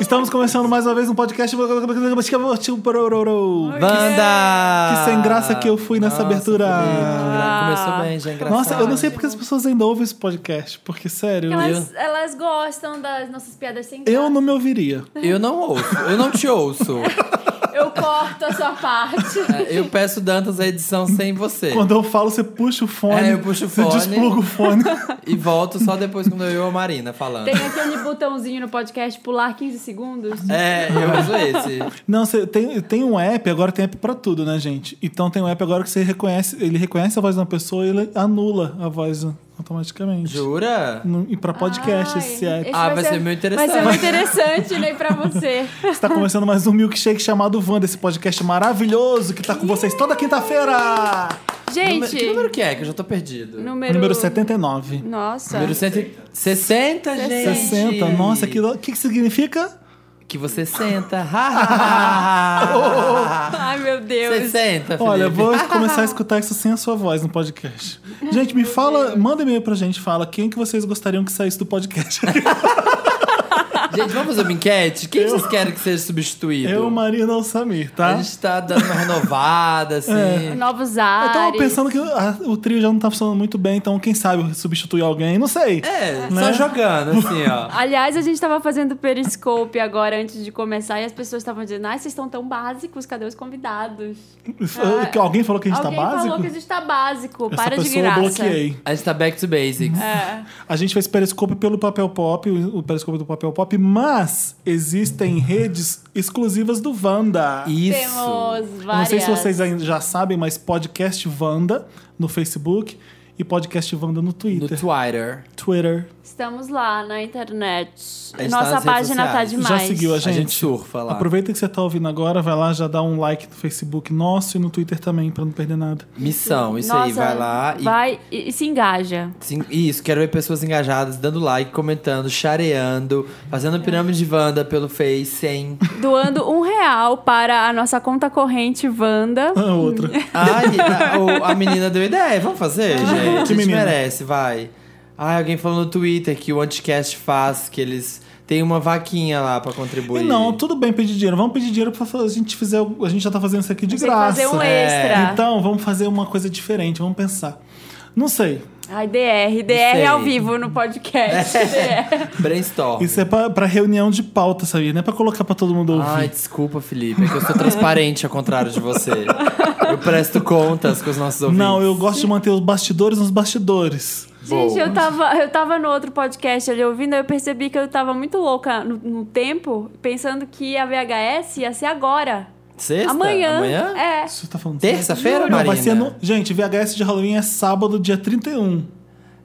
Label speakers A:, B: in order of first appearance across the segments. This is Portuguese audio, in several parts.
A: Estamos começando mais uma vez um podcast.
B: Wanda!
A: Que sem graça que eu fui nessa abertura.
B: Começou bem, já é engraçado.
A: Nossa, eu não sei porque as pessoas ainda ouvem esse podcast, porque sério, eu,
C: Elas, elas gostam das nossas piadas sem graça.
A: eu não me ouviria.
C: É.
B: Eu não ouço, eu não te ouço.
C: Eu corto a sua parte.
B: Eu peço Dantas a edição sem você.
A: Quando eu falo, você puxa o fone.
B: É, eu puxo o
A: Você
B: fone.
A: despluga o fone.
B: E volto só depois quando eu e a Marina falando.
C: Tem aquele botãozinho no podcast pular 15 segundos.
B: É, eu uso esse.
A: Não, você tem, tem um app, agora tem app pra tudo, né, gente? Então tem um app agora que você reconhece, ele reconhece a voz de uma pessoa e ele anula a voz automaticamente.
B: Jura?
A: No- E pra podcast esse é.
C: Ai,
A: app.
B: Ah, vai ser muito interessante.
C: Vai ser muito interessante, né, pra você.
A: Está começando mais um milkshake chamado Wanda, esse podcast maravilhoso que tá com vocês toda quinta-feira!
B: Número-
C: Gente,
B: que número que é? Que eu já tô perdido.
C: número...
A: Número 79.
C: Nossa.
B: Número 160, 60, gente.
A: 60, nossa, que lo- o que, que significa?
B: Que você senta. Ha, ha, ha, ha.
C: Ai, meu Deus.
B: 60, Felipe.
A: Olha, vou começar a escutar isso sem a sua voz no podcast. Gente, me fala, manda e-mail pra gente, fala quem que vocês gostariam que saísse do podcast.
B: Gente, vamos fazer uma enquete? Quem vocês querem que seja substituído?
A: Eu, Marina ou Samir,
B: A
A: tá? É.
B: gente tá dando uma renovada, assim.
C: Novos
A: Eu
C: ares.
A: tava pensando que a- o trio já não tá funcionando muito bem, então quem sabe substituir alguém, não sei.
B: É,
A: Né?
B: só jogando, assim, ó.
C: Aliás, a gente tava fazendo Periscope agora, antes de começar, e as pessoas estavam dizendo, ai, vocês estão tão básicos, cadê os convidados?
A: F- que Alguém falou que a gente
C: É. Alguém
A: tá básico?
C: falou que a gente tá básico,
A: Essa
C: para de
A: pessoa eu
C: graça.
A: bloqueei.
B: A gente tá back to basics.
A: Ah,
C: É.
A: A gente fez periscope pelo Papel Pop, o o periscope do Papel Pop, mas existem redes exclusivas do Wanda.
B: Isso.
C: Temos várias.
A: Não sei se vocês ainda já sabem, mas podcast Wanda no Facebook e podcast Wanda no
B: No
A: Twitter.
B: Twitter.
A: Twitter.
C: Estamos lá na internet.
B: A gente tá
C: Nossa
B: nas redes
C: página tá
B: sociais. Já
C: demais.
A: seguiu a
B: A gente
A: Gente,
B: surfa lá.
A: Aproveita que você tá ouvindo agora, vai lá, já dá um like no Facebook nosso e no Twitter também, pra não perder nada.
B: Missão, isso aí.
C: Nossa,
B: Vai lá e
C: Vai e, e se engaja.
B: Sim, isso, quero ver pessoas engajadas, dando like, comentando, chareando, fazendo pirâmide de Wanda pelo Face, hein?
C: Doando um real para a nossa conta corrente Wanda.
A: Ah, outra.
C: Hum.
B: Ai, a, o- a menina deu ideia, vamos fazer, gente. a gente
A: Ah, menina?
B: merece, vai. Ai, alguém falou no Twitter que o Anticast faz, que eles têm uma vaquinha lá pra
A: E
B: contribuir.
A: não, tudo bem pedir dinheiro. Vamos pedir dinheiro pra fazer- a gente fizer. A gente já tá fazendo isso aqui de
C: Tem que
A: graça.
C: fazer um
B: É,
C: extra.
A: Então, vamos fazer uma coisa diferente, vamos pensar. Não sei.
C: Ai, DR. DR
B: sei.
C: ao vivo no podcast.
B: É.
C: DR.
B: Brainstorm.
A: Isso é pra, pra reunião de pauta, sabia? Não é pra colocar pra todo mundo ouvir.
B: Ai, desculpa, Felipe, é que eu sou transparente ao contrário de você. Eu presto contas com os nossos ouvintes.
A: Não, eu gosto de manter os bastidores nos bastidores.
C: Gente,
B: Boa.
C: eu tava, eu tava no outro podcast ali ouvindo, eu percebi que eu tava muito louca no, no tempo, pensando que a VHS ia ser agora.
B: Sexta?
C: Amanhã.
B: Amanhã?
C: É.
A: Você tá falando
B: Terça-feira,
A: sério? Não, vai
B: Marina?
A: ser no... Gente, VHS de Halloween é sábado, dia 31.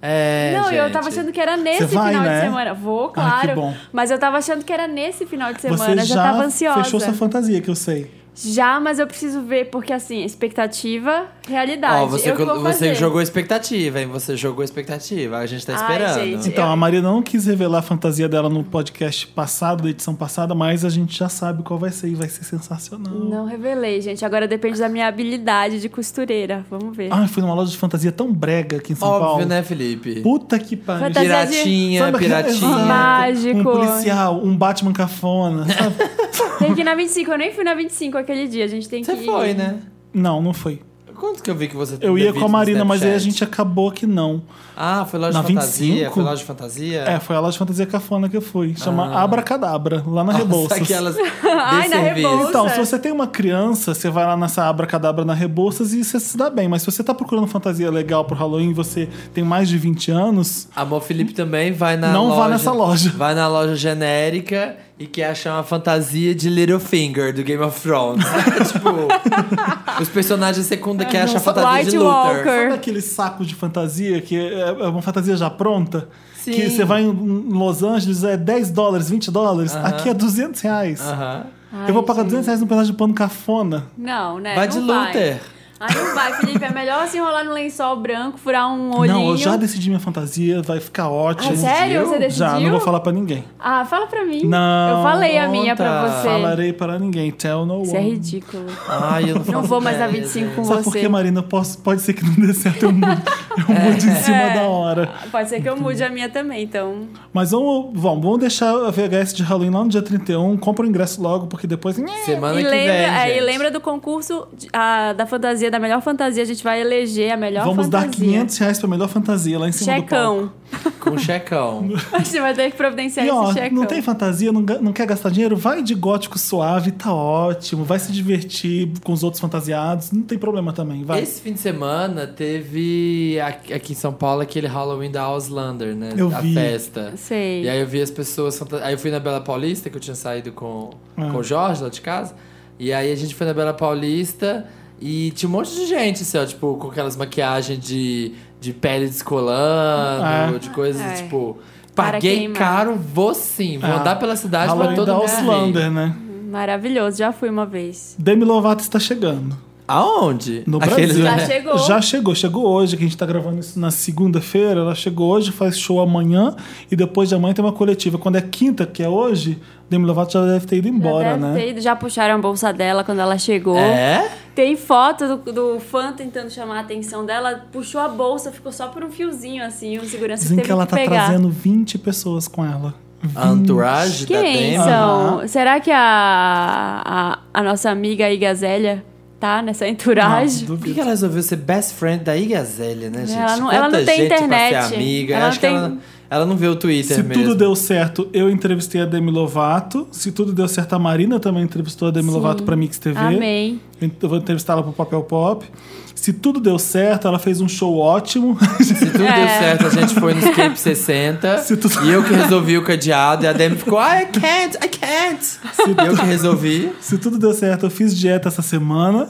B: É,
C: Não, eu
B: gente.
C: tava achando que era nesse
A: Você vai,
C: final
A: né?
C: de semana. Vou, claro.
A: que bom.
C: Mas eu tava achando que era nesse final de semana.
A: Você
C: já,
A: já
C: tava ansiosa.
A: fechou sua fantasia, que eu sei.
C: Já, mas eu preciso ver, porque assim, expectativa, realidade.
B: Ó, você,
C: eu que vou
B: você
C: fazer.
B: jogou expectativa, hein? Você jogou expectativa. A gente tá
C: Ai,
B: esperando.
C: gente.
A: Então,
C: Eu-
A: a Marina não quis revelar a fantasia dela no podcast passado, da edição passada, mas a gente já sabe qual vai ser e vai ser sensacional.
C: Não revelei, gente. Agora depende da minha habilidade de costureira. Vamos ver.
A: Ai, fui numa loja de fantasia tão brega aqui em São
B: Óbvio,
A: Paulo.
B: né, Felipe?
A: Puta que pariu.
C: Fantasia
B: Piratinha,
A: Sabe aquele- Exato.
B: piratinha.
C: Mágico.
A: Um policial, um Batman cafona. Ah, sabe?
C: Tem que ir na 25. Eu nem fui na 25 aquele dia. A gente tem
B: Você
C: que ir.
B: foi, né?
A: não, não foi.
B: Quanto que eu vi que você
A: Eu ia
B: teve
A: com a
B: no
A: Marina, mas aí a
B: Snapchat?
A: gente acabou que não.
B: Ah, foi loja
A: Na
B: de fantasia?
A: 25?
B: Foi loja de fantasia?
A: É, foi a loja de fantasia cafona que eu fui. Chama
B: Ah.
A: Abracadabra, lá na Rebouças.
B: Nossa, aquelas
C: Ai, na
B: desserviço.
C: Rebouças.
A: Então, se
C: Nossa.
A: você tem uma criança, você vai lá nessa Abracadabra na Rebouças e você se dá bem. Mas se você tá procurando fantasia legal pro Halloween e você tem mais de 20 anos,
B: Amor Felipe também vai na
A: Não
B: loja.
A: vá nessa loja.
B: Vai na loja genérica e quer achar uma fantasia de Littlefinger do Game of Thrones. tipo, os personagens secunda que acham a fantasia
C: White
B: de Luthor.
C: Walker.
A: sabe aquele saco de fantasia que é é uma fantasia já pronta?
B: Sim.
A: Que você vai em Los Angeles, é 10 dólares, 20 dólares. Aqui é 200 reais.
B: Aham.
C: Ai,
A: Eu vou pagar
C: gente.
A: 200 reais num pedaço de pano cafona.
C: Não, né?
B: Vai
C: não
B: de Luther.
C: Ai, não vai, Felipe. É melhor se enrolar num lençol branco, furar um olhinho.
A: Não, eu já decidi minha fantasia, vai ficar ótimo.
C: Ah, sério? Você decidiu?
A: Já, não vou falar pra ninguém.
C: Ah, fala pra mim.
A: Não,
C: Eu falei a minha pra
B: conta.
C: você.
A: Falarei para ninguém. Tell no
C: Isso é
A: one.
C: ridículo.
B: Ai, eu não,
C: Não
B: faço
C: vou mais na
B: ideia,
C: 25
B: gente.
C: com
A: Sabe por
C: você. É.
A: que, Marina? Posso- pode ser que não dê certo. Eu, Eu mudo em cima da hora.
C: Ah, Pode ser que eu mude a minha também, então.
A: Mas vamos, vamos, vamos deixar a VHS de Halloween lá no dia 31. Compra o ingresso logo, porque depois.
B: Semana
C: e,
B: que
C: lembra,
B: vem.
C: é, e
B: gente.
C: lembra do concurso de- a- da fantasia, da melhor fantasia. A gente vai eleger a melhor
A: Vamos
C: fantasia.
A: dar 500 reais pra melhor fantasia lá em cima do palco.
C: Checão.
B: Com um checão.
C: A gente vai ter que providenciar
A: E
C: esse
A: ó,
C: checão.
A: não tem fantasia, não, ga- não quer gastar dinheiro? Vai de gótico suave, tá ótimo. Vai se divertir com os outros fantasiados, não tem problema também, vai.
B: Esse fim de semana teve aqui aqui em São Paulo aquele Halloween da Auslander, né?
A: Eu
B: a
A: vi.
B: festa.
C: Sei.
B: E aí eu vi as pessoas. fanta- Aí eu fui na Bela Paulista, que eu tinha saído com,
A: Ah.
B: com o Jorge lá de casa. E aí a gente foi na Bela Paulista e tinha um monte de gente, assim, ó, tipo, com aquelas maquiagens de, de pele descolando,
A: Ah.
B: de coisas,
C: Ai.
B: tipo.
C: Para
B: Paguei
C: queimar.
B: caro, vou sim. Vou
A: Ah.
B: andar pela cidade pra
A: Halloween
B: todo
A: da
B: mundo. ver.
A: Auslander, né?
C: Maravilhoso, já fui uma vez.
A: Demi Lovato está chegando.
B: Aonde?
A: No
B: Aqueles,
A: Brasil.
C: Já
B: né?
C: chegou.
A: Já chegou, chegou hoje, que a gente tá gravando isso na segunda-feira. Ela chegou hoje, faz show amanhã e depois de amanhã tem uma coletiva. Quando é quinta, que é hoje, Demi Lovato já deve ter ido embora,
C: já deve
A: né?
C: ter ido, já puxaram a bolsa dela quando ela chegou.
B: É?
C: Tem foto do, do fã tentando chamar a atenção dela, puxou a bolsa, ficou só por um fiozinho assim, o segurança
A: Dizem
C: teve
A: que ela tá
C: pegar.
A: trazendo 20 pessoas com ela.
B: A Entourage da
C: Quem
B: Demi?
C: são?
A: Aham.
C: Será que a, a, a nossa amiga Igazélia tá nessa entourage?
A: Não,
B: Por que,
A: duvido.
B: que ela resolveu ser best friend da Igazelle, né, gente?
C: Ela não- ela
B: Quanta
C: não tem
B: gente Pra
C: internet.
B: ser amiga.
C: Ela
B: Acho
C: não
B: que ela,
C: tem-
B: ela não vê o Twitter
A: Se
B: é mesmo.
A: tudo deu certo, eu entrevistei a Demi Lovato. Se tudo deu certo, a Marina também entrevistou a Demi
C: Sim.
A: Lovato pra Mix TV.
C: Amém.
A: Eu vou entrevistá-la pro Papel Pop. Se tudo deu certo, ela fez um show ótimo.
B: Se tudo
C: É.
B: deu certo, a gente foi no Escape 60.
A: Se tudo-
B: E eu que resolvi o cadeado. E a Demi ficou, I can't, I can't. E eu que resolvi.
A: Se tudo deu certo, eu fiz dieta essa semana.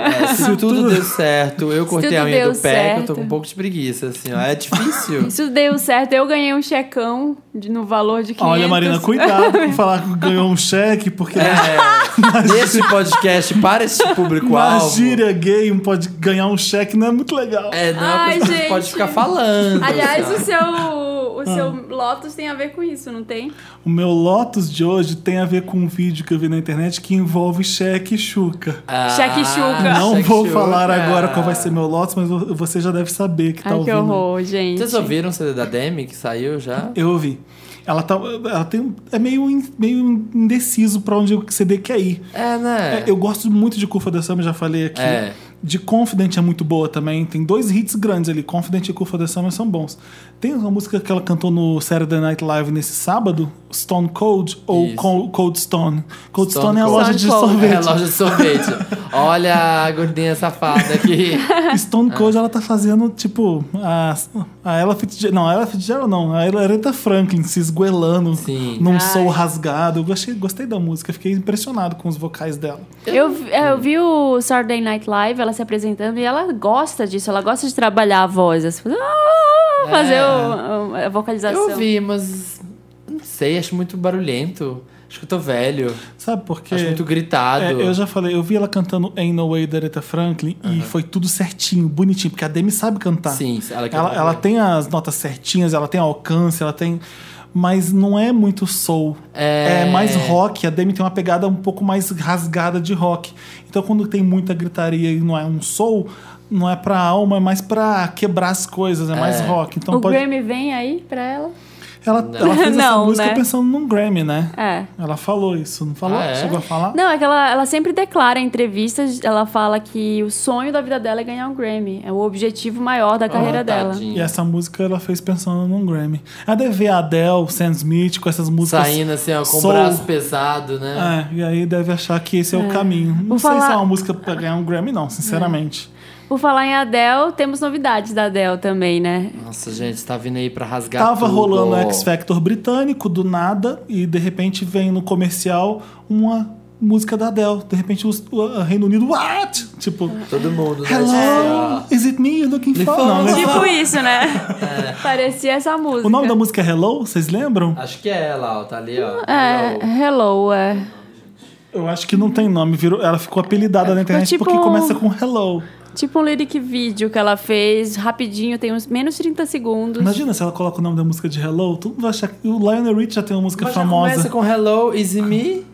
B: É, se tudo, deu certo, eu cortei
C: tudo
B: a unha do
C: deu
B: pé, que eu tô com um
C: certo.
B: pouco de preguiça, assim, ó. É difícil.
C: Isso deu certo, eu ganhei um checão de- no valor de 500.
A: Olha, Marina, cuidado com falar que ganhou um cheque, porque
B: É, nesse podcast, para esse
A: na
B: público-alvo.
A: gíria gay um pode ganhar um cheque não é muito legal.
B: É, não é uma
C: Ai,
B: coisa que você
C: gente.
B: pode ficar falando.
C: Aliás,
B: sabe?
C: o seu,
A: Ah.
C: o seu Lotus tem a ver com isso, não tem?
A: O meu Lotus de hoje tem a ver com um vídeo que eu vi na internet que envolve cheque e chuca.
B: Ah,
C: Shakshuka.
A: Não
B: Shakshuka.
A: vou falar
B: é.
A: agora qual vai ser meu Lotus, mas vo- você já deve saber que tá
C: Ai, que
A: ouvindo.
C: horror, gente.
B: Vocês ouviram o CD da Demi que saiu já?
A: Eu ouvi. Ela, tá, ela tem, é meio, in- meio indeciso pra onde o CD quer ir.
B: É, né?
A: É, Eu gosto muito de Curva da Samba, já falei aqui.
B: É.
A: De Confident é muito boa também. Tem dois hits grandes ali. Confident e Curva da Samba são bons. Tem uma música que ela cantou no Saturday Night Live nesse sábado, Stone Cold ou
B: Isso.
A: Col- Cold Stone. Cold Stone,
B: Stone
A: é a
B: Cold.
A: loja de
C: Stone Cold.
A: sorvete.
B: É a loja de sorvete. Olha a gordinha safada aqui. É.
A: Stone Cold, ela tá fazendo, tipo, a, a Ella Fitzgerald. Não, a Ella Fitzgerald não. A Ella Aretha Franklin se esguelando
B: Sim.
A: num
C: Ai.
A: soul rasgado. Eu gostei, gostei da música. Fiquei impressionado com os vocais dela.
C: Eu, vi- é, eu vi o Saturday Night Live, ela se apresentando, e ela gosta disso, ela gosta de trabalhar a voz. assim, fazer- ah,
A: É.
C: fazer o- o- a vocalização.
B: Eu ouvi, mas não sei, acho muito barulhento. Acho que eu tô velho.
A: Sabe por quê?
B: Acho muito gritado.
A: É, eu já falei, eu vi ela cantando Ain't No Way da Aretha Franklin e foi tudo certinho, bonitinho, porque a Demi sabe cantar.
B: Sim, ela
A: tá. Ela, ela tem as notas certinhas, ela tem alcance, ela tem. Mas não é muito soul.
B: É.
A: mais rock. A Demi tem uma pegada um pouco mais rasgada de rock. Então, quando tem muita gritaria e não é um soul, não é pra alma, é mais pra quebrar as coisas, é, mais rock. Então,
C: o
A: pode.
C: Grammy vem aí pra ela?
A: Ela, ela fez essa
C: Não,
A: música
C: né?
A: pensando num Grammy, né?
C: É.
A: Ela falou isso, não falou?
B: Ah, é?
A: Chegou a falar?
C: Não, é que ela, ela sempre declara em entrevistas, ela fala que o sonho da vida dela é ganhar um Grammy. É o objetivo maior
B: Ah,
C: da carreira dela.
A: E essa música ela fez pensando num Grammy. A deve ver a Adele, Sam Smith, com essas músicas.
B: Saindo assim, ó, com o
A: soul.
B: braço pesado, né?
A: É, e aí deve achar que esse é, o caminho. Não
C: Vou
A: sei se é
C: falar-
A: uma música pra ganhar um Grammy, não, sinceramente.
C: Por falar em Adele, temos novidades da Adele também, né?
B: Nossa, gente, tá vindo aí pra rasgar
A: Tava
B: tudo.
A: rolando o X Factor britânico do nada, e de repente vem no comercial uma música da Adele. De repente os- o, o Reino Unido, what? Tipo,
B: Todo mundo, né?
A: hello,
B: Tipo,
A: is it me you're looking for?
B: for-
A: Não, né?
C: Tipo né? isso, né?
B: É.
C: Parecia essa música.
A: O nome da música é Hello, vocês lembram?
B: ó, Acho que é ela, ó, tá ali, ó.
C: É, hello, é.
A: Eu acho que não tem nome, virou, ela ficou apelidada na internet
C: tipo-
A: porque começa com Hello.
C: Tipo um lyric vídeo que ela fez, rapidinho, tem uns menos 30 segundos.
A: Imagina se ela coloca o nome da música de Hello, todo mundo vai achar que o Lionel Rich já tem uma música
B: Mas já
A: famosa.
B: Começa com Hello, Is It Me?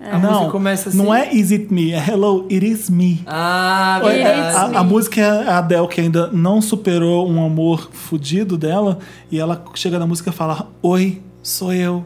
C: É.
B: A música começa assim.
A: não é Is It Me, é Hello, It Is Me.
B: Ah,
C: Oi,
B: verdade.
A: A, a música é a Adele que ainda não superou um amor fudido dela e ela chega na música e fala: Oi, sou eu.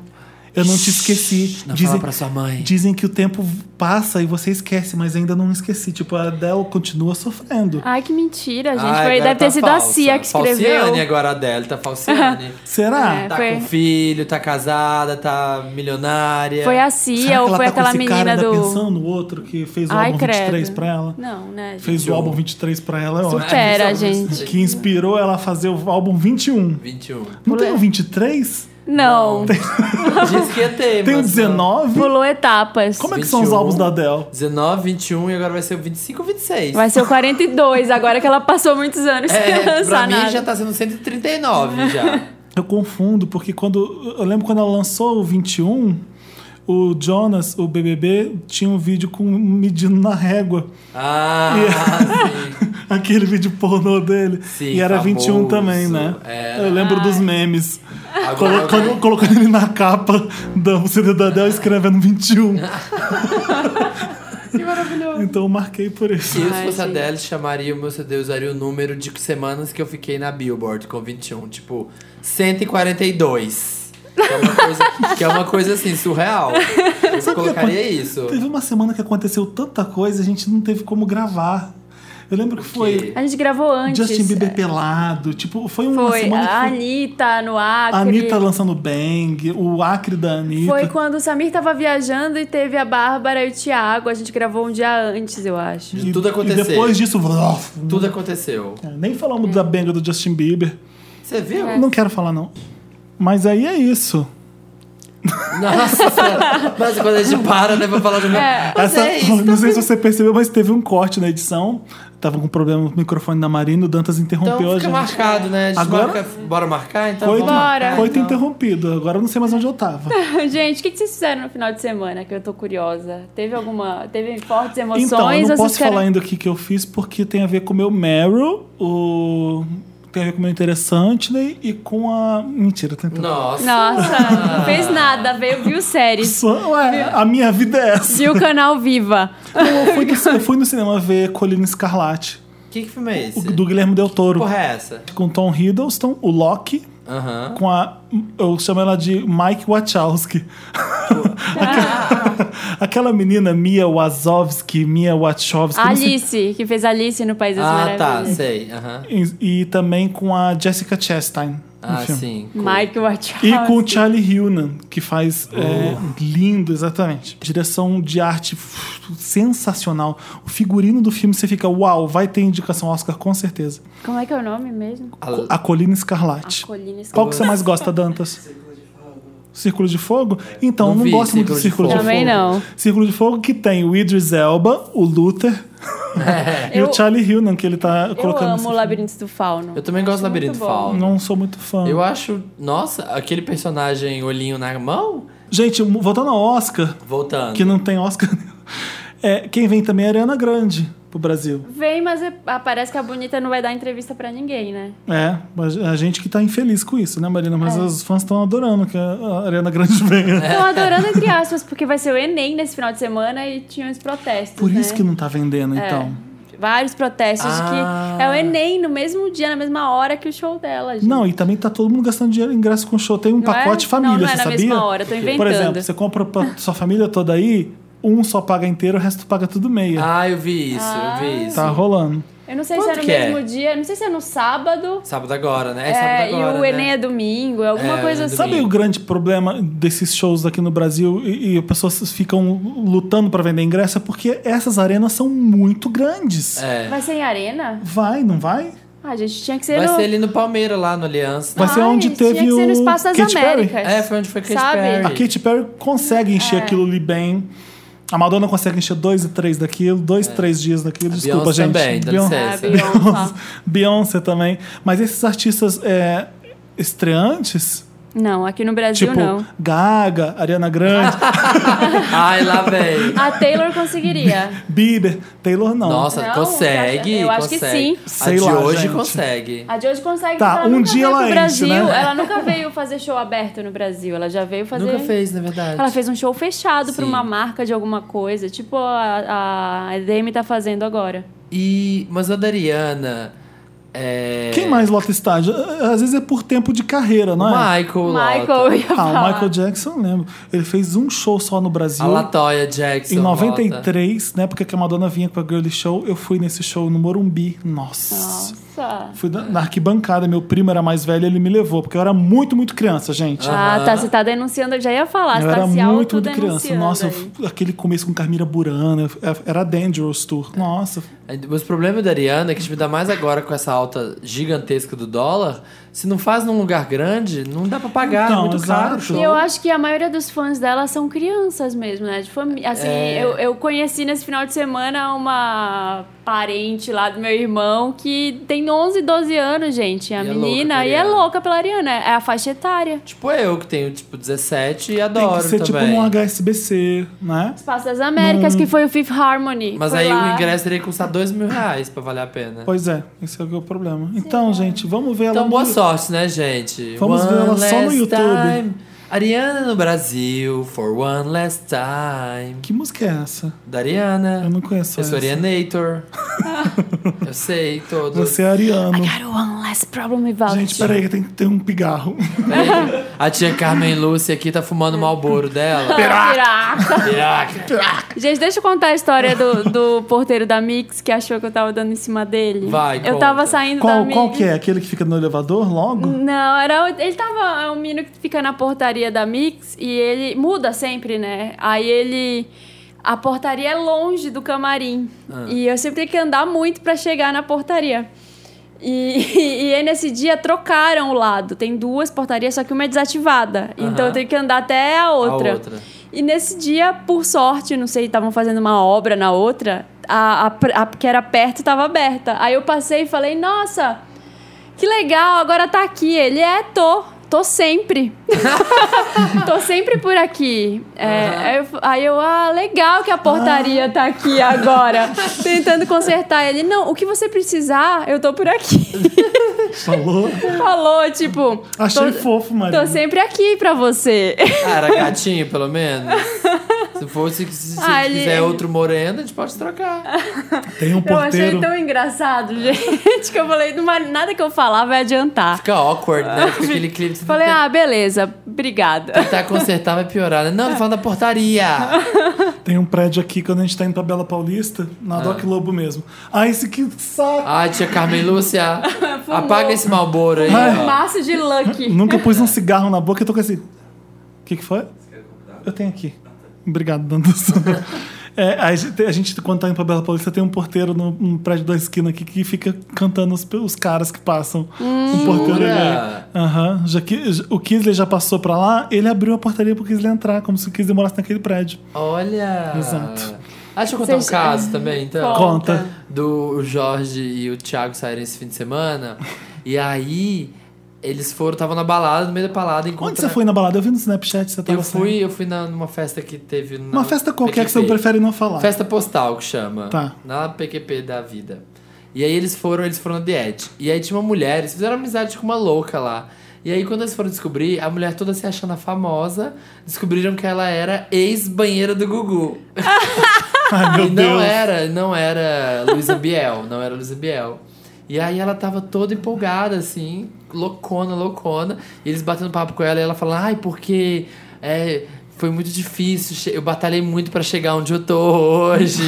A: Eu não te esqueci.
B: Não
A: dizem,
B: fala pra sua mãe.
A: dizem que o tempo passa e você esquece, mas ainda não esqueci. Tipo, a Adele continua sofrendo.
C: Ai, que mentira, gente.
B: Ai,
C: Foi-
B: agora
C: deve ter
B: tá
C: sido
B: falsa.
C: a Cia que escreveu.
B: Falciane agora a dela, tá falciane.
A: Será?
C: É.
B: tá
C: Foi.
B: com filho, tá casada, tá milionária.
C: Foi a
A: Será que
C: Cia
A: ela
C: ou foi
A: tá
C: aquela
A: com esse cara
C: menina
A: ainda
C: do.
A: pensando no outro que fez o
C: Ai,
A: álbum 23
C: credo.
A: pra ela?
C: Não, né?
A: Fez o
B: Jogo.
A: álbum 23 pra ela, é ótimo.
C: Supera,
B: Ah,
C: gente.
A: Que inspirou ela a fazer o álbum 21.
B: 21.
A: Não tem
C: Mulher.
A: o 23?
C: Não.
B: Diz que ia ter,
A: Tem o
B: mas ah, não.
A: 19?
C: Pulou etapas.
A: Como é que são os
B: 21?
A: álbuns da Adele?
B: 19, 21 e agora vai ser o 25 ou 26.
C: Vai ser o 42, agora que ela passou muitos anos sem
B: é, pra
C: lançar
B: mim
C: nada.
B: já tá sendo 139 já.
A: Eu confundo, porque quando. Eu lembro quando ela lançou o 21, o Jonas, o BBB, tinha um vídeo com medindo na régua.
B: Ah, sim.
A: Aquele vídeo pornô dele.
B: Sim,
A: e era
B: famoso.
A: 21 também, né?
B: Era.
A: Eu lembro dos memes.
B: Agora,
A: Colocando, colocando ele na capa do CD da Adele escrevendo 21.
C: Que maravilhoso.
A: Então eu marquei por isso.
B: eu, se
C: Ai,
B: fosse a
C: gente.
B: Adele, chamaria o meu CD, usaria o número de semanas que eu fiquei na Billboard com 21. Tipo, 142. Que é uma coisa, que é uma coisa assim, surreal. Eu colocaria isso.
A: Teve uma semana que aconteceu tanta coisa, a gente não teve como gravar. Eu lembro que foi
B: quê?
C: A gente gravou antes. é.
A: Justin Bieber pelado. Tipo, foi uma
C: Foi
A: semana que
C: a
A: foi-
C: Anitta no
A: A
C: Acre.
A: Anitta lançando Bang, o Acre da Anitta.
C: Foi quando o Samir tava viajando e teve a Bárbara e o Thiago. A gente gravou um dia antes, eu acho.
B: De tudo acontecer.
A: E depois disso, vrof,
B: Tudo aconteceu.
A: nem falamos da Bang do Justin Bieber.
B: Você viu?
C: É.
A: Não quero falar, não. Mas aí é isso.
B: Nossa, Senhora. Nossa, quando a gente para, né, pra falar de uma...
C: É.
B: Mas
A: Essa-
B: é isso.
A: não sei se você percebeu, mas teve um corte na edição. Tava com problema com o microfone da Marina, o Dantas
B: Então
A: interrompeu
B: fica
A: a gente.
B: marcado, né? A gente
A: Agora-
B: marca- Bora marcar, então?
A: Coito,
B: Vamos marcar,
C: Bora.
A: coito
B: então.
A: interrompido. Agora eu não sei mais onde eu tava.
C: Gente, o que que vocês fizeram no final de semana? Que eu tô curiosa. Teve alguma. Teve fortes emoções?
A: Então, eu
C: ou
A: não
C: vocês
A: posso
C: ficaram-
A: falar ainda o que, que eu fiz, porque tem a ver com o meu Meryl, o... tem a ver com o meu interessante né? e com a. Mentira, tem tudo.
B: Nossa.
C: Nossa, não
A: Ah.
C: fez nada, veio, viu séries.
A: Só- ué, a minha vida é essa.
C: Viu o canal Viva.
A: Eu fui, no- eu fui no cinema ver Colina Escarlate,
B: Que, que filme é esse?
A: o- do Guilherme Del
B: Que
A: Toro,
B: porra é essa?
A: com Tom Hiddleston, o Loki,
B: Aham.
A: com a. Eu chamo ela de Mike Wachowski.
B: Ah.
A: Aquela- Aquela menina Mia Wazowski, Mia Wachowski. eu não sei-
C: Alice, que fez Alice no País das
B: Ah, tá,
C: Maravilhas.
B: sei. Aham.
A: E, e também com a Jessica Chastain. no
B: Ah,
A: filme.
B: sim. cool.
C: Mike Wachowski.
A: E com o Charlie Hunnam, que faz
C: Oh.
A: é, lindo, exatamente. Direção de arte f- sensacional. O figurino do filme, você fica, uau, vai ter indicação Oscar com certeza.
C: Como é que é o nome mesmo?
B: A-
A: A Colina Escarlate.
C: Colina Escura.
A: Qual que você mais gosta, Dantas? Círculo de Fogo? Então,
B: Não
A: eu não
B: vi
A: gosto muito do Círculo de Fogo.
C: Também não.
A: Círculo de Fogo que tem o Idris Elba, o Luther e
C: Eu,
A: o Charlie Hunnam, que ele tá
C: eu
A: colocando. nesse
C: amo o
A: filme.
C: Labirinto do Fauno.
B: Eu também gosto do
C: Acho muito
B: Labirinto
C: bom.
B: Fauno.
A: Não sou muito fã.
B: Eu acho... Nossa, aquele personagem olhinho na mão?
A: Gente, voltando ao Oscar,
B: Voltando.
A: que não tem Oscar. É, quem vem também é a Ariana Grande pro Brasil.
C: Vem, mas é- ah, parece que a Bonita não vai dar entrevista pra ninguém, né?
A: É, mas a gente que tá infeliz com isso, né, Marina?
C: É.
A: Mas os fãs estão adorando que a Ariana Grande venha.
B: É.
C: Estão adorando, entre aspas, porque vai ser o Enem nesse final de semana e tinha uns protestos,
A: Por
C: né?
A: isso que não tá vendendo, então.
C: Vários protestos de
B: Ah.
C: que é o Enem no mesmo dia, na mesma hora que o show dela, gente.
A: Não, e também tá todo mundo gastando dinheiro em ingresso com show. Tem um
C: Não é?
A: pacote família,
C: Não, não
A: você
C: é na
A: sabia?
C: mesma hora, tô inventando.
A: Por exemplo, você compra pra sua família toda aí, um só paga inteiro, o resto paga tudo meia.
B: Ah, eu vi isso, eu vi isso.
A: tá rolando.
C: Eu não sei
B: Quanto
C: se é no
B: que é?
C: mesmo dia, não sei se é no sábado.
B: Sábado agora, né? É,
C: é,
B: sábado agora,
C: e o
B: né?
C: Enem é domingo, é alguma
B: É,
C: coisa
B: é
C: assim.
A: Sabe
B: Sim.
A: o grande problema desses shows aqui no Brasil e, e as pessoas ficam lutando pra vender ingresso? É porque essas arenas são muito grandes.
B: É.
C: Vai ser em arena?
A: Vai, não vai?
C: Ah, gente, tinha que ser
B: Vai
C: no.
B: ser ali no Palmeiras, lá no Aliança.
A: Vai ser
C: Ai,
A: é onde teve
C: tinha que ser
A: o
C: no Espaço das
A: Katy Perry.
C: Américas.
B: É, foi onde foi Katy
C: Sabe?
B: Perry.
A: A Katy Perry consegue
C: É.
A: encher aquilo ali bem. A Madonna consegue encher dois e três daquilo, dois, três dias daquilo. Desculpa,
B: É. Beyoncé
A: gente.
B: também, dá
A: Beyon-
B: licença.
C: Ah, Beyoncé.
A: Beyoncé também. Mas esses artistas é, estreantes
C: Não, aqui no Brasil
A: tipo,
C: não.
A: Gaga, Ariana Grande,
B: Ai, lá vem.
C: A Taylor conseguiria.
A: Bieber, Taylor não.
B: Nossa,
C: Não,
B: consegue.
C: eu acho que
B: consegue.
C: sim.
A: Sei
B: a de
A: lá,
B: hoje
A: gente.
B: consegue.
C: A de hoje consegue,
A: Tá,
C: mas ela
A: um
C: nunca
A: dia
C: veio
A: ela
C: pro
A: enche,
C: Brasil.
A: né?
C: Ela nunca veio fazer show aberto no Brasil. Ela já veio fazer.
B: Nunca fez, na verdade.
C: Ela fez um show fechado pra
B: Sim.
C: uma marca de alguma coisa, tipo a, a EDM tá fazendo agora.
B: E, mas a Dariana. É...
A: Quem mais lota estádio? Às vezes é por tempo de carreira, não é?
B: Michael. Lota.
C: Michael, eu ia
A: Ah, o
C: falar.
A: Michael Jackson, eu lembro. Ele fez um show só no Brasil.
B: A Latoya Jackson.
A: Em
B: Lota.
A: 93, na época que a Madonna vinha com a Girly Show, eu fui nesse show no Morumbi. Nossa.
C: Nossa.
A: Fui na na arquibancada, meu primo era mais velho, ele me levou, porque eu era muito, muito criança, gente.
C: Ah, tá, você tá denunciando, eu já ia
A: eu
C: falar, você tá
A: era
C: se
A: muito, muito criança.
C: autodenunciando
A: Nossa, eu
C: aí.
A: f- aquele começo com Carmira Burana, eu f- era Dangerous Tour.
C: É.
A: Nossa.
B: Mas o problema da Ariana é que, tipo, ainda mais agora com essa alta gigantesca do dólar, se não faz num lugar grande, não dá pra pagar,
A: Então,
B: é muito caro. o
A: exato.
B: show.
C: E Eu acho que a maioria dos fãs dela são crianças mesmo, né? De família. Assim,
B: É.
C: eu, eu conheci nesse final de semana uma parente lá do meu irmão que tem 11, 12 anos, gente. A
B: E é louca
C: menina.
B: pela
C: e é
B: Ariana.
C: louca pela Ariana. É a faixa etária.
B: Tipo, eu que tenho, tipo, 17 e adoro
A: Tem que ser
B: também.
A: tipo um HSBC, né?
C: Espaço das Américas, que foi o Fifth Harmony.
B: Hum. Mas
C: Foi
B: aí
C: lá.
B: o ingresso teria que custar 2 mil reais pra valer a pena.
A: Pois é, esse é o problema. Então, gente, vamos ver ela
B: Então,
A: no-
B: boa sorte, né, gente?
A: Vamos ver ela só no
B: last
A: YouTube.
B: Time. Ariana no Brasil, for one last time.
A: Que música é essa?
B: Da Ariana.
A: Eu não conheço
B: Eu sou
A: essa.
B: Arianator. eu sei todos.
A: Você é ariano.
C: I got one last problem about
A: Gente,
C: you.
A: peraí, que tem que ter um pigarro.
B: A tia Carmen Lúcia aqui tá fumando o malboro dela.
C: Pirata.
B: Piraca.
C: Gente, deixa eu contar a história do, do porteiro da Mix que achou que eu tava dando em cima dele.
B: Vai,
C: Eu tava
B: conta.
C: saindo da
A: Qual,
C: Mix.
A: qual que é? Aquele que fica no elevador logo?
C: Não, era. o- Ele tava. É um menino que fica na portaria da Mix e ele muda sempre, né? Aí ele. A portaria é longe do camarim. E eu sempre tenho que andar muito pra chegar na portaria. E, e aí nesse dia trocaram o lado. Tem duas portarias, só que uma é desativada. Então eu tenho que andar até a outra.
B: outra.
C: E nesse dia, por sorte, não sei, estavam fazendo uma obra na outra, a, a pr- a que era perto estava aberta. Aí eu passei e falei, nossa, que legal, agora tá aqui. Ele é, tô. Tô sempre. tô sempre por aqui. É, aí, eu, aí eu, ah, legal que a portaria tá aqui agora. Tentando consertar ele. Não, o que você precisar, eu tô por aqui.
A: Falou?
C: Falou, tipo.
A: Achei né?
C: tô,
A: fofo, Maria.
C: tô sempre aqui pra você.
B: Cara, gatinho, pelo menos. Se fosse, se, se
C: Ah, ele-
B: quiser outro moreno, a gente pode trocar.
A: Tem um
C: Então, Eu achei
A: porteiro.
C: tão engraçado, gente, que eu falei, "Numa- nada que eu falar vai adiantar.
B: Fica awkward, né? Fica aquele clipe.
C: Falei, ah, beleza, obrigada.
B: Tentar consertar vai piorar. né? Não, tô falando da portaria.
A: Tem um prédio aqui quando a gente tá indo pra Bela Paulista, na Doc Lobo mesmo. Ah, esse que saco!
B: Ai, tia Carmen Lúcia,
C: Fumou.
B: apaga esse malboro aí.
A: Ai.
B: ó.
C: Márcio de Lucky.
A: Nunca pus um cigarro na boca, eu tô com esse. O que, que foi? Eu tenho aqui. Obrigado, Dandusso. É, a, gente, a gente, quando tá indo pra Bela Paulista, tem um porteiro no, no prédio da esquina aqui que fica cantando os, os caras que passam. um porteiro
B: Jura?
A: ali. Aham. Já que, o Kisley já passou pra lá, ele abriu a portaria pro Kisley entrar, como se o Kisley morasse naquele prédio.
B: Olha.
A: Exato.
B: Ah, deixa eu contar um
C: Vocês-
B: caso também, então.
C: Conta.
A: Conta.
B: Do Jorge e o Thiago saírem esse fim de semana. E aí, eles foram, estavam na balada, no meio da balada.
A: Onde
B: encontra-
A: você foi na balada? Eu vi no Snapchat, você tava
B: Eu
A: saindo.
B: fui, eu fui na, numa festa que teve. na
A: Uma festa qualquer que você
B: PQP.
A: prefere não falar.
B: Festa postal que chama.
A: Tá.
B: Na PQP da vida. E aí eles foram, eles foram na Diet. E aí tinha uma mulher, eles fizeram amizade com uma louca lá. E aí quando eles foram descobrir, a mulher toda se achando a famosa, descobriram que ela era ex-banheira do Gugu.
A: Ai, meu
B: e não é.
A: Deus.
B: era, não era Luísa Biel, não era Luísa Biel. E aí ela tava toda empolgada, assim, loucona, loucona. E eles batendo papo com ela e ela falando, ai, porque é, foi muito difícil, che- eu batalhei muito pra chegar onde eu tô hoje.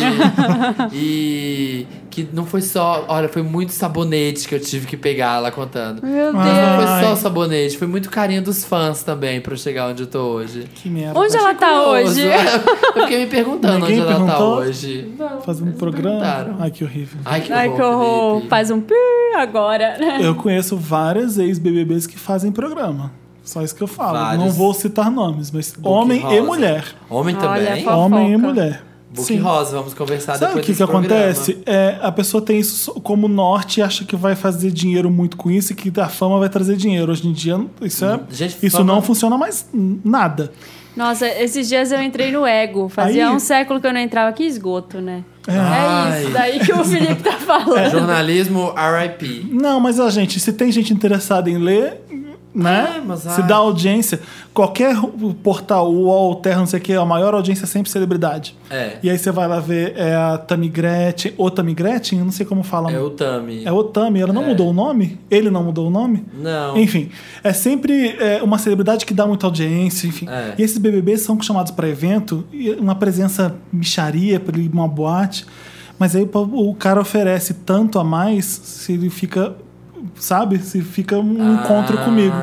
B: e que não foi só, olha, foi muito sabonete que eu tive que pegar, ela contando.
C: Meu
B: Mas
C: Deus.
B: não foi só
A: Ai.
B: sabonete, foi muito carinho dos fãs também pra eu chegar onde eu tô hoje.
A: Que merda.
C: Onde ela tá
B: Curioso.
C: hoje?
B: Eu fiquei me perguntando
A: Ninguém
B: onde ela
A: perguntou?
B: tá hoje.
A: Fazendo programa.
B: perguntaram.
A: Ai, que horrível.
B: Ai, que
C: Ai, que horror.
B: Felipe.
C: Faz um pi agora. né?
A: Eu conheço várias ex-BBBs que fazem programa. Só isso que eu falo.
B: Vários.
A: Não vou citar nomes, mas homem e
B: rosa.
A: mulher.
B: Homem
C: Olha,
B: também?
C: Fofoca.
A: Homem e mulher.
B: Book
A: Sim.
B: Rosa, vamos conversar
A: Sabe o
B: Ah, depois
A: que, que
B: desse programa.
A: acontece? É, a pessoa tem isso só como norte e acha que vai fazer dinheiro muito com isso e que a fama vai trazer dinheiro. Hoje em dia, isso, é-
B: Hum, Gente,
A: isso
B: fama-
A: não funciona mais nada.
C: Nossa, esses dias eu entrei no ego. Fazia
A: Aí-
C: um século que eu não entrava. Que esgoto, né? É,
B: Ai. É,
C: isso daí que o Felipe tá falando.
B: Jornalismo RIP.
A: Não, mas ó, gente, se tem gente interessada em ler, né?
B: É, mas,
A: se
B: ai.
A: dá audiência, qualquer portal, UOL, Terra, não sei o que, a maior audiência é sempre celebridade.
B: É.
A: E aí você vai lá ver é a Tammy Gretchen, ou Tammy Gretchen, eu não sei como fala.
B: É o Tami.
A: É o Tami, ela não mudou o nome? Ele não mudou o nome?
B: Não.
A: Enfim, é sempre é, uma celebridade que dá muita audiência, enfim.
B: É.
A: E esses BBBs são chamados para evento, e uma presença micharia, pra ele- uma boate. Mas aí pô, o cara oferece tanto a mais se ele fica, sabe? Se fica um
B: Ah.
A: encontro comigo.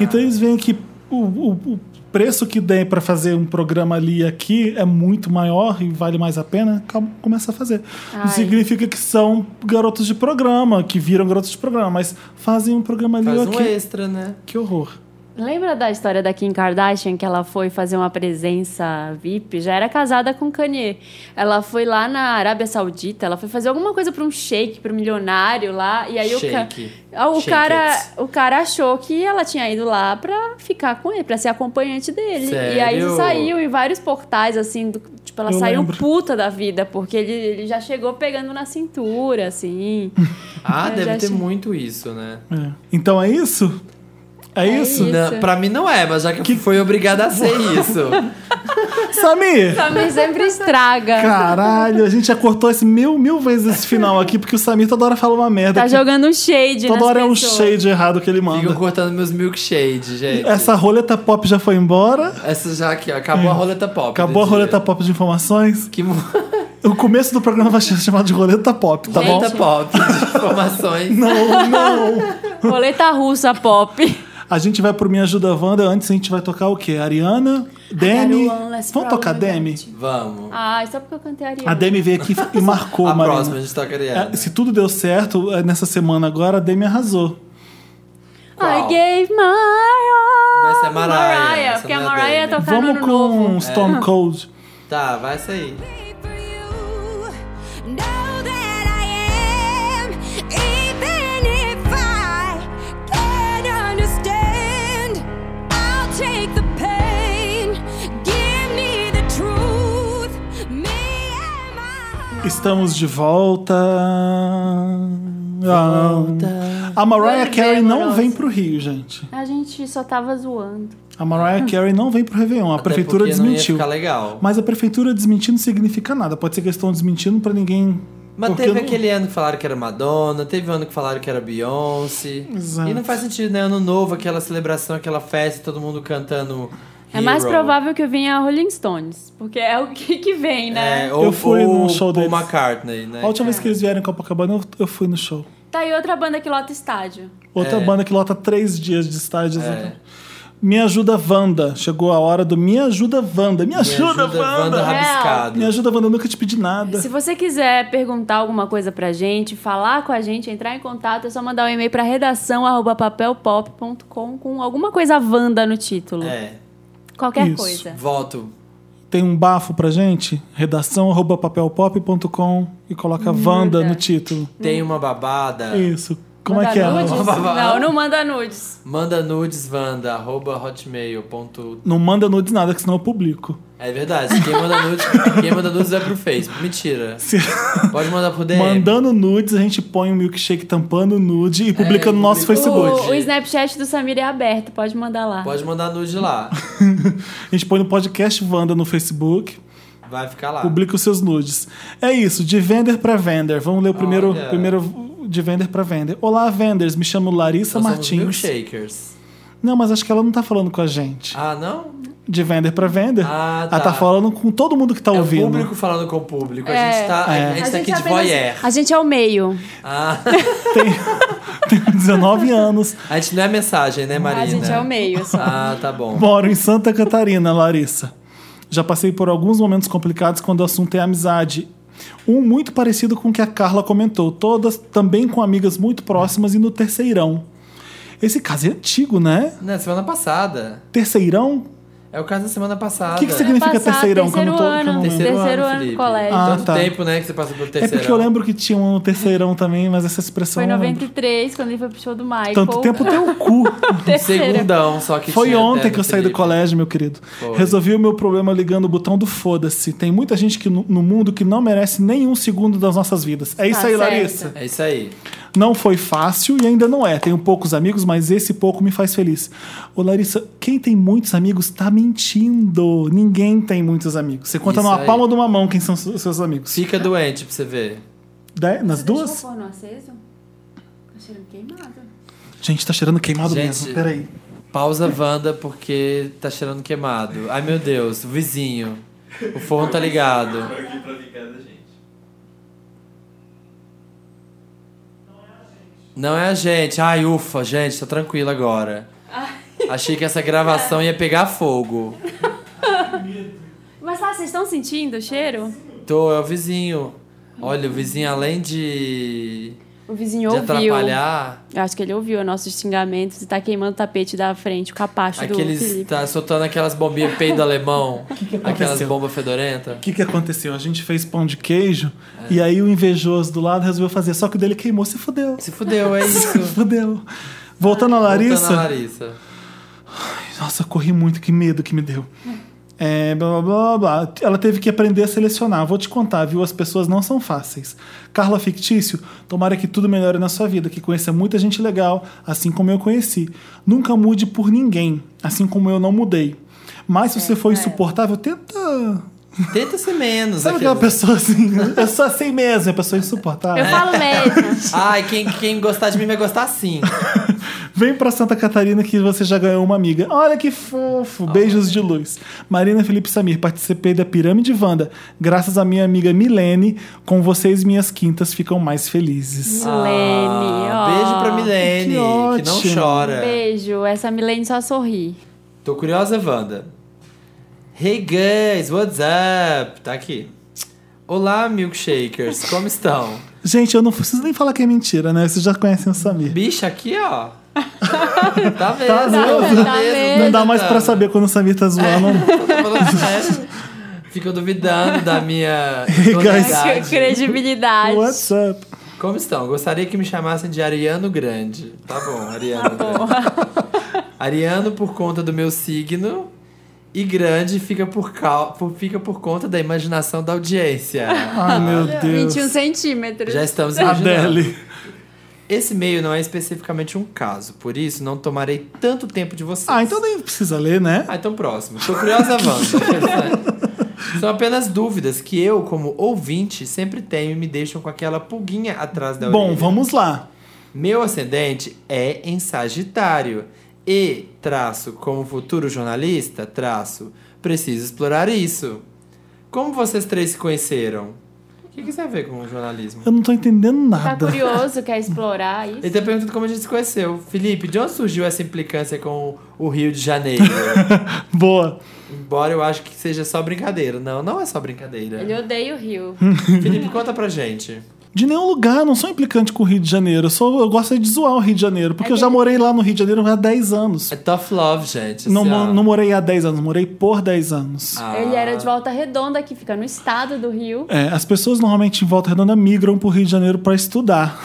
A: Então eles veem que o, o- o preço que der para fazer um programa ali e aqui é muito maior e vale mais a pena, acaba- começa a fazer.
C: Ai.
A: Não significa que são garotos de programa, que viram garotos de programa, mas fazem um programa ali
B: Faz
A: ou
B: um
A: aqui.
B: extra, né?
A: Que horror.
C: Lembra da história da Kim Kardashian que ela foi fazer uma presença VIP? Já era casada com Kanye. Ela foi lá na Arábia Saudita, ela foi fazer alguma coisa pra um shake, pra um milionário lá. E aí o, ca-
B: Shake.
C: Ah, o
B: Shake
C: cara,
B: it.
C: o cara achou que ela tinha ido lá pra ficar com ele, pra ser acompanhante dele. E aí
B: Sério?
C: isso saiu em vários portais, assim, do- tipo, ela
A: Eu
C: saiu
A: lembro.
C: puta da vida, porque ele, ele já chegou pegando na cintura, assim.
B: Ah,
C: Eu
B: deve
C: já
B: ter
C: achei.
B: muito isso, né?
A: É. Então é isso? É,
C: É
A: isso?
C: Isso.
B: Não, pra mim não é, mas já que,
A: Que-
B: foi obrigada a ser isso.
A: Samir!
C: Também sempre estraga.
A: Caralho, a gente já cortou esse mil, mil vezes esse final aqui, porque o Samir toda hora fala uma merda.
C: tá
A: que
C: jogando um shade,
A: toda
C: nas
A: hora é um
C: pessoas.
A: shade errado que ele
B: Ficam
A: manda.
B: cortando meus milkshades, gente.
A: Essa roleta pop já foi embora.
B: Essa já aqui, ó. Acabou a roleta pop.
A: Acabou a
B: do dia.
A: roleta pop de informações.
B: Que mo-
A: O começo do programa vai ser chamado de roleta pop, tá bom?
B: roleta pop de informações.
A: Não, não.
C: Roleta russa pop.
A: A gente vai pro Me Ajuda Wanda. Antes a gente vai tocar o quê? Ariana, Demi. Vamos tocar Demi?
B: Vamos.
C: Ah, só porque eu cantei Ariana.
A: A Demi veio aqui e marcou,
B: a
A: Marina.
B: próxima a gente tá toca Ariana.
A: É, se tudo deu certo é, nessa semana agora, a Demi arrasou.
B: Qual?
C: I gave my all.
B: Vai ser Mariah, essa
C: porque a
B: não é
C: Mariah
B: Demi.
C: tocar no
A: Vamos
C: ano
A: com
C: novo. É.
A: Stone Cold.
B: Tá, vai sair.
A: Estamos de volta. Ah, A Mariah
C: Vamos
A: Carey
C: ver,
A: não
C: amorosa.
A: vem pro Rio, gente.
C: A gente só tava zoando.
A: A
C: Hum.
A: Mariah Carey não vem pro Réveillon. A
B: Até
A: prefeitura
B: porque não ia
A: desmentiu.
B: ficar legal.
A: Mas a prefeitura desmentir não significa nada. Pode ser que eles estão desmentindo pra ninguém.
B: Mas
A: porque
B: teve
A: não-
B: aquele ano que falaram que era Madonna, teve ano que falaram que era Beyoncé.
A: Exato.
B: E não faz sentido, né? Ano novo, aquela celebração, aquela festa, todo mundo cantando.
C: É mais
B: Hero.
C: provável que venha a Rolling Stones, porque é o que que vem, né?
B: É, ou,
A: Eu fui
B: ou
A: num show
B: Paul
A: deles.
B: McCartney, né?
A: A última vez que eles vieram em Copacabana, eu, eu fui no show.
C: Tá aí outra banda que lota estádio.
A: Outra
B: É.
A: banda que lota três dias de estádio.
B: É.
A: Me ajuda, Wanda. Chegou a hora do Me ajuda, Wanda.
B: Me
A: Me
B: ajuda,
A: ajuda,
B: Wanda
A: Wanda.
B: Rabiscado.
A: Me ajuda, Wanda. Eu Nunca te pedi nada.
C: Se você quiser perguntar alguma coisa pra gente, falar com a gente, entrar em contato, é só mandar um e-mail pra redação arroba papelpop.com com alguma coisa Wanda no título.
B: É,
C: Qualquer
A: Isso.
C: coisa.
B: voto.
A: Tem um bafo pra gente? Redação arroba papelpop.com e coloca Wanda no título.
B: Tem
C: Hum.
B: uma babada.
A: Isso. Como é
C: Manda
A: que é?
C: nudes?
A: Wanda?
C: Não, não manda nudes.
B: Manda nudes, Wanda, arroba hotmail. ponto-
A: Não manda nudes nada, que senão eu publico.
B: É verdade, quem manda nudes, quem manda nudes vai pro Facebook. Mentira.
A: Se-
B: Pode mandar pro DM.
A: Mandando nudes, a gente põe um milkshake tampando nude e publica no nosso
B: É, publica.
A: Facebook.
C: O, o Snapchat do Samir é aberto, pode mandar lá.
B: Pode mandar nude lá. Oh.
A: A gente põe no podcast Wanda no Facebook,
B: Vai ficar lá.
A: publica os seus nudes. É isso, de vender pra vender. Vamos ler o primeiro,
B: Olha.
A: primeiro de vender pra vender. Olá, venders, me chamo Larissa
B: Nós somos
A: Martins.
B: milkshakers.
A: Não, mas acho que ela não tá falando com a gente.
B: Ah, não?
A: De vender pra vender.
B: Ah,
A: Ela
B: tá
A: tá falando com todo mundo que tá
B: É o
A: ouvindo.
B: público falando com o público. A
C: É.
B: gente tá, a-
A: É.
B: a gente tá aqui de
C: apenas-
B: voyeur.
C: A gente é o meio.
B: Ah,
A: Tem 19 anos,
B: a gente não é mensagem, né, Marina?
C: A gente é o meio só.
B: Ah, tá bom.
A: moro em Santa Catarina, Larissa. Já passei por alguns momentos complicados quando o assunto é amizade. Um muito parecido com o que a Carla comentou, todas também com amigas muito próximas e no terceirão. Esse caso é antigo, né?
B: Na semana passada.
A: Terceirão?
B: É o caso da semana passada.
A: O que, que significa
C: Passar
A: terceirão? Que eu não tô- que eu não
C: terceiro ano.
A: lembro.
B: Terceiro,
C: Terceiro
B: ano,
C: ano do
B: Felipe.
C: colégio.
A: Ah,
B: Tanto
A: tá.
B: tempo, né, que você passou pelo
A: É
B: terceiro.
A: porque eu lembro que tinha um terceirão também, mas essa expressão.
C: Foi em
A: eu não lembro.
C: 93, quando ele foi pro show do Michael.
A: um Tanto tempo teu cu.
C: Terceira.
B: Segundão, só que
A: Foi
B: tinha até
A: ontem
B: no
A: que eu saí do
B: Felipe.
A: colégio, meu querido.
B: Foi.
A: Resolvi o meu problema ligando o botão do foda-se. Tem muita gente que no, no mundo que não merece nenhum segundo das nossas vidas. É isso
C: Tá
A: aí,
C: certa.
A: Larissa.
B: É isso aí.
A: Não foi fácil e ainda não é. Tenho poucos amigos, mas esse pouco me faz feliz. Ô, Larissa, quem tem muitos amigos tá mentindo. Ninguém tem muitos amigos. Você conta
B: Isso
A: numa
B: aí.
A: palma de uma mão quem são os seus amigos.
B: Fica doente pra você ver.
A: Dez- nas duas?
C: Deixou o forno aceso? Tá cheirando queimado.
A: Gente, tá cheirando queimado
B: Gente.
A: mesmo. Peraí.
B: Pausa Wanda, porque tá cheirando queimado. Ai, meu Deus, o vizinho. O forno tá ligado. Não é a gente. Ai, ufa, gente, tá tranquilo agora. Achei que essa gravação ia pegar fogo.
C: Mas tá, vocês estão sentindo o cheiro?
B: Tô, é o vizinho. Olha, o vizinho, além de,
C: O vizinho
B: de
C: ouviu.
B: atrapalhar,
C: Eu acho que ele ouviu nossos xingamentos e tá queimando o tapete da frente, o capacho do
B: aqueles.
C: Felipe.
B: tá soltando aquelas bombinhas peido alemão, aquelas
A: aconteceu?
B: bombas fedorentas.
A: O que, que aconteceu? A gente fez pão de queijo e aí o invejoso do lado resolveu fazer, só que o dele queimou, se fudeu.
B: Se fudeu, é isso.
A: Fudeu. Voltando à Larissa.
B: Voltando à Larissa.
A: Nossa, eu corri muito, que medo que me deu. É, blá, blá, blá, blá. Ela teve que aprender a selecionar. Vou te contar, viu? As pessoas não são fáceis. Carla Fictício, tomara que tudo melhore na sua vida, que conheça muita gente legal, assim como eu conheci. Nunca mude por ninguém, assim como eu não mudei. Mas se
C: É,
A: você for insuportável, tenta.
B: Tenta ser menos.
A: Sabe
B: é aquele-
A: aquela pessoa assim? Eu sou assim mesmo, e a pessoa é insuportável.
C: Eu falo mesmo.
B: Ai, quem, quem gostar de mim vai gostar sim.
A: Vem pra Santa Catarina que você já ganhou uma amiga. Olha que fofo. Beijos de luz. Marina Felipe Samir, participei da Pirâmide Wanda. Graças à minha amiga Milene, com vocês minhas quintas ficam mais felizes.
C: Milene,
B: Ah,
C: ó.
B: Beijo pra Milene,
A: Que
B: que, não
A: ótimo.
B: chora.
C: Um Beijo, essa Milene só sorri.
B: Tô curiosa, Wanda. Hey guys, what's up? Tá aqui. Olá, milkshakers, como estão?
A: Gente, eu não preciso nem falar que é mentira, né? Vocês já conhecem o Samir.
B: Bicha aqui, ó. Tá vendo?
A: Tá vendo?
C: Tá vendo?
A: Não dá mais pra saber quando o Samir tá zoando.
B: Fico duvidando da minha
A: Hey, guys.
B: idoneidade.
C: Credibilidade.
A: What's up?
B: Como estão? Gostaria que me chamassem de Ariano Grande. Tá bom, Ariano Grande. Ariano por conta do meu signo e grande fica por, cal... por- fica por conta da imaginação da audiência.
A: Ai, meu Deus. é
C: 21 centímetros.
B: Já estamos imaginando.
A: Adele.
B: Esse e-mail não é especificamente um caso, por isso não tomarei tanto tempo de vocês.
A: Ah, então nem precisa ler, né?
B: Ah, então próximo. Tô curiosa, Wanda. São apenas dúvidas que eu, como ouvinte, sempre tenho e me deixam com aquela pulguinha atrás da orelha.
A: Bom, vamos lá.
B: Meu ascendente é em Sagitário. E, traço, como futuro jornalista, traço, preciso explorar isso. Como vocês três se conheceram? O que, que isso tem a ver com o jornalismo?
A: Eu não tô entendendo
C: Tá
A: nada.
C: curioso, quer explorar isso?
B: Ele tá perguntando como a gente se conheceu. Felipe, de onde surgiu essa implicância com o Rio de Janeiro?
A: Boa.
B: Embora eu acho que seja só brincadeira. Não, não é só brincadeira.
C: Ele um odeia o Rio.
A: Hum.
B: Felipe, conta pra gente.
A: De nenhum lugar, não sou implicante com o Rio de Janeiro. Eu, sou, eu gosto é de zoar o Rio de Janeiro, porque eu já morei lá no Rio de Janeiro há 10 anos.
B: É tough love, gente.
A: Não,
B: assim,
A: mo-
B: ó.
A: não morei há 10 anos, morei por 10 anos.
B: Ah.
C: Ele era de Volta Redonda, que fica no estado do Rio.
A: É, as pessoas normalmente em Volta Redonda migram pro Rio de Janeiro para estudar.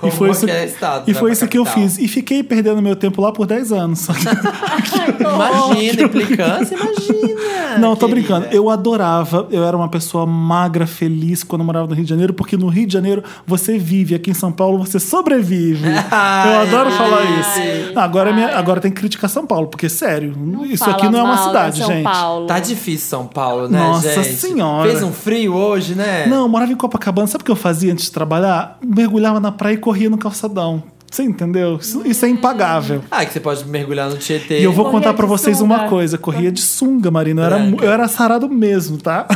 B: Como qualquer estado,
A: e
B: vai
A: foi
B: pra
A: isso que eu
B: capital.
A: fiz. E fiquei perdendo meu tempo lá por 10 anos.
B: Imagina, implicância, imagina.
A: Não, tô
B: querida.
A: brincando. Eu adorava, eu era uma pessoa magra, feliz quando eu morava no Rio de Janeiro, porque no Rio de Janeiro você vive, aqui em São Paulo você sobrevive. eu adoro
B: Ai,
A: falar
B: ai,
A: isso. Agora, é minha- agora tem que criticar São Paulo, porque sério, isso
C: Fala
A: aqui não é uma
C: mal da
A: cidade,
C: São
A: gente.
C: Paulo.
B: Tá difícil São Paulo, né,
A: Nossa
B: gente?
A: Senhora.
B: Fez um frio hoje, né?
A: Não, eu morava em Copacabana. Sabe o que eu fazia antes de trabalhar? Mergulhava na praia e corria no calçadão. Você entendeu? Isso, isso é impagável.
B: Ah, que você pode mergulhar no Tietê.
A: E eu vou
C: Hum. Corria
A: contar pra
C: de
A: vocês
C: sunga.
A: uma coisa. Corria de sunga, Marina. Eu era, mu-
B: Branca.
A: eu era sarado mesmo, tá?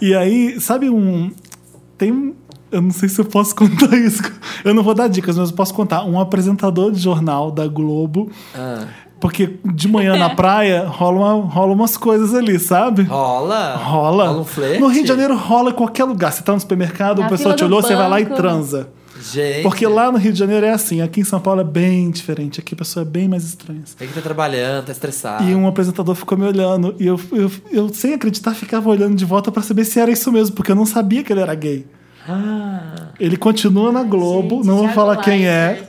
A: e aí, sabe um... Tem um... Eu não sei se eu posso contar isso. Eu não vou dar dicas, mas eu posso contar. Um apresentador de jornal da Globo...
B: Ah,
A: Porque de manhã
C: É.
A: na praia rola, uma- rola umas coisas ali, sabe?
B: rola?
A: Rola.
B: Rola um flerte?
A: No Rio de Janeiro rola em qualquer lugar. Você tá no supermercado,
C: Na
A: o pessoal
C: fila
A: te
C: do
A: olhou, você vai lá e
C: banco.
A: transa.
B: Gente.
A: Porque lá no Rio de Janeiro é assim, aqui em São Paulo é bem diferente, aqui a pessoa é bem mais estranha. assim.
B: Tem que tá trabalhando, tá estressado.
A: E um apresentador ficou me olhando. E eu, eu, eu sem acreditar, ficava olhando de volta pra saber se era isso mesmo, porque eu não sabia que ele era gay.
B: Ah.
A: Ele continua na Globo, não vou falar quem
C: né?
A: é.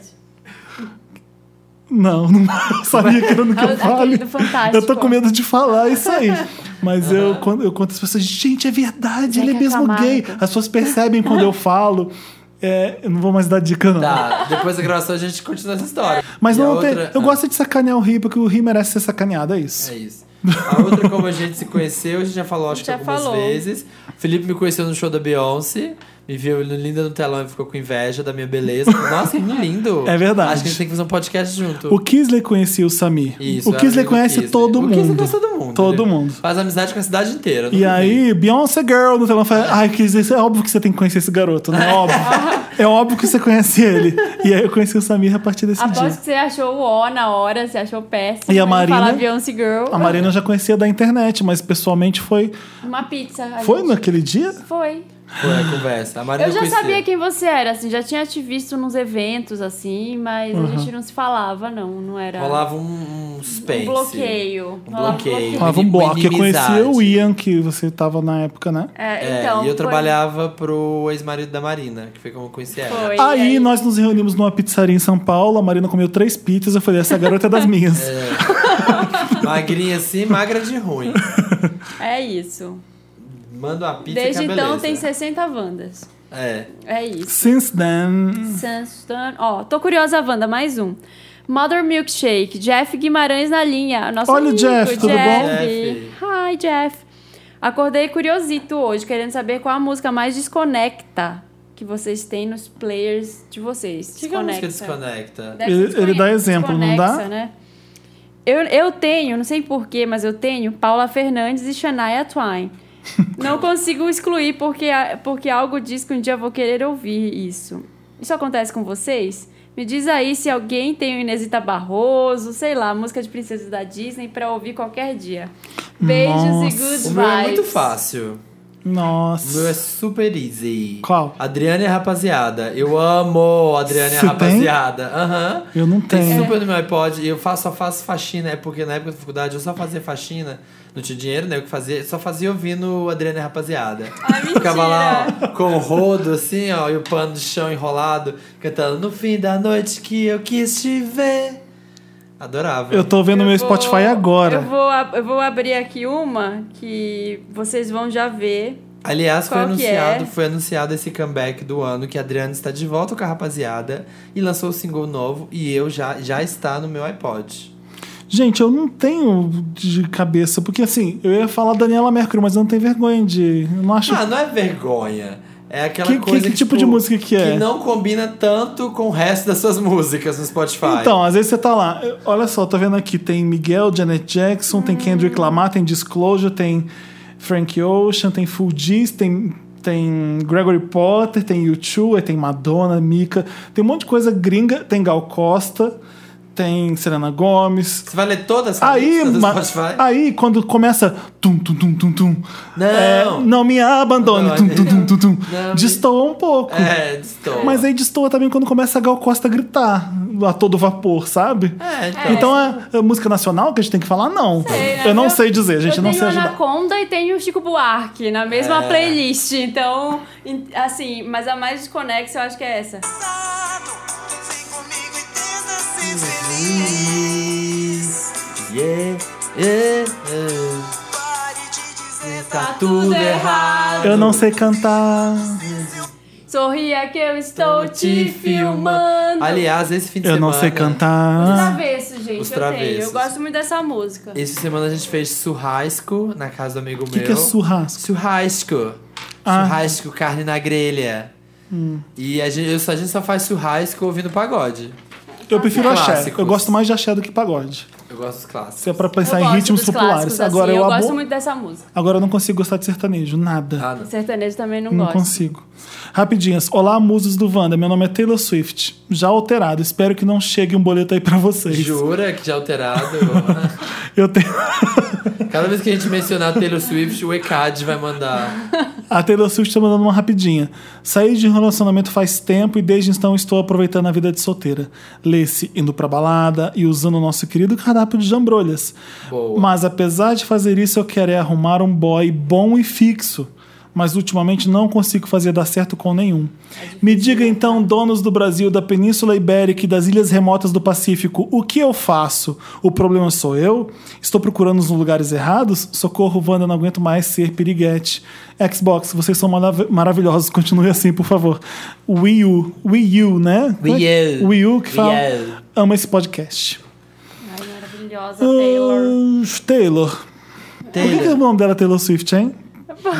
A: Não, não eu sabia que era no que
C: Ah,
A: eu
C: aquele
A: fale.
C: do Fantástico.
A: Eu tô com medo de falar isso aí. Mas eu, quando eu conto as pessoas, gente, é verdade,
C: Será
A: ele Ah. é
C: que é
A: mesmo
C: Camargo?
A: gay. As pessoas percebem quando eu falo. É, eu não vou mais dar dica, não.
B: Tá, depois da gravação a gente continua essa história.
A: Mas
B: E a
A: não tem.
B: outra-
A: Eu
B: Ah,
A: gosto de sacanear o Ri, porque o Ri merece ser sacaneado, é isso.
B: É isso. A outra, como a gente se conheceu, a gente já falou, acho que
C: Já
B: algumas
C: falou.
B: vezes. O Felipe me conheceu no show da Beyoncé, me viu linda no telão e ficou com inveja da minha beleza. Nossa, que lindo!
A: É verdade.
B: Acho que a gente tem que fazer um podcast junto.
A: O Kisley conhecia o Samir.
B: Isso,
A: o
B: era
A: Kisley
B: amigo do
A: conhece
B: Kisley.
A: todo
B: O
A: mundo.
B: Kisley conhece todo mundo.
A: Todo
B: né?
A: mundo.
B: Faz amizade com a cidade inteira. nunca
A: E
B: vi.
A: aí, Beyoncé Girl no telão fala: Ai, Kisley, isso é óbvio que você tem que conhecer esse garoto, né? É óbvio. é óbvio que você conhece ele. E aí eu conheci o Samir a partir desse dia.
C: Aposto que você achou o O na hora, você achou péssimo.
A: E a
C: né?
A: Marina-
C: Falar Beyoncé Girl.
A: A Marina eu já conhecia da internet, mas pessoalmente foi.
C: Uma pizza. a
A: Foi
C: gente-
A: naquele dia?
C: Foi.
B: Foi a conversa. A Marina
C: Eu já
B: conhecia.
C: sabia quem você era, assim, já tinha te visto nos eventos, assim, mas a gente não se falava, não, não era
B: Rolava um, um suspense.
C: um bloqueio.
B: Um
C: rolava
B: bloqueio.
A: Ah, vamos bloco. Eu
B: Inimizade.
A: conhecia o Ian, que você tava na época, né?
C: É,
B: É,
C: então,
B: e eu
C: foi-
B: trabalhava pro ex-marido da Marina, que foi como eu conheci ela.
C: Foi.
A: Aí,
C: aí?
A: nós nos reunimos numa pizzaria em São Paulo, a Marina comeu três pizzas, eu falei, essa garota é das minhas.
B: Magrinha assim, magra de ruim.
C: É isso.
B: Manda uma pizza
C: Desde
B: que é
C: então
B: beleza.
C: tem 60 Wandas.
B: É.
C: É isso.
A: Since then.
C: Sunstan. Ó, tô curiosa, Wanda, mais um. Mother Milkshake, Jeff Guimarães na linha. Nosso
A: Olha o
C: amigo,
A: Jeff, tudo
C: Jeff.
B: bom?
C: Hi, Jeff. Acordei curiosito hoje, querendo saber qual a música mais desconecta que vocês têm nos players de vocês.
B: Que que é a música desconecta?
C: Deve
A: Ele-
C: ser
A: ele dá
C: descone-
A: exemplo, não
C: desconexa,
A: dá?
C: Né? Eu, eu tenho, não sei porquê, mas eu tenho Paula Fernandes e Shania Twain. Não consigo excluir porque, a- porque algo diz que um dia eu vou querer ouvir isso. Isso acontece com vocês? Me diz aí se alguém tem o Inesita Barroso, sei lá, música de princesa da Disney pra ouvir qualquer dia. Beijos
A: Nossa.
C: e good vibes.
B: O meu é muito fácil. O meu é
A: Nossa.
B: super easy.
A: Qual?
B: Adriane é rapaziada. Eu amo Adriane é
A: Você tem?
B: rapaziada. Aham.
A: Eu não
B: Tem
A: tenho.
B: super no meu iPod e eu faço, só faço faxina. É porque na época da faculdade eu só fazia faxina. Não tinha dinheiro, né? Eu que fazia, só fazia ouvindo Adriana e Rapaziada.
C: Ai,
B: Ficava
C: mentira.
B: lá ó, com o rodo, assim, ó, e o pano de chão enrolado, cantando No fim da noite que eu quis te ver. Adorava.
A: Eu tô vendo
C: Eu
A: meu
C: vou-
A: Spotify
C: Eu
A: agora.
C: vou, ab- eu vou abrir aqui uma que vocês vão já ver.
B: Aliás, foi
C: Qual que
B: anunciado,
C: é?
B: foi anunciado esse comeback do ano que a Adriana está de volta com a rapaziada e lançou o single novo e eu já, já está no meu iPod.
A: Gente, eu não tenho de cabeça, porque assim, eu ia falar Daniela Mercury, mas eu não tenho vergonha de. Eu não acho.
B: Ah, não é vergonha. É aquela
A: Que- que-
B: coisa
A: que tipo de música que é?
B: Que não combina tanto com o resto das suas músicas no Spotify.
A: Então, às vezes você tá lá, eu- olha só, tô vendo aqui, tem Miguel, Janet Jackson, tem Kendrick Lamar, tem Disclosure, tem Frank Ocean, tem Fugees, tem, tem Gregory Potter, tem U2, aí tem Madonna, Mika, tem um monte de coisa gringa, tem Gal Costa, tem Selena Gomes.
B: Você tá vai ler todas as
A: Aí,
B: músicas do
A: ma-
B: Spotify?
A: aí quando começa tum tum tum tum tum,
B: Não.
A: não me abandone,
B: Não,
A: tum, tum, tum, tum, tum,
B: Não me-
A: destoa um pouco.
B: É, estou.
A: Mas aí destoa também quando começa a Gal Costa gritar a todo vapor, sabe?
B: É, então.
A: Então é, é música nacional que a gente tem que falar? Não.
C: Sei, né?
A: Eu não sei dizer, gente,
C: eu
A: não
C: tenho
A: sei ajudar.
C: Anaconda e tenho Chico Buarque na mesma
B: É.
C: playlist. Então, in- assim, mas a mais desconexa eu acho que é essa.
D: Vem comigo e tenta ser feliz.
B: Yeah, yeah, yeah.
D: Pare de dizer
B: Tá tudo errado.
A: Eu não sei cantar.
C: Sorria é que eu estou te filmando.
B: Aliás, esse fim de
A: Eu
B: semana.
A: não sei
C: Os
A: cantar.
C: travessos, gente,
B: é Os
C: eu tenho.
B: Travessos.
C: Eu gosto muito dessa música.
B: Esse fim de semana a gente fez churrasco na casa do amigo
A: O
B: meu.
A: que, que é churrasco?
B: Churrasco.
A: Ah. Hum.
B: Churrasco, carne na grelha. E a gente, eu só- a gente só faz churrasco ouvindo pagode.
A: Eu prefiro axé.
B: Clássicos.
A: Eu gosto mais de axé do que pagode.
B: Eu gosto dos clássicos.
A: Se é pra pensar
C: eu
A: em
C: gosto
A: ritmos
C: dos
A: populares.
C: clássicos, assim,
A: Agora eu,
C: eu
A: abo-
C: gosto muito dessa música.
A: Agora eu não consigo gostar de sertanejo, nada.
B: Ah, não.
C: Sertanejo também não,
A: não
C: gosto.
A: consigo. Rapidinhas. Olá, musos do Wanda. Meu nome é Taylor Swift. Já alterado. Espero que não chegue um boleto aí pra vocês.
B: Jura que já alterado? Ah,
A: Eu tenho...
B: Cada vez que a gente mencionar Taylor Swift, o ECAD vai mandar.
A: A Taylor Swift tá mandando uma rapidinha. Saí de um relacionamento faz tempo e desde então estou aproveitando a vida de solteira. Lê-se indo pra balada e usando o nosso querido cardápio de jambrolhas.
B: Boa.
A: Mas apesar de fazer isso, eu quero é arrumar um boy bom e fixo. Mas ultimamente não consigo fazer dar certo com nenhum. Me diga então, donos do Brasil, da Península Ibérica e das ilhas remotas do Pacífico, o que eu faço? O problema sou eu? Estou procurando nos lugares errados? Socorro, Wanda, não aguento mais ser piriguete. Xbox, vocês são marav- maravilhosos, continue assim, por favor. Wii U, Wii U, né?
B: Wii U.
A: Wii U que fala.
B: Wii U.
A: Ama esse podcast.
C: Ai, maravilhosa, Taylor.
A: Ah, Taylor. Por que, que o nome dela é Taylor Swift, hein?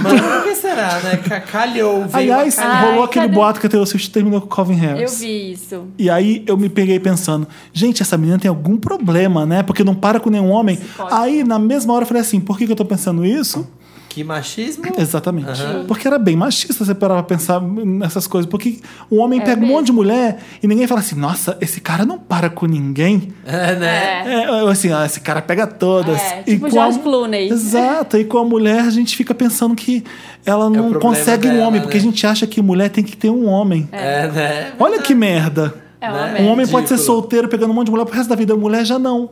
B: Mas por que será, né? Ca- Calhou. Veio
A: Aliás,
B: a calhar.
C: Ai,
A: rolou aquele
C: cadê?
A: boato que a Taylor Swift terminou com o Calvin
C: Eu
A: Harris.
C: vi isso.
A: E aí eu me peguei pensando, gente, essa menina tem algum problema, né? Porque não para com nenhum homem.
C: pode.
A: Aí, na mesma hora, eu falei assim, por que, que eu tô pensando isso?
B: Que machismo.
C: Uhum.
A: Exatamente. Porque era bem machista você parar pra pensar nessas coisas. Porque o homem pega um
C: É mesmo.
A: monte de mulher e ninguém fala assim, nossa, esse cara não para com ninguém.
B: É, né?
C: É.
A: É, eu, assim, ah, esse cara pega todas.
C: É,
A: E
C: tipo
A: com a-
C: George Clooney.
A: Exato, e com a mulher a gente fica pensando que ela não
B: É problema
A: consegue um
B: dela,
A: homem,
B: né?
A: porque a gente acha que mulher tem que ter um homem.
B: É, né?
A: Olha que merda.
C: É uma
B: Né?
C: merda.
A: Um homem pode ser
B: Ridículo.
A: solteiro pegando um monte de mulher pro resto da vida, a mulher já não.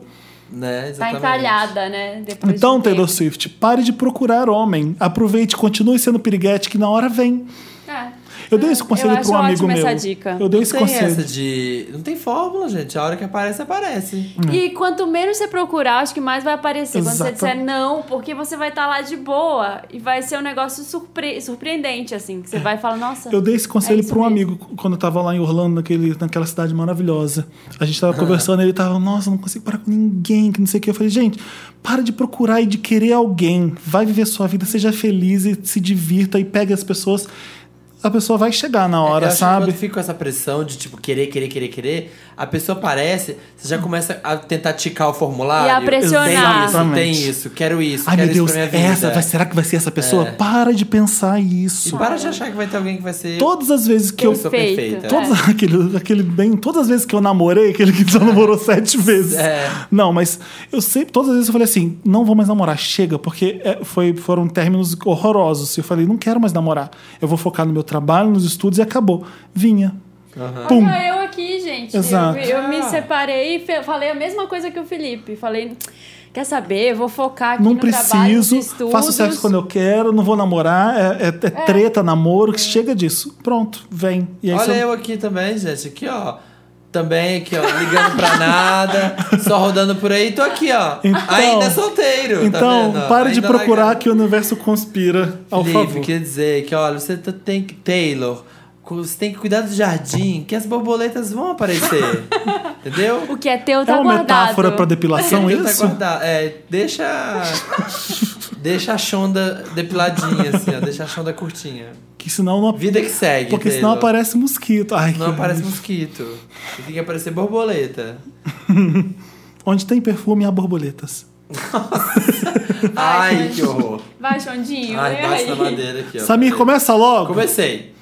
B: né?
C: Tá
B: Exatamente.
C: encalhada, né? Depois de
A: Então,
C: um
A: Taylor
C: tempo.
A: Swift, pare de procurar homem. Aproveite, continue sendo piriguete que na hora vem.
C: É.
A: Eu dei esse conselho
C: acho
A: pra um amigo
C: ótima
A: meu.
C: essa dica.
A: Eu dei
B: Não
A: esse
B: tem
A: conselho.
B: essa de... Não tem fórmula, gente. A hora que aparece, aparece.
A: É.
C: E quanto menos você procurar, acho que mais vai aparecer. Quando você
A: Exato.
C: disser não, porque você vai estar lá de boa e vai ser um negócio surpre- surpreendente, assim. Que você vai falar, nossa.
A: Eu dei esse
C: É
A: conselho
C: isso
A: pra um
C: mesmo.
A: amigo quando eu tava lá em Orlando, naquele, naquela cidade maravilhosa. A gente tava conversando e ele tava, nossa, não consigo parar com ninguém, que não sei o que. Eu falei, gente, para de procurar e de querer alguém. Vai viver sua vida, seja feliz e se divirta e pegue as pessoas. A pessoa vai chegar na hora,
B: É, Eu acho que
A: sabe?
B: Quando fica com essa pressão de, tipo, querer, querer, querer, querer, a pessoa aparece, você já começa a tentar ticar o formulário.
C: E a pressionar.
B: Tem isso, tem
A: Exatamente.
B: isso, quero isso,
A: Ai,
B: quero
A: meu
B: isso
A: Deus,
B: pra minha vida.
A: essa, vai- será que vai ser essa pessoa?
B: É.
A: Para de pensar
B: E
A: isso.
B: para de achar que vai ter alguém que vai ser...
A: Todas as vezes que eu.
B: sou
C: Perfeito.
B: perfeita.
A: Todas,
C: É.
A: aquele, aquele bem, todas as vezes que eu namorei, aquele que só namorou sete vezes.
B: É.
A: Não, mas eu sempre, todas as vezes eu falei assim, não vou mais namorar, chega, porque é, foi, foram términos horrorosos. Eu falei, não quero mais namorar, eu vou focar no meu trabalho, nos estudos e acabou. Vinha. Pum.
C: Olha é eu aqui, gente. Eu
A: Exato.
C: me- Eu, me
B: Ah.
C: separei e fe- falei a mesma coisa que o Felipe. Falei, quer saber? Eu vou focar aqui
A: Não
C: no trabalho, nos
A: preciso,
C: estudos.
A: faço sexo quando eu quero, não vou namorar, é, é- é treta, namoro, chega disso. Pronto, vem. E aí
B: Olha
A: você-
B: eu aqui também, gente. Aqui, ó. Também aqui, ó. Ligando pra nada. Só rodando por aí. Tô aqui, ó.
A: Então-
B: ainda solteiro.
A: Então,
B: tá vendo?
A: pare de
B: Ainda
A: procurar
B: largado.
A: que o universo conspira ao
B: Felipe,
A: favor.
B: queria dizer que, olha, você tá- tem que... Taylor... cu- Você tem que cuidar do jardim, que as borboletas vão aparecer. entendeu?
C: O que é teu
A: É
C: tá
A: uma
C: guardado.
A: metáfora pra depilação
B: Tenta
A: isso?
B: guardar. É, deixa. deixa a Shonda depiladinha, assim, ó. Deixa a Shonda curtinha.
A: Que senão não
B: Vida que segue.
A: Porque senão
B: Taylor.
A: aparece mosquito. Ai,
B: Não
A: que-
B: aparece mosquito. E Tem que aparecer borboleta.
A: Onde tem perfume há borboletas.
B: Ai,
C: gente.
B: que horror.
C: Vai, Xandinho.
B: Ai,
C: erra
B: bate
C: aí.
B: na madeira aqui, ó.
A: Samir, é
B: Peraí.
A: começa logo.
B: Comecei.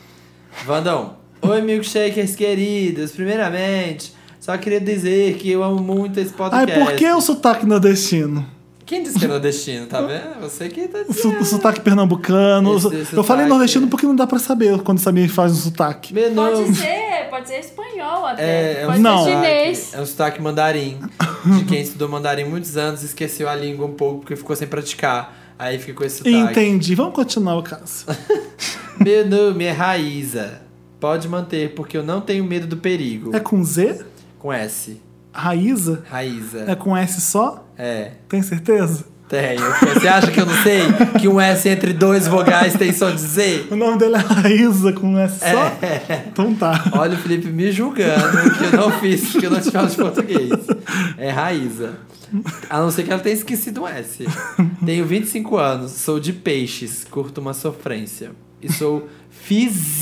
B: Vandão. Oi, milkshakers queridos. Primeiramente, só queria dizer que eu amo muito esse
A: Ai,
B: podcast.
A: por que o sotaque nordestino?
B: Quem disse que é nordestino, tá vendo? Você que tá
A: O so-
B: dizendo.
A: o sotaque pernambucano.
B: Esse
A: Eu
B: sotaque.
A: falei nordestino porque não dá pra saber quando o Samir faz um sotaque.
B: Menu.
C: Pode ser, pode ser espanhol até.
B: É, é um
C: pode
A: Não.
C: ser
B: sotaque-
C: chinês.
B: É um sotaque mandarim. De quem estudou mandarim muitos anos e esqueceu a língua um pouco porque ficou sem praticar. Aí fica com esse sotaque.
A: Entendi. Vamos continuar o caso.
B: Meu nome é Raíza. Pode manter, porque eu não tenho medo do perigo.
A: É com Z?
B: Com S.
A: Raíza? É
B: Raíza.
A: com S só?
B: É.
A: Tem certeza?
B: Tenho. Você acha que eu não sei que um S entre dois vogais tem só de Z?
A: O nome dela é Raíza com S só?
B: É.
A: Então tá.
B: Olha o Felipe me julgando que eu não fiz, que eu não te falo de português. É Raíza. A não ser que ela tenha esquecido um S. Tenho 25 anos, sou de peixes, curto uma sofrência. e sou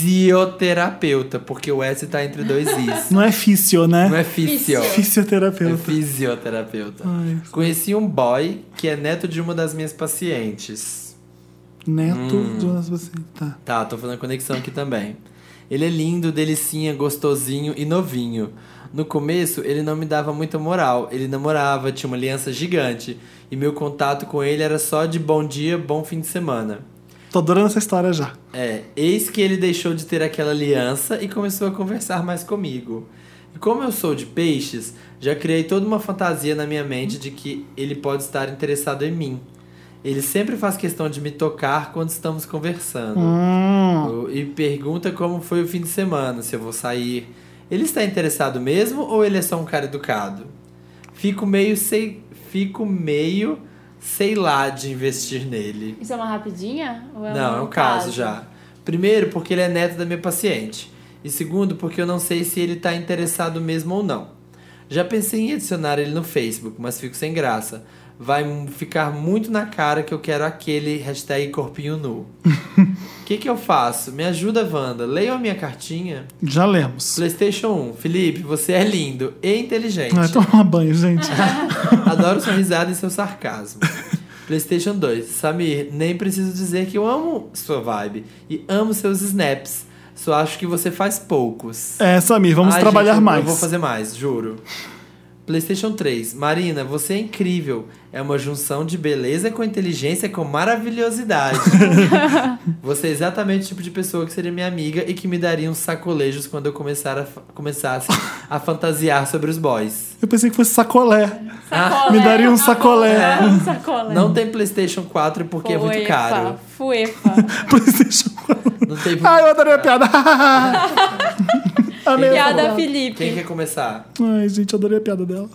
B: fisioterapeuta, porque o S tá entre dois Is.
A: Não é físio, né?
B: Não é físio. É
A: Fisioterapeuta.
B: fisioterapeuta.
A: Ai.
B: Conheci um boy que é neto de uma das minhas pacientes.
A: Neto
B: Hum.
A: do nosso paciente. Tá.
B: Tá, tô fazendo a conexão aqui também. Ele é lindo, delicinha, gostosinho e novinho. No começo, ele não me dava muita moral. Ele namorava, tinha uma aliança gigante. E meu contato com ele era só de bom dia, bom fim de semana.
A: Tô adorando essa história já.
B: É, eis que ele deixou de ter aquela aliança e começou a conversar mais comigo. E como eu sou de peixes, já criei toda uma fantasia na minha mente de que ele pode estar interessado em mim. Ele sempre faz questão de me tocar quando estamos conversando. O- E pergunta como foi o fim de semana, se eu vou sair. Ele está interessado mesmo ou ele é só um cara educado? Fico meio sei, fico meio sei lá de investir nele.
C: Isso é uma rapidinha? Ou é
B: um Não, é um caso já. Primeiro, porque ele é neto da minha paciente. E segundo, porque eu não sei se ele tá interessado mesmo ou não. Já pensei em adicionar ele no Facebook, mas fico sem graça. Vai m- ficar muito na cara que eu quero aquele hashtag corpinho nu. O que, que eu faço? Me ajuda, Wanda. Leiam a minha cartinha.
A: Já lemos.
B: PlayStation 1. Felipe, você é lindo e inteligente.
A: Vai tomar banho, gente.
B: Adoro sua risada e seu sarcasmo. PlayStation 2. Samir, nem preciso dizer que eu amo sua vibe e amo seus snaps. Só acho que você faz poucos.
A: É, Samir, vamos
B: Ai,
A: trabalhar
B: gente, eu-
A: mais.
B: Eu vou fazer mais, juro. PlayStation 3. Marina, você é incrível. É uma junção de beleza com inteligência com maravilhosidade. você é exatamente o tipo de pessoa que seria minha amiga e que me daria uns sacolejos quando eu começar a fa- começasse a fantasiar sobre os boys.
A: Eu pensei que fosse sacolé.
C: Sacolé,
A: Me daria um sacolé.
C: Ah, sacolé.
B: Tá É. Não tem PlayStation 4 porque é muito
C: Fuefa,
B: caro.
C: Fuefa.
A: PlayStation 4.
B: Não tem
A: Ah, eu adorei a piada. Amei.
B: Quem-
C: Piada, Felipe.
B: Quem quer começar?
A: Ai, gente, adorei a piada dela.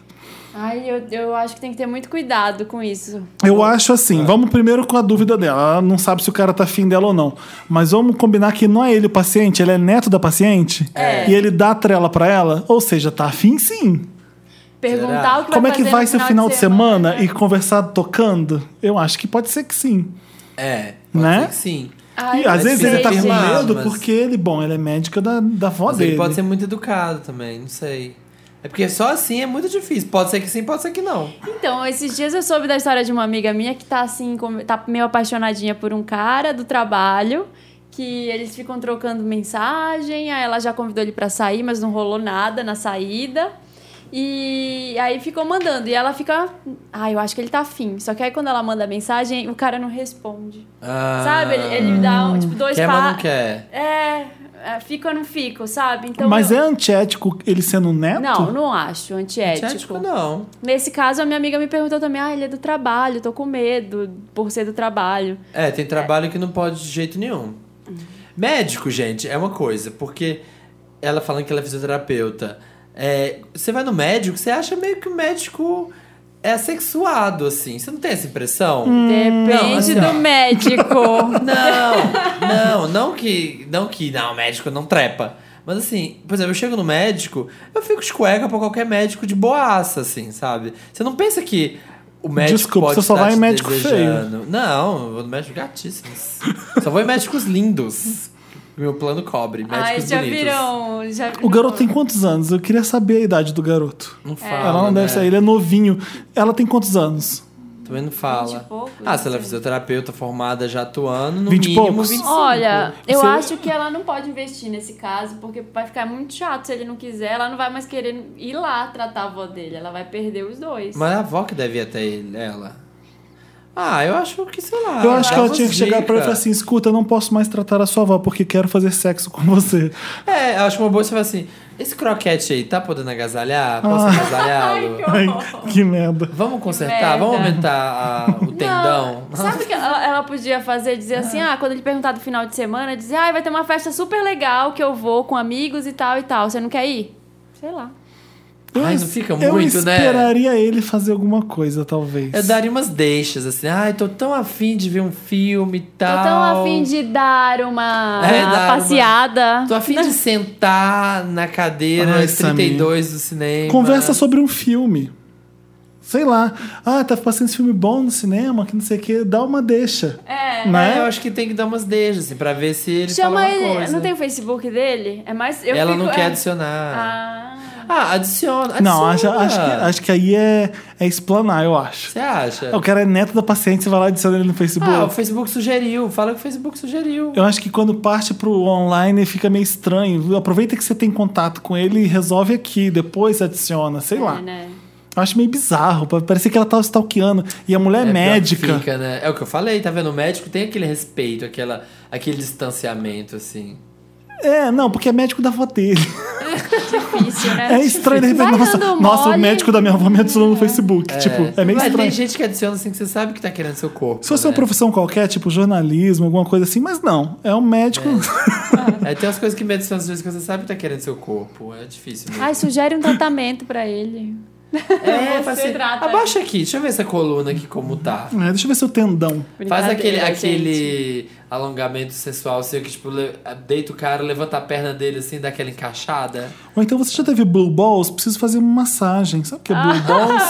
C: Ai, eu, eu acho que tem que ter muito cuidado com isso.
A: Eu acho
B: É.
A: assim, vamos primeiro com a dúvida dela. Ela não sabe se o cara tá afim dela ou não. Mas vamos combinar que não é ele o paciente, ele é neto da paciente.
C: É.
A: E ele dá trela pra ela, ou seja, tá afim sim.
C: Perguntar
B: Será?
C: o que
A: Como é
C: vai
A: que
C: fazer
A: vai
C: no
A: ser o final de semana,
C: né?
A: e conversar tocando? Eu acho que pode ser que sim.
B: É, pode
A: Né?
B: ser que sim.
C: Ai,
A: e às vezes ele tá com
C: gente.
B: Afirmar,
A: medo
B: mas-
A: porque ele, bom, ele é médico da, da avó
B: Mas
A: dele.
B: ele pode ser muito educado também, não sei. É porque só assim é muito difícil. Pode ser que sim, pode ser que não.
C: Então, esses dias eu soube da história de uma amiga minha que tá assim, com- tá meio apaixonadinha por um cara do trabalho, que eles ficam trocando mensagem, aí ela já convidou ele pra sair, mas não rolou nada na saída. E aí ficou mandando, e ela fica, ah, eu acho que ele tá afim. Só que aí quando ela manda mensagem, o cara não responde.
B: Ah,
C: Sabe? Ele, ele dá tipo dois
B: Quer, mas não
C: passos.
B: quer.
C: É, é, fica ou não fico, sabe? Então
A: Mas
C: eu-
A: é antiético ele sendo um neto?
C: Não, não acho
B: Não
C: antiético.
B: é Ético, não.
C: Nesse caso, a minha amiga me perguntou também: ah, ele é do trabalho, tô com medo por ser do trabalho.
B: É, tem trabalho que não pode de jeito nenhum. Médico, gente, é uma coisa, porque ela falando que ela é fisioterapeuta. é, você vai no médico, você acha meio que o médico é sexuado, assim. Você não tem essa impressão?
C: Hum,
B: Não,
C: Depende
B: assim, ó.
C: do médico.
B: Não, não, não que. Não que. Não, o médico não trepa. Mas assim, por exemplo, eu chego no médico, eu fico de cueca pra qualquer médico de boaça, assim, sabe? Você não pensa que o médico.
A: Desculpa,
B: pode
A: você só
B: estar
A: vai em
B: te
A: médico feio.
B: desejando. Não, eu vou no médico gatíssimos. só vou em médicos lindos. Meu plano cobre, médicos
C: Ai, já
B: bonitos.
C: viram. Já
A: O garoto tem quantos anos? Eu queria saber a idade do garoto.
B: Não fala.
A: ela não
B: né?
A: deve ser, ele é novinho. Ela tem quantos anos?
B: Também não fala.
C: Vinte e poucos, assim.
B: ah,
C: não
B: se ela é
C: sei.
B: fisioterapeuta formada já atuando, no
A: Vinte e
B: mínimo
A: poucos?
B: 25.
C: Olha, eu
A: Você-
C: acho que ela não pode investir nesse caso, porque vai ficar muito chato se ele não quiser. Ela não vai mais querer ir lá tratar a avó dele. Ela vai perder os dois.
B: Mas é a avó que deve ir até ele, ela. Ah, eu acho que, sei lá.
A: eu acho que ela
B: dava
A: tinha que
B: uns
A: chegar pra ele e
B: dica.
A: falar assim: escuta, eu não posso mais tratar a sua avó porque quero fazer sexo com você.
B: É, eu acho uma boa você falar assim: esse croquete aí tá podendo agasalhar? Posso
A: Ah.
B: agasalhá-lo?
C: Ai,
A: Ai,
C: que
A: que merda.
B: Vamos consertar?
C: merda.
B: Vamos aumentar a- o tendão?
C: Não, sabe o que ela, ela podia fazer? Dizer assim, ah, quando ele perguntar do final de semana, dizer, ah, vai ter uma festa super legal que eu vou com amigos e tal e tal. Você não quer ir? Sei lá.
B: Ai,
A: es-
B: não fica
A: Eu
B: muito, né? É
A: esperaria ele fazer alguma coisa, talvez.
B: Eu daria umas deixas, assim. Ai, tô tão afim de ver um filme e tal.
C: Tô tão afim de dar uma
B: É, dar uma-
C: passeada.
B: Tô afim de sentar na cadeira
A: Ai,
B: 32 do cinema.
A: Conversa sobre um filme. Sei lá. Ah, tá passando esse filme bom no cinema, que não sei o quê. Dá uma deixa. É.
B: É, eu
A: Né?
B: acho que tem que dar umas deixas, assim, pra ver se ele
C: Chama
B: fala uma
C: ele.
B: coisa.
C: Não tem o Facebook dele? É mais. Eu
B: Ela
C: fico-
B: não quer
C: é.
B: adicionar.
C: Ah.
B: Ah, adiciona, adiciona.
A: Não, acho, acho, que, acho que aí é, é explanar, eu acho.
B: Você acha?
A: O cara é neto da paciente, você vai lá e adiciona ele no Facebook.
B: Ah, o Facebook sugeriu. Fala que o Facebook sugeriu.
A: Eu acho que quando parte pro online fica meio estranho. Aproveita que você tem contato com ele e resolve aqui, depois adiciona, sei lá.
C: É, né?
A: Eu acho meio bizarro. pa- Parecia que ela tava stalkeando. E a mulher é,
B: pior que
A: médica.
B: fica, né? É o que eu falei, tá vendo? O médico tem aquele respeito, aquela, aquele distanciamento, assim.
A: É, não, porque é médico da avó dele.
C: Difícil, né?
A: É estranho, de repente,
C: Vai
A: nossa,
C: dando
A: nossa, o
C: mole.
A: médico da minha avó me adicionou no Facebook. Tipo, é meio
B: Mas
A: estranho.
B: tem gente que adiciona assim que você sabe que tá querendo seu corpo.
A: Se fosse
B: né?
A: um uma profissão qualquer, tipo jornalismo, alguma coisa assim, mas não. É um médico.
B: É, tem umas coisas que me adicionam às vezes que você sabe que tá querendo seu corpo. É difícil mesmo.
C: Ai, sugere um tratamento pra ele.
B: é,
C: você
B: fala
C: trata.
B: abaixa aqui, deixa eu ver essa coluna aqui como tá.
A: É, deixa eu ver seu tendão.
B: Faz aquele,
C: Brincadeira, gente.
B: aquele alongamento sensual seu que, tipo, le- deita o cara, levanta a perna dele assim, dá aquela encaixada.
A: Ou então você já teve blue balls? Preciso fazer uma massagem. Sabe o que é blue balls?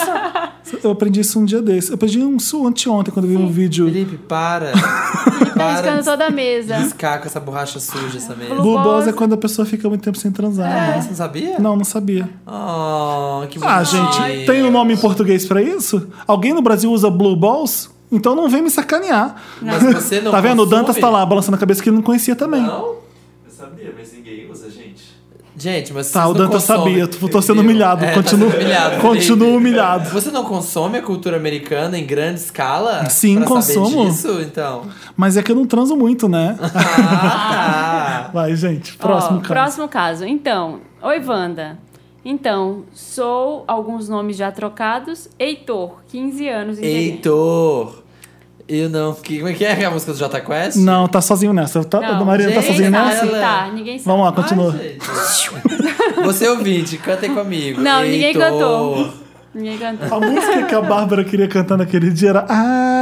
A: Eu aprendi isso um dia desse. Eu aprendi um isso anteontem, quando eu vi um vídeo.
B: Felipe, para.
C: Tá
B: para
C: riscando
B: de
C: toda a mesa.
B: riscar com essa borracha suja, essa mesa.
A: Blue balls
C: balls.
A: é quando a pessoa fica muito tempo sem transar.
B: É,
A: né?
B: você não sabia?
A: Não, não sabia.
B: Oh, que
A: Ah,
B: bonitinho.
A: gente, tem um nome em português pra isso? Alguém no Brasil usa blue balls? Então não vem me sacanear.
B: Mas você não Ah.
A: tá vendo? O
B: consome?
A: Dantas tá lá balançando a cabeça que ele não conhecia também.
B: Não?
E: Eu sabia, mas ninguém usa, gente.
B: Gente, mas
A: Tá,
B: vocês
A: o
B: não
A: Dantas
B: consomem,
A: sabia. Tô, tô sendo
B: entendeu?
A: humilhado.
B: É, tá
A: continuo
B: sendo humilhado,
A: continuo
B: Felipe.
A: humilhado.
B: Você não consome a cultura americana em grande escala?
A: Sim,
B: pra Saber
A: consumo.
B: disso, então.
A: Mas é que eu não transo muito, né?
B: Ah, tá.
A: Vai, gente. Próximo
C: Ó,
A: caso.
C: Próximo caso. Então, oi, Wanda. Então, sou alguns nomes já trocados. Heitor, 15 anos. integrante.
B: Heitor. Eu não. Que, como é que é a música do Jota Quest?
A: Não, tá sozinho nessa. Tá,
C: Não,
A: a Marina tá
B: gente,
A: sozinha
B: tá-
A: nessa?
C: Sabe,
B: Ela-
C: Tá, ninguém sabe.
A: Vamos lá,
B: Ai,
A: continua.
B: gente. Você é ouvinte, cantem comigo.
C: Não, ninguém
B: Heitor.
C: cantou. Ninguém cantou.
A: A música que a Bárbara queria cantar naquele dia era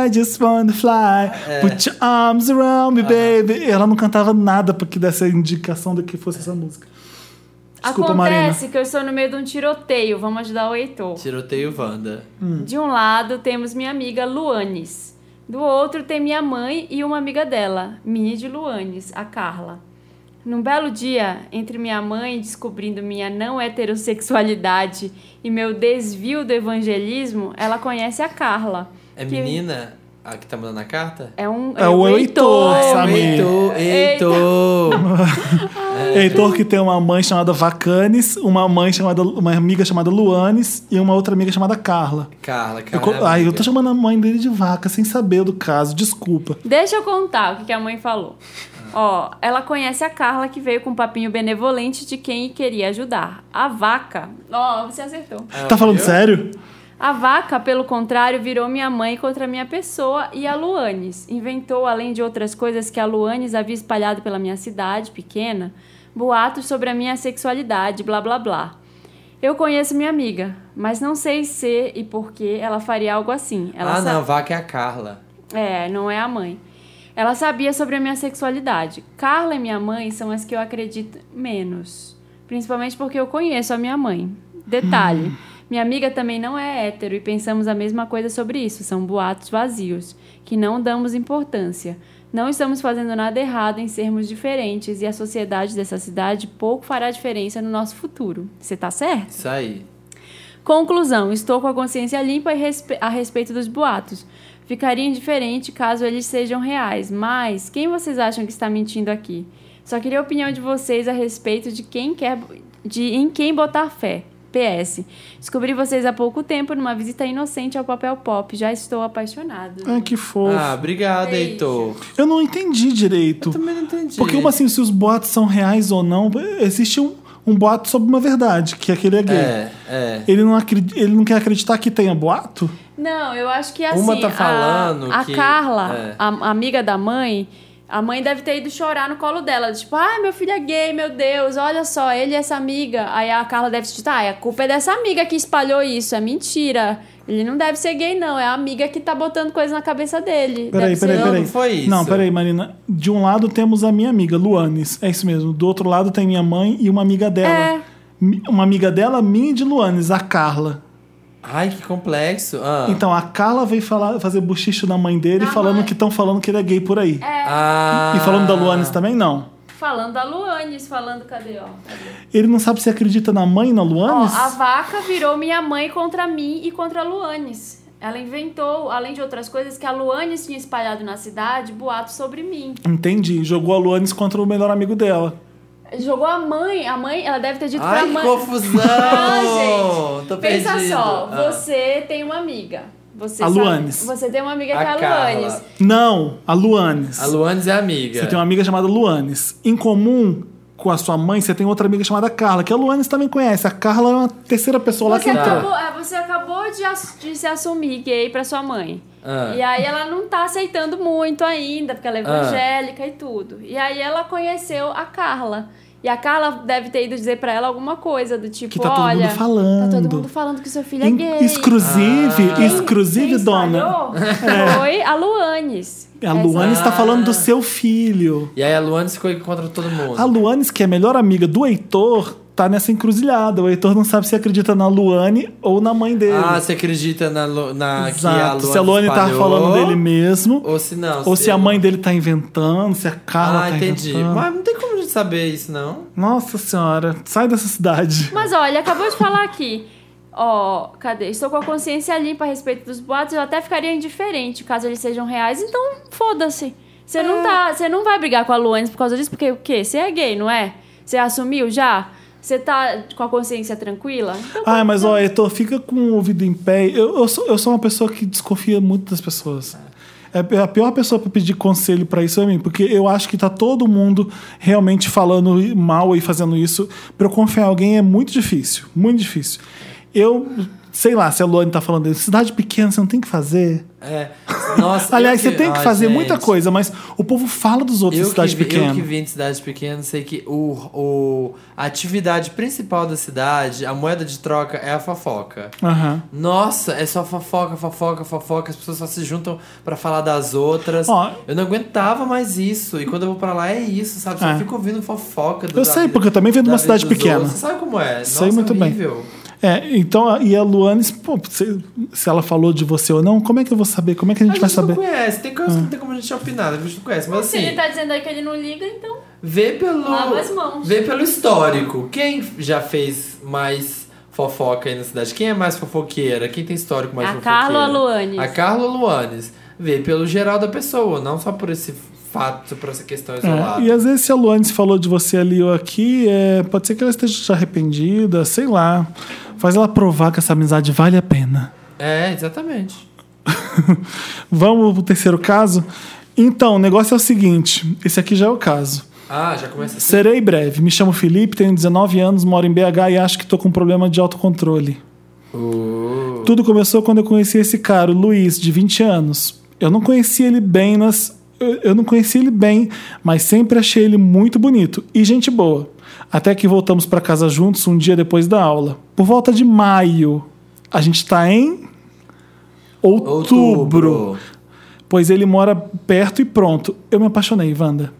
A: I just wanna fly,
B: É.
A: put your arms around me, baby. E ela não cantava nada pra que desse a indicação do que fosse essa música. Desculpa,
C: Acontece que eu estou no meio de um tiroteio. Vamos ajudar o Heitor.
B: Tiroteio Wanda.
C: De um lado temos minha amiga Luanes. Do outro tem minha mãe e uma amiga dela, minha de Luanes, a Carla. Num belo dia, entre minha mãe descobrindo minha não heterossexualidade e meu desvio do evangelismo, ela conhece a Carla.
B: É
C: que
B: menina a que tá mandando a carta?
C: É um
A: É o Heitor,
C: Heitor.
A: sabe?
B: Heitor, Heitor.
A: Heitor que tem uma mãe chamada Vacanes, uma mãe chamada uma amiga chamada Luanes e uma outra amiga chamada Carla.
B: Carla,
A: Eu,
B: Carla.
A: co-
B: é
A: ai, eu
B: amiga.
A: tô chamando a mãe dele de vaca sem saber do caso, desculpa.
C: Deixa eu contar o que que a mãe falou. Ó, ela conhece a Carla que veio com um papinho benevolente de quem queria ajudar. A vaca. Ó, você acertou.
B: Ah,
A: tá falando
B: viu?
A: sério?
C: A vaca, pelo contrário, virou minha mãe contra minha pessoa e a Luanes. Inventou, além de outras coisas que a Luanes havia espalhado pela minha cidade pequena, boatos sobre a minha sexualidade, blá blá blá. Eu conheço minha amiga, mas não sei se e por que ela faria algo assim. Ela
B: ah,
C: sa-
B: não, vaca é a Carla.
C: é, não é a mãe. Ela sabia sobre a minha sexualidade. Carla e minha mãe são as que eu acredito menos. Principalmente porque eu conheço a minha mãe. Detalhe: minha amiga também não é hétero e pensamos a mesma coisa sobre isso. São boatos vazios, que não damos importância. Não estamos fazendo nada errado em sermos diferentes e a sociedade dessa cidade pouco fará diferença no nosso futuro. Você tá certo?
B: Isso aí.
C: Conclusão: estou com a consciência limpa e respe- a respeito dos boatos. Ficaria indiferente caso eles sejam reais, mas quem vocês acham que está mentindo aqui? Só queria a opinião de vocês a respeito de quem quer de em quem botar fé. PS. Descobri vocês há pouco tempo numa visita inocente ao papel pop. Já estou apaixonado.
A: Ai, que fofo.
B: Ah, obrigado,
C: Beijo.
B: Heitor.
A: Eu não entendi direito.
B: Também não entendi.
A: Porque, uma, assim, se os boatos são reais ou não, existe um, um boato sobre uma verdade, que aquele é gay.
B: É, é.
A: Ele, não acre- ele não quer acreditar que tenha boato?
C: Não, eu acho que assim.
B: Uma tá
C: a-
B: falando
C: A,
B: que-
C: Carla,
B: é.
C: a, a amiga da mãe, a mãe deve ter ido chorar no colo dela. Tipo, ai, meu filho é gay, meu Deus, olha só, ele e essa amiga. Aí a Carla deve te dizer, ai, a culpa é dessa amiga que espalhou isso, é mentira. Ele não deve ser gay, não. É a amiga que tá botando coisa na cabeça dele.
A: Peraí,
C: Deve ser-
A: peraí,
B: Não,
A: peraí.
B: não foi isso.
A: Não, peraí, Marina. De um lado temos a minha amiga, Luanes. É isso mesmo. Do outro lado tem minha mãe e uma amiga dela.
C: É.
A: Mi- Uma amiga dela, minha e de Luanes, a Carla.
B: Ai, que complexo. Ah.
A: Então, a Carla veio falar, fazer buchicho na mãe dele,
C: Na
A: falando
C: mãe.
A: que estão falando que ele é gay por aí.
B: Ah.
A: E falando da tá Luanes também, não.
C: Falando da Luanes, falando, cadê, ó? Cadê?
A: Ele não sabe se acredita na mãe, na
C: Ó,
A: Luanes?
C: a vaca virou minha mãe contra mim e contra a Luanes. Ela inventou, além de outras coisas, que a Luanes tinha espalhado na cidade boatos sobre mim.
A: Entendi. Jogou a Luanes contra o melhor amigo dela.
C: Jogou a mãe, a mãe, ela deve ter dito pra
B: Ai, que
C: mãe.
B: confusão!
C: Não, gente.
B: Tô
C: Pensa
B: perdido.
C: só,
B: Ah.
C: você tem uma amiga. Você
A: A
C: sabe-
A: Luanes.
C: você tem uma amiga que
B: A
C: é a
B: Carla.
C: Luanes.
A: Não, a Luanes.
B: A Luanes é amiga.
A: Você tem uma amiga chamada Luanes. Em comum com a sua mãe, você tem outra amiga chamada Carla, que a Luanes também conhece. A Carla é uma terceira pessoa lá
C: Você
A: que entrou.
C: acabou, é, você acabou de, ass- de se assumir gay pra sua mãe.
B: Ah.
C: E aí ela não tá aceitando muito ainda, porque ela é
B: Ah.
C: evangélica e tudo. E aí ela conheceu a Carla. E a Carla deve ter ido dizer pra ela alguma coisa do tipo,
A: Que tá todo mundo
C: olha,
A: falando."
C: tá todo mundo falando que seu filho é
A: In-
C: gay.
A: Exclusive,
B: Ah.
A: exclusive,
C: Quem
A: dona. É.
C: espalhou Foi a Luanes.
A: A
C: Essa-
A: Luanes tá
B: Ah.
A: falando do seu filho.
B: E aí a Luanes ficou contra todo mundo.
A: A Luanes, que é a melhor amiga do Heitor, tá nessa encruzilhada. O Heitor não sabe se acredita na Luane ou na mãe dele.
B: Ah, você acredita na, Lu- na que a
A: Exato.
B: Luane
A: se a Luane tá
B: espalhou,
A: falando dele mesmo, ou,
B: Ou se não.
A: se a mãe dele tá inventando, se a Carla
B: Ah,
A: tá
B: entendi.
A: inventando.
B: Mas não tem como a gente saber isso, não.
A: Nossa senhora, sai dessa cidade.
C: Mas olha, acabou de falar aqui. Ó, cadê? Estou com a consciência limpa a respeito dos boatos. Eu até ficaria indiferente caso eles sejam reais. Então, foda-se. Você não tá, você não vai brigar com a Luanes por causa disso, porque o quê? Você é gay, não é? Você assumiu já? Você tá com a consciência tranquila? Então,
A: Ai, mas ó, Heitor, fica com o ouvido em pé. Eu, eu, sou, eu sou uma pessoa que desconfia muito das pessoas. É a pior pessoa pra pedir conselho pra isso é mim, porque eu acho que tá todo mundo realmente falando mal e fazendo isso. Pra eu confiar em alguém é muito difícil, muito difícil. Eu, sei lá, se a Luane tá falando isso, cidade pequena, você não tem que fazer.
B: É. Nossa,
A: Aliás,
B: eu
A: você tem que
B: Ai,
A: fazer muita
B: gente.
A: coisa, mas o povo fala dos outros em
B: Eu
A: cidade
B: que, vi-
A: pequena.
B: eu que vim de cidade pequena, sei que o, o, a atividade principal da cidade, a moeda de troca, é a fofoca.
A: Aham.
B: Nossa, é só fofoca, fofoca, fofoca. As pessoas só se juntam pra falar das outras.
A: Ó.
B: eu não aguentava mais isso. E quando eu vou pra lá é isso, sabe? Só
A: É.
B: fico ouvindo fofoca. Do,
A: Eu
B: da
A: sei,
B: vida-
A: porque eu também venho de
B: da
A: uma
B: vida
A: cidade
B: dos
A: pequena.
B: outros. Você sabe como é?
A: Sei
B: Nossa,
A: muito bem.
B: horrível.
A: É, então, a- e a Luanes, pô, se, se ela falou de você ou não, como é que eu vou saber? Como é que a
B: A
A: gente
B: gente
A: vai
B: não
A: saber? É.
B: conhece, tem coisa que não tem como a gente opinar, a gente não conhece. Mas
C: se ele
B: assim,
C: tá dizendo aí que ele não liga, então.
B: vê pelo.
C: Lava as mãos.
B: Vê pelo histórico. Quem já fez mais fofoca aí na cidade? Quem é mais fofoqueira? Quem tem histórico mais
C: A
B: fofoqueiro?
C: Carla ou a Luanes?
B: A Carla ou a Luanes. Vê pelo geral da pessoa, não só por esse fato, por essa questão isolada.
A: É, e às vezes, se a Luanes falou de você ali ou aqui, é, pode ser que ela esteja arrependida, sei lá. Faz ela provar que essa amizade vale a pena.
B: É, exatamente.
A: Vamos pro terceiro caso? Então, o negócio é o seguinte: esse aqui já é o caso.
B: Ah, já começa assim.
A: Serei breve. Me chamo Felipe, tenho 19 anos, moro em BH e acho que tô com um problema de autocontrole.
B: Uh,
A: Tudo começou quando eu conheci esse cara, o Luiz, de 20 anos. Eu não conhecia ele bem nas. eu- Eu não conheci ele bem, mas sempre achei ele muito bonito e gente boa. Até que voltamos pra casa juntos um dia depois da aula. Por volta de maio, a gente tá em outubro,
B: outubro.
A: pois ele mora perto e pronto. Eu me apaixonei, Wanda.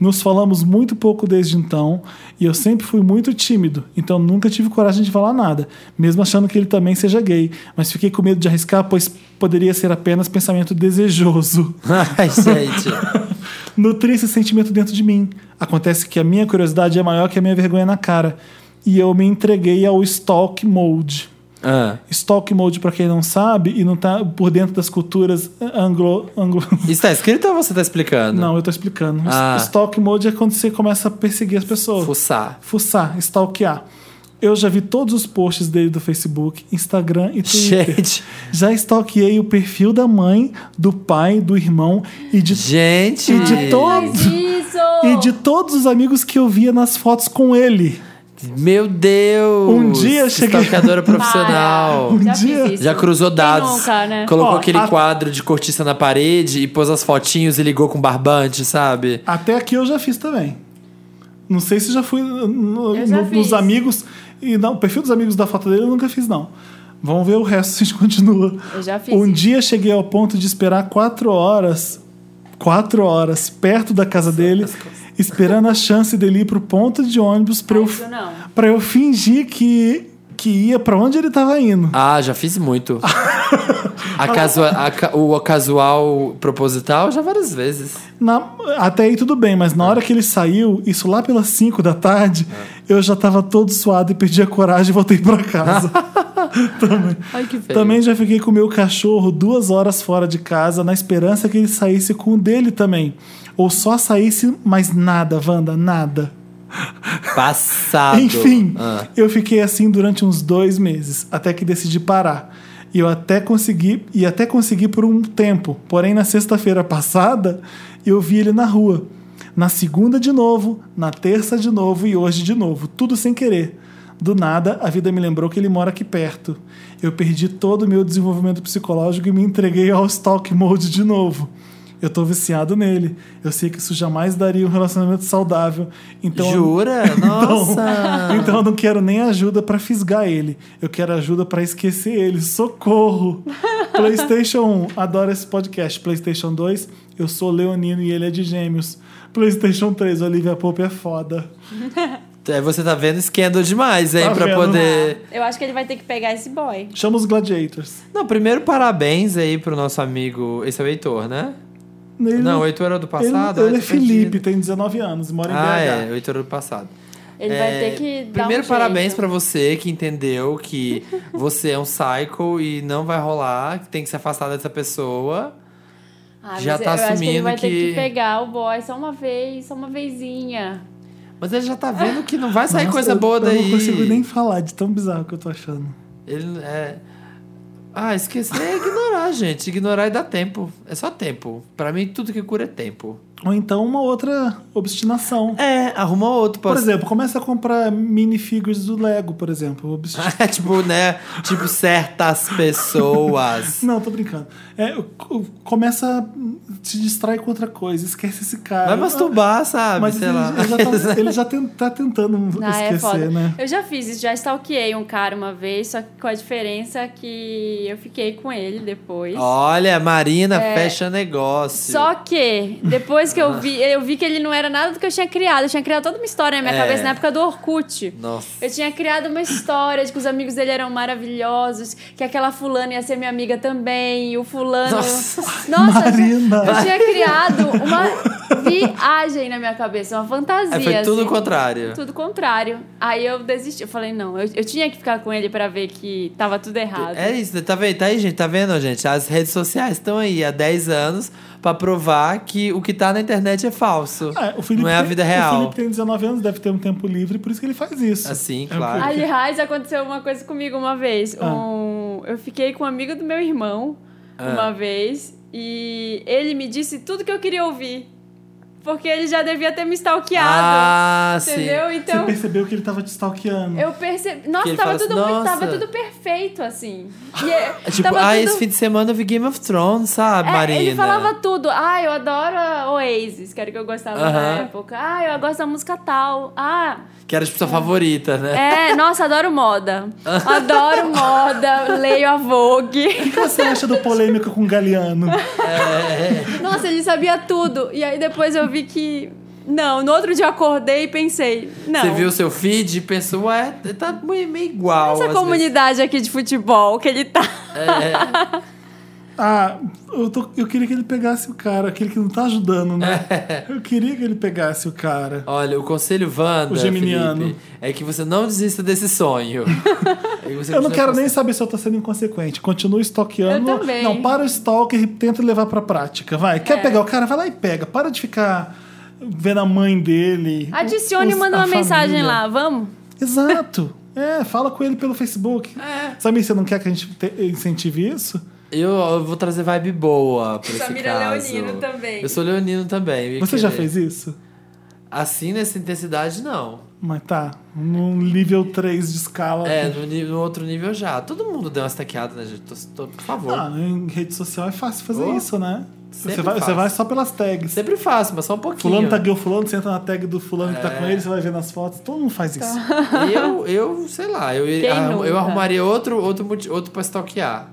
A: Nos falamos muito pouco desde então e eu sempre fui muito tímido, então nunca tive coragem de falar nada, mesmo achando que ele também seja gay. Mas fiquei com medo de arriscar, pois poderia ser apenas pensamento desejoso.
B: Ai, gente.
A: Nutri esse sentimento dentro de mim. Acontece que a minha curiosidade é maior que a minha vergonha na cara e eu me entreguei ao stalk mode.
B: Ah.
A: Stalk mode, pra quem não sabe e não tá por dentro das culturas anglo. anglo...
B: Isso tá escrito ou você tá explicando?
A: Não, eu tô explicando.
B: Ah.
A: Stalk mode é quando você começa a perseguir as pessoas.
B: Fuçar.
A: fuçar, stalkear. Eu já vi todos os posts dele do Facebook, Instagram e Twitter.
B: Gente,
A: Já stalkeei o perfil da mãe, do pai, do irmão e de,
B: gente.
A: e de todos.
C: Faz isso!
A: E de todos os amigos que eu via nas fotos com ele.
B: Meu Deus.
A: Um dia cheguei-
B: Stalkeadora profissional.
C: Para.
A: Um
C: Já fiz
A: dia-
C: isso.
B: Já cruzou
C: Quem
B: dados.
C: Nunca, né?
B: Colocou
A: Ó,
B: aquele
A: a-
B: quadro de cortiça na parede e pôs as fotinhos e ligou com barbante, sabe?
A: Até aqui eu já fiz também. Não sei se já fui no-
C: Eu já
A: no- nos
C: fiz.
A: amigos. E não, o perfil dos amigos da foto dele eu nunca fiz, não. Vamos ver o resto se a gente continua.
C: Eu já fiz
A: Um
C: isso.
A: dia cheguei ao ponto de esperar quatro horas, quatro horas, perto da casa dele, esperando a chance dele ir pro ponto de ônibus pra eu,
C: Isso não.
A: pra eu fingir que que ia pra onde ele tava indo.
B: Ah, já fiz muito. A casua- a ca- o casual proposital já várias vezes.
A: Na- até aí tudo bem,
B: É.
A: mas na hora que ele saiu, isso lá pelas 5 da tarde,
B: É.
A: eu já tava todo suado e perdi a coragem e voltei pra casa. Também.
B: Ai, que feio.
A: Também já fiquei com o meu cachorro duas horas fora de casa, na esperança que ele saísse com o dele também. Ou só saísse, mas nada, Wanda, nada.
B: Passado.
A: Enfim,
B: Ah.
A: eu fiquei assim durante uns dois meses, até que decidi parar. E eu até consegui, e até consegui por um tempo. Porém, na sexta-feira passada, eu vi ele na rua. Na segunda de novo, na terça de novo e hoje de novo. Tudo sem querer. Do nada, a vida me lembrou que ele mora aqui perto. Eu perdi todo o meu desenvolvimento psicológico e me entreguei ao stalk mode de novo. Eu tô viciado nele. Eu sei que isso jamais daria um relacionamento saudável. Então
B: Jura? Nossa.
A: então eu não quero nem ajuda pra fisgar ele. Eu quero ajuda pra esquecer ele. Socorro! PlayStation 1, adoro esse podcast. PlayStation 2, eu sou leonino e ele é de gêmeos. PlayStation 3, Olivia Pope é foda.
B: É, Você tá vendo esquendo demais, hein?
A: Tá
B: pra
A: vendo.
B: poder.
C: Eu acho que ele vai ter que pegar esse boy.
A: Chama os Gladiators.
B: Não, primeiro parabéns aí pro nosso amigo. Esse é o Heitor, né?
A: Ele-
B: não, o Heitor era do passado.
A: Ele, ele
B: eu
A: é
B: tô
A: Felipe,
B: perdido.
A: tem 19 anos, mora em
B: Ah, é,
A: BH.
B: o Heitor era do passado.
C: Ele
B: É,
C: vai ter que dar
B: Primeiro,
C: um
B: parabéns
C: jeito.
B: pra você que entendeu que você é um psycho e não vai rolar, que tem que se afastar dessa pessoa.
C: Ah,
B: Já
C: mas
B: tá
C: eu acho que ele
B: assumindo
C: vai ter
B: que-
C: que pegar o boy só uma vez, só uma vezinha.
B: Mas ele já tá vendo que não vai sair
A: Nossa,
B: coisa
A: eu-
B: boa daí.
A: Eu não consigo nem falar de tão bizarro que eu tô achando.
B: Ele é. Ah, esquecer é ignorar, gente. Ignorar e dar tempo. É só tempo. Pra mim, tudo que cura é tempo.
A: Ou então uma outra obstinação.
B: É, arruma outro.
A: Por
B: pode-
A: exemplo, começa a comprar minifigures do Lego, por exemplo. Obst-
B: É tipo, né? Tipo, certas pessoas.
A: Não, tô brincando. É, o- o- começa a te distrai com outra coisa, esquece esse cara. Ah,
B: Vai masturbar, sabe?
A: Mas
B: Sei
A: ele,
B: lá.
A: ele já tá, ele já ten- tá tentando
C: Ah, é
A: esquecer,
C: foda.
A: né?
C: Eu já fiz isso, já stalkeei um cara uma vez, só que com a diferença que eu fiquei com ele depois.
B: Olha, Marina, fecha negócio.
C: É, Só que, depois que eu vi, eu vi que ele não era nada do que eu tinha criado. Eu tinha criado toda uma história na minha
B: É.
C: cabeça na época do Orkut.
B: Nossa.
C: Eu tinha criado uma história de que os amigos dele eram maravilhosos, que aquela fulana ia ser minha amiga também, e o fulano.
B: Nossa.
C: Nossa,
A: Marina.
C: Eu tinha criado uma viagem na minha cabeça, uma fantasia.
B: É, foi tudo o
C: assim.
B: contrário.
C: Tudo contrário. Aí eu desisti. Eu falei, não, eu, eu tinha que ficar com ele pra ver que tava tudo errado.
B: É isso, tá vendo? Tá aí, gente, tá vendo, gente? As redes sociais estão aí há 10 anos pra provar que o que tá na internet é falso.
A: É, o Felipe
B: não é a
A: tem-
B: vida
A: O
B: real.
A: Felipe tem 19 anos, deve ter um tempo livre, por isso que ele faz isso.
B: Assim,
A: É um
B: claro.
A: pouco.
C: Aliás, aconteceu uma coisa comigo uma vez.
A: Ah.
C: Um- eu fiquei com um amigo do meu irmão
B: Ah.
C: uma vez e ele me disse tudo que eu queria ouvir. Porque ele já devia ter me stalkeado.
B: Ah,
C: entendeu?
A: Você
C: Então.
A: percebeu que ele tava te stalkeando.
C: Eu percebi. Nossa,
B: ele
C: tava
B: fala
C: tudo,
B: assim,
C: muito, tava
B: "Nossa."
C: tudo perfeito, assim. E é-
B: sim. Tipo,
C: tava
B: ah,
C: tudo-
B: esse fim de semana eu vi Game of Thrones, sabe,
C: É,
B: Marina?
C: Ele falava tudo. Ah, eu adoro a Oasis, que era o que eu gostava na
B: Aham.
C: época. Ah, eu gosto da música tal. Ah,
B: Que era tipo sua favorita, né?
C: é, nossa, adoro moda. Adoro moda, leio a Vogue.
A: O que você acha do polêmico com o Galeano?
C: Nossa, ele sabia tudo. E aí depois eu vi que. Não, no outro dia eu acordei e pensei, não.
B: Você viu o seu feed e pensou, ué, tá meio meio igual. às
C: essa
B: vezes.
C: comunidade aqui de futebol que ele tá.
A: Ah, eu, tô- eu queria que ele pegasse o cara, aquele que não tá ajudando, né? Eu queria que ele pegasse o cara.
B: Olha, o conselho Wanda,
A: O geminiano.
B: Felipe, é que você não desista desse sonho. E você
A: Eu não quero nem
B: consegue.
A: saber se eu tô sendo inconsequente. Continua stalkeando.
C: Eu também. É.
A: Não, para o stalker e tenta levar pra prática. Vai. Quer pegar o cara? Vai lá e pega. Para de ficar vendo a mãe dele.
C: Adicione
A: os-
C: e manda
A: a
C: uma mensagem
A: família.
C: lá, vamos?
A: Exato. É, fala com ele pelo Facebook. É. Samir, você não quer que a gente te- incentive isso?
B: Eu, eu vou trazer vibe boa pra esse
C: Samira
B: caso.
C: Leonino também.
B: Eu sou leonino também. eu ia
A: Você já
B: querer.
A: fez isso?
B: Assim, nessa intensidade, não.
A: Mas tá, num nível 3 de escala.
B: É, no, ni- no outro nível já. Todo mundo deu uma estaqueada, né, gente? Tô- tô- por favor.
A: Ah, em rede social é fácil fazer
B: Oh.
A: isso, né?
B: Sempre
A: Você vai, você
B: fácil.
A: vai só pelas tags.
B: Sempre faço, mas só um pouquinho.
A: Fulano tá
C: é?
A: tagueou fulano, você entra na tag do fulano que tá com ele, você vai ver nas fotos. Todo mundo faz
C: Tá.
A: isso.
B: Eu, eu sei lá, eu,
C: Quem
B: arrum- eu
C: nunca?
B: arrumaria outro, outro, multi- outro pra stalkear.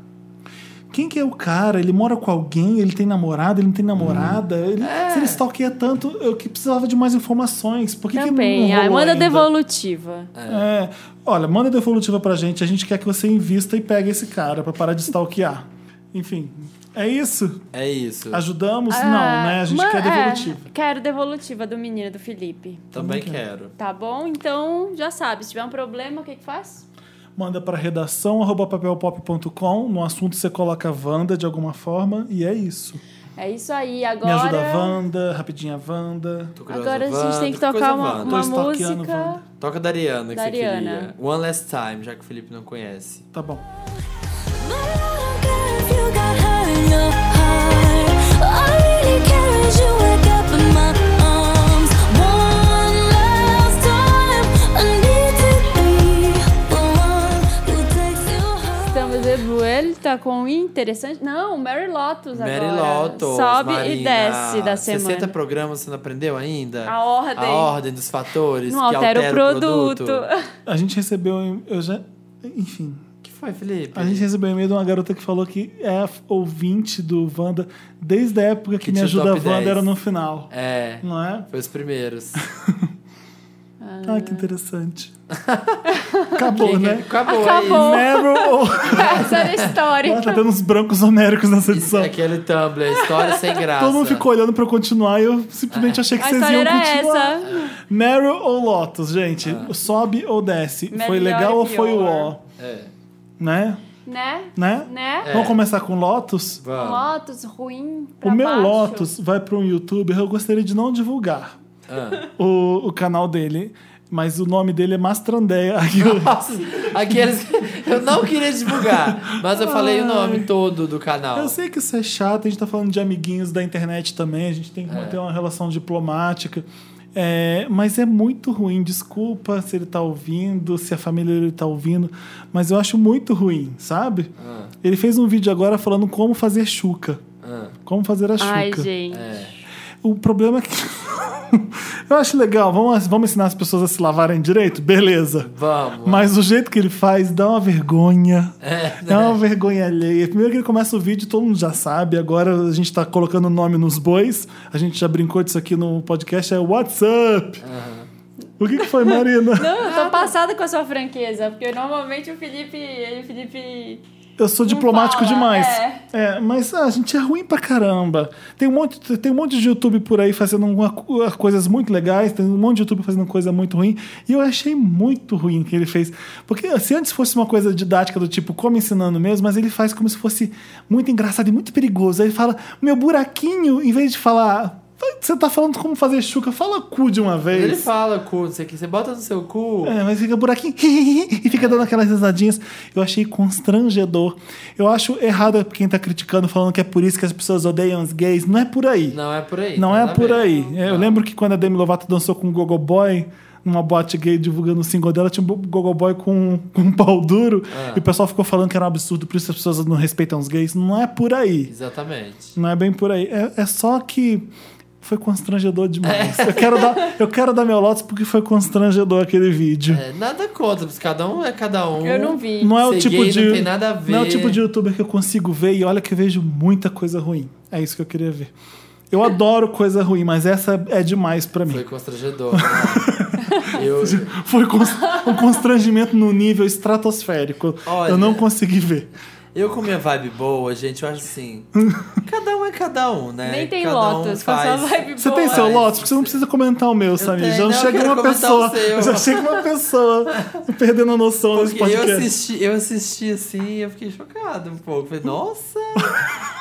A: Quem que é o cara? Ele mora com alguém? Ele tem namorado? Ele não tem namorada?
C: Hum.
A: Ele,
C: É.
A: Se ele stalkeia tanto, eu que precisava de mais informações. Por que que
C: Também.
A: não
C: Ah,
A: rolou
C: manda
A: ainda?
C: devolutiva.
A: É. Olha, manda devolutiva pra gente. A gente quer que você invista e pegue esse cara pra parar de stalkear. Enfim, é isso.
B: É isso.
A: Ajudamos?
C: Ah,
A: não, né? A gente
C: man-
A: quer devolutiva.
C: é, quero devolutiva do menino, do Felipe.
B: Também quero.
C: Tá bom? Então, já sabe. Se tiver um problema, o que que faz?
A: Manda pra redação arroba papelpop.com. No assunto você coloca Wanda de alguma forma e é isso.
C: É isso aí.
A: Me ajuda
C: Agora...
A: a Wanda, rapidinha Wanda.
B: Tô curiosa,
C: Agora a gente
B: Wanda,
C: tem que
B: tô
C: tocar
B: curiosa,
C: uma,
B: Wanda.
C: uma
A: Tô stalkeando,
C: música.
A: Wanda.
B: Toca da Ariana, que
C: Da Ariana.
B: você queria. One Last Time, já que o Felipe não conhece.
A: Tá bom.
F: But I don't care if you got hurt in your heart. All I really care is you wake up in my arms. One last time, I need to be the one who takes you home.
C: Estamos de vuelta é tá com um interessante. Não, Mary Lotus
B: Mary
C: agora.
B: Lotus,
C: Sobe e
B: Marina.
C: desce da
B: 60
C: semana.
B: programas, você não aprendeu ainda?
C: A ordem.
B: A ordem dos fatores
C: Não
B: que
C: altera o produto.
B: produto.
A: A gente recebeu. em- Eu já. Enfim.
B: O que foi, Felipe?
A: A gente recebeu um e-mail de uma garota que falou que é ouvinte do Wanda desde a época que,
B: Que
A: me
B: tinha o
A: ajuda a
B: top 10.
A: Wanda era no final.
B: É,
A: Não é?
B: foi os primeiros.
A: Ah, que interessante. Acabou, né?
B: Acabou,
C: Acabou.
A: Never. Oh,
C: Essa era a história.
A: tá dando uns brancos homéricos nessa
B: É isso. Isso
A: edição.
B: é aquele Tumblr, história sem graça.
A: Todo mundo ficou olhando pra eu continuar e eu simplesmente
B: Ah.
A: achei que
C: A
A: vocês
C: história
A: iam
C: era
A: continuar.
C: essa.
A: Meryl ou Lotus, gente?
B: Ah.
A: Sobe ou desce?
C: Melhor
A: foi legal
C: e
A: ou foi o
C: pior.
A: ó?
B: É,
A: Né?
C: Né?
A: Né?
C: Né?
A: Vamos começar com Lotus?
B: vamos.
C: Lotus ruim.
A: O
C: pra
A: meu
C: baixo.
A: Lotus vai pra um youtuber, eu gostaria de não divulgar
B: Ah.
A: o, o canal dele, mas o nome dele é Mastrandeia. Aqui, ó.
B: Nossa, aqueles que eu não queria divulgar, mas eu falei o nome todo do canal.
A: Eu sei que isso é chato, a gente tá falando de amiguinhos da internet também, a gente tem
B: É.
A: que manter uma relação diplomática. É, mas é muito ruim, desculpa se ele tá ouvindo, se a família dele tá ouvindo, mas eu acho muito ruim, sabe?
B: Ah,
A: Ele fez um vídeo agora falando como fazer chuca.
B: ah,
A: Como fazer a chuca.
C: Ai, gente.
B: é.
A: O problema é que. eu acho legal, vamos, vamos ensinar as pessoas a se lavarem direito? Beleza.
B: Vamos.
A: Mas o jeito que ele faz dá uma vergonha.
B: É,
A: É uma vergonha alheia. Primeiro que ele começa o vídeo, todo mundo já sabe. Agora a gente tá colocando o nome nos bois. A gente já brincou disso aqui no podcast. É WhatsApp. O que, que foi, Marina?
C: Não, eu tô passada com a sua franqueza, porque normalmente o Felipe. ele- o Felipe.
A: Eu sou
C: Não
A: diplomático
C: fala,
A: demais.
C: é.
A: É, mas ah, a gente é ruim pra caramba. Tem um monte, tem um monte de YouTube por aí fazendo uma co- ah, coisas muito legais. Tem um monte de YouTube fazendo coisa muito ruim. E eu achei muito ruim o que ele fez. Porque se antes fosse uma coisa didática do tipo como ensinando mesmo, mas ele faz como se fosse muito engraçado e muito perigoso. Aí ele fala, meu buraquinho, em vez de falar. Você tá falando como fazer chuca, fala cu de uma vez.
B: Ele fala cu, não sei o que, você bota no seu cu.
A: É, mas fica buraquinho e fica dando aquelas risadinhas. Eu achei constrangedor. Eu acho errado quem tá criticando, falando que é por isso que as pessoas odeiam os gays. Não é por aí.
B: Não é por aí.
A: Não
B: tá
A: é
B: na
A: por
B: beira.
A: aí. É, Eu lembro que quando a Demi Lovato dançou com o Gogo Boy, numa boate gay divulgando o single dela, tinha um Gogo Boy com, com um pau duro. E o pessoal ficou falando que era um absurdo, por isso as pessoas não respeitam os gays. Não é por aí.
B: Exatamente.
A: Não é bem por aí. É, é só que foi constrangedor demais. Eu, quero dar, eu quero dar meu lotes porque foi constrangedor aquele vídeo.
B: É, nada contra, porque cada um é cada um.
C: Eu não vi.
A: Não é o
B: Ser
A: tipo
B: gay
A: de.
B: não tem nada a ver.
A: não é o tipo de youtuber que eu consigo ver e olha que eu vejo muita coisa ruim. É isso que eu queria ver. Eu adoro coisa ruim, mas essa é demais pra mim.
B: Foi constrangedor. né? eu,
A: Foi cons- um constrangimento no nível estratosférico.
B: Olha.
A: Eu não consegui ver.
B: eu com minha vibe boa, gente, eu acho assim. Cada um é cada um, né?
C: Nem tem
B: cada
C: Lotus, com a sua vibe
A: Você
C: boa.
A: tem seu
B: Mas-
A: Lotus? Porque você não precisa comentar o meu, Samir.
B: tenho,
A: Já
B: não, eu
A: chega
B: quero
A: uma
B: comentar o
A: pessoa.
B: seu.
A: Já chega uma pessoa perdendo a noção desse
B: Porque eu
A: podcast.
B: assisti, eu assisti assim e eu fiquei chocado um pouco. Falei, nossa!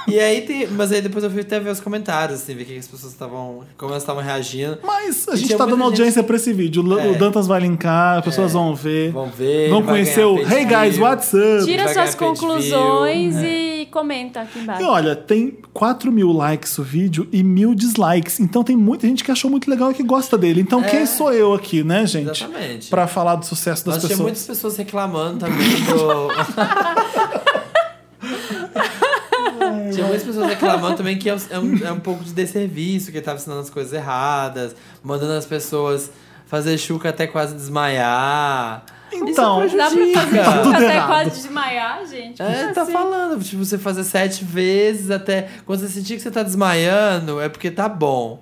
B: e aí tem. Mas aí depois eu fui até ver os comentários, assim, ver o que que as pessoas estavam. Como elas estavam reagindo.
A: Mas a
B: E
A: gente
B: tinha
A: tá dando
B: muita gente-
A: audiência pra esse vídeo. O,
B: É.
A: o Dantas vai linkar, as pessoas vão ver.
B: Vão ver.
A: Vão
B: vai
A: conhecer
B: ganhar
A: o
B: page
A: Hey guys,
B: view.
A: what's up?
C: Tira
B: Vai ganhar né?
C: suas
B: page
C: conclusões e comenta aqui
A: E
C: embaixo.
A: olha, tem 4 mil likes o vídeo e mil dislikes. Então tem muita gente que achou muito legal e que gosta dele. Então quem sou eu aqui, né, gente?
B: É. Exatamente.
A: Pra falar do sucesso das
B: Nós tinha
A: pessoas.
B: muitas pessoas reclamando também do. tinha muitas pessoas reclamando também que é um, é um- é um pouco de desserviço, que tava ensinando as coisas erradas, mandando as pessoas fazer chuca até quase desmaiar.
A: Então,
B: Isso
C: Dá pra
B: prejudica.
C: ficar
A: Tá tudo
C: até
A: errado.
C: quase desmaiar, gente.
B: É, tá falando, tipo, você fazer sete vezes até. Quando você sentir que você tá desmaiando, é porque tá bom.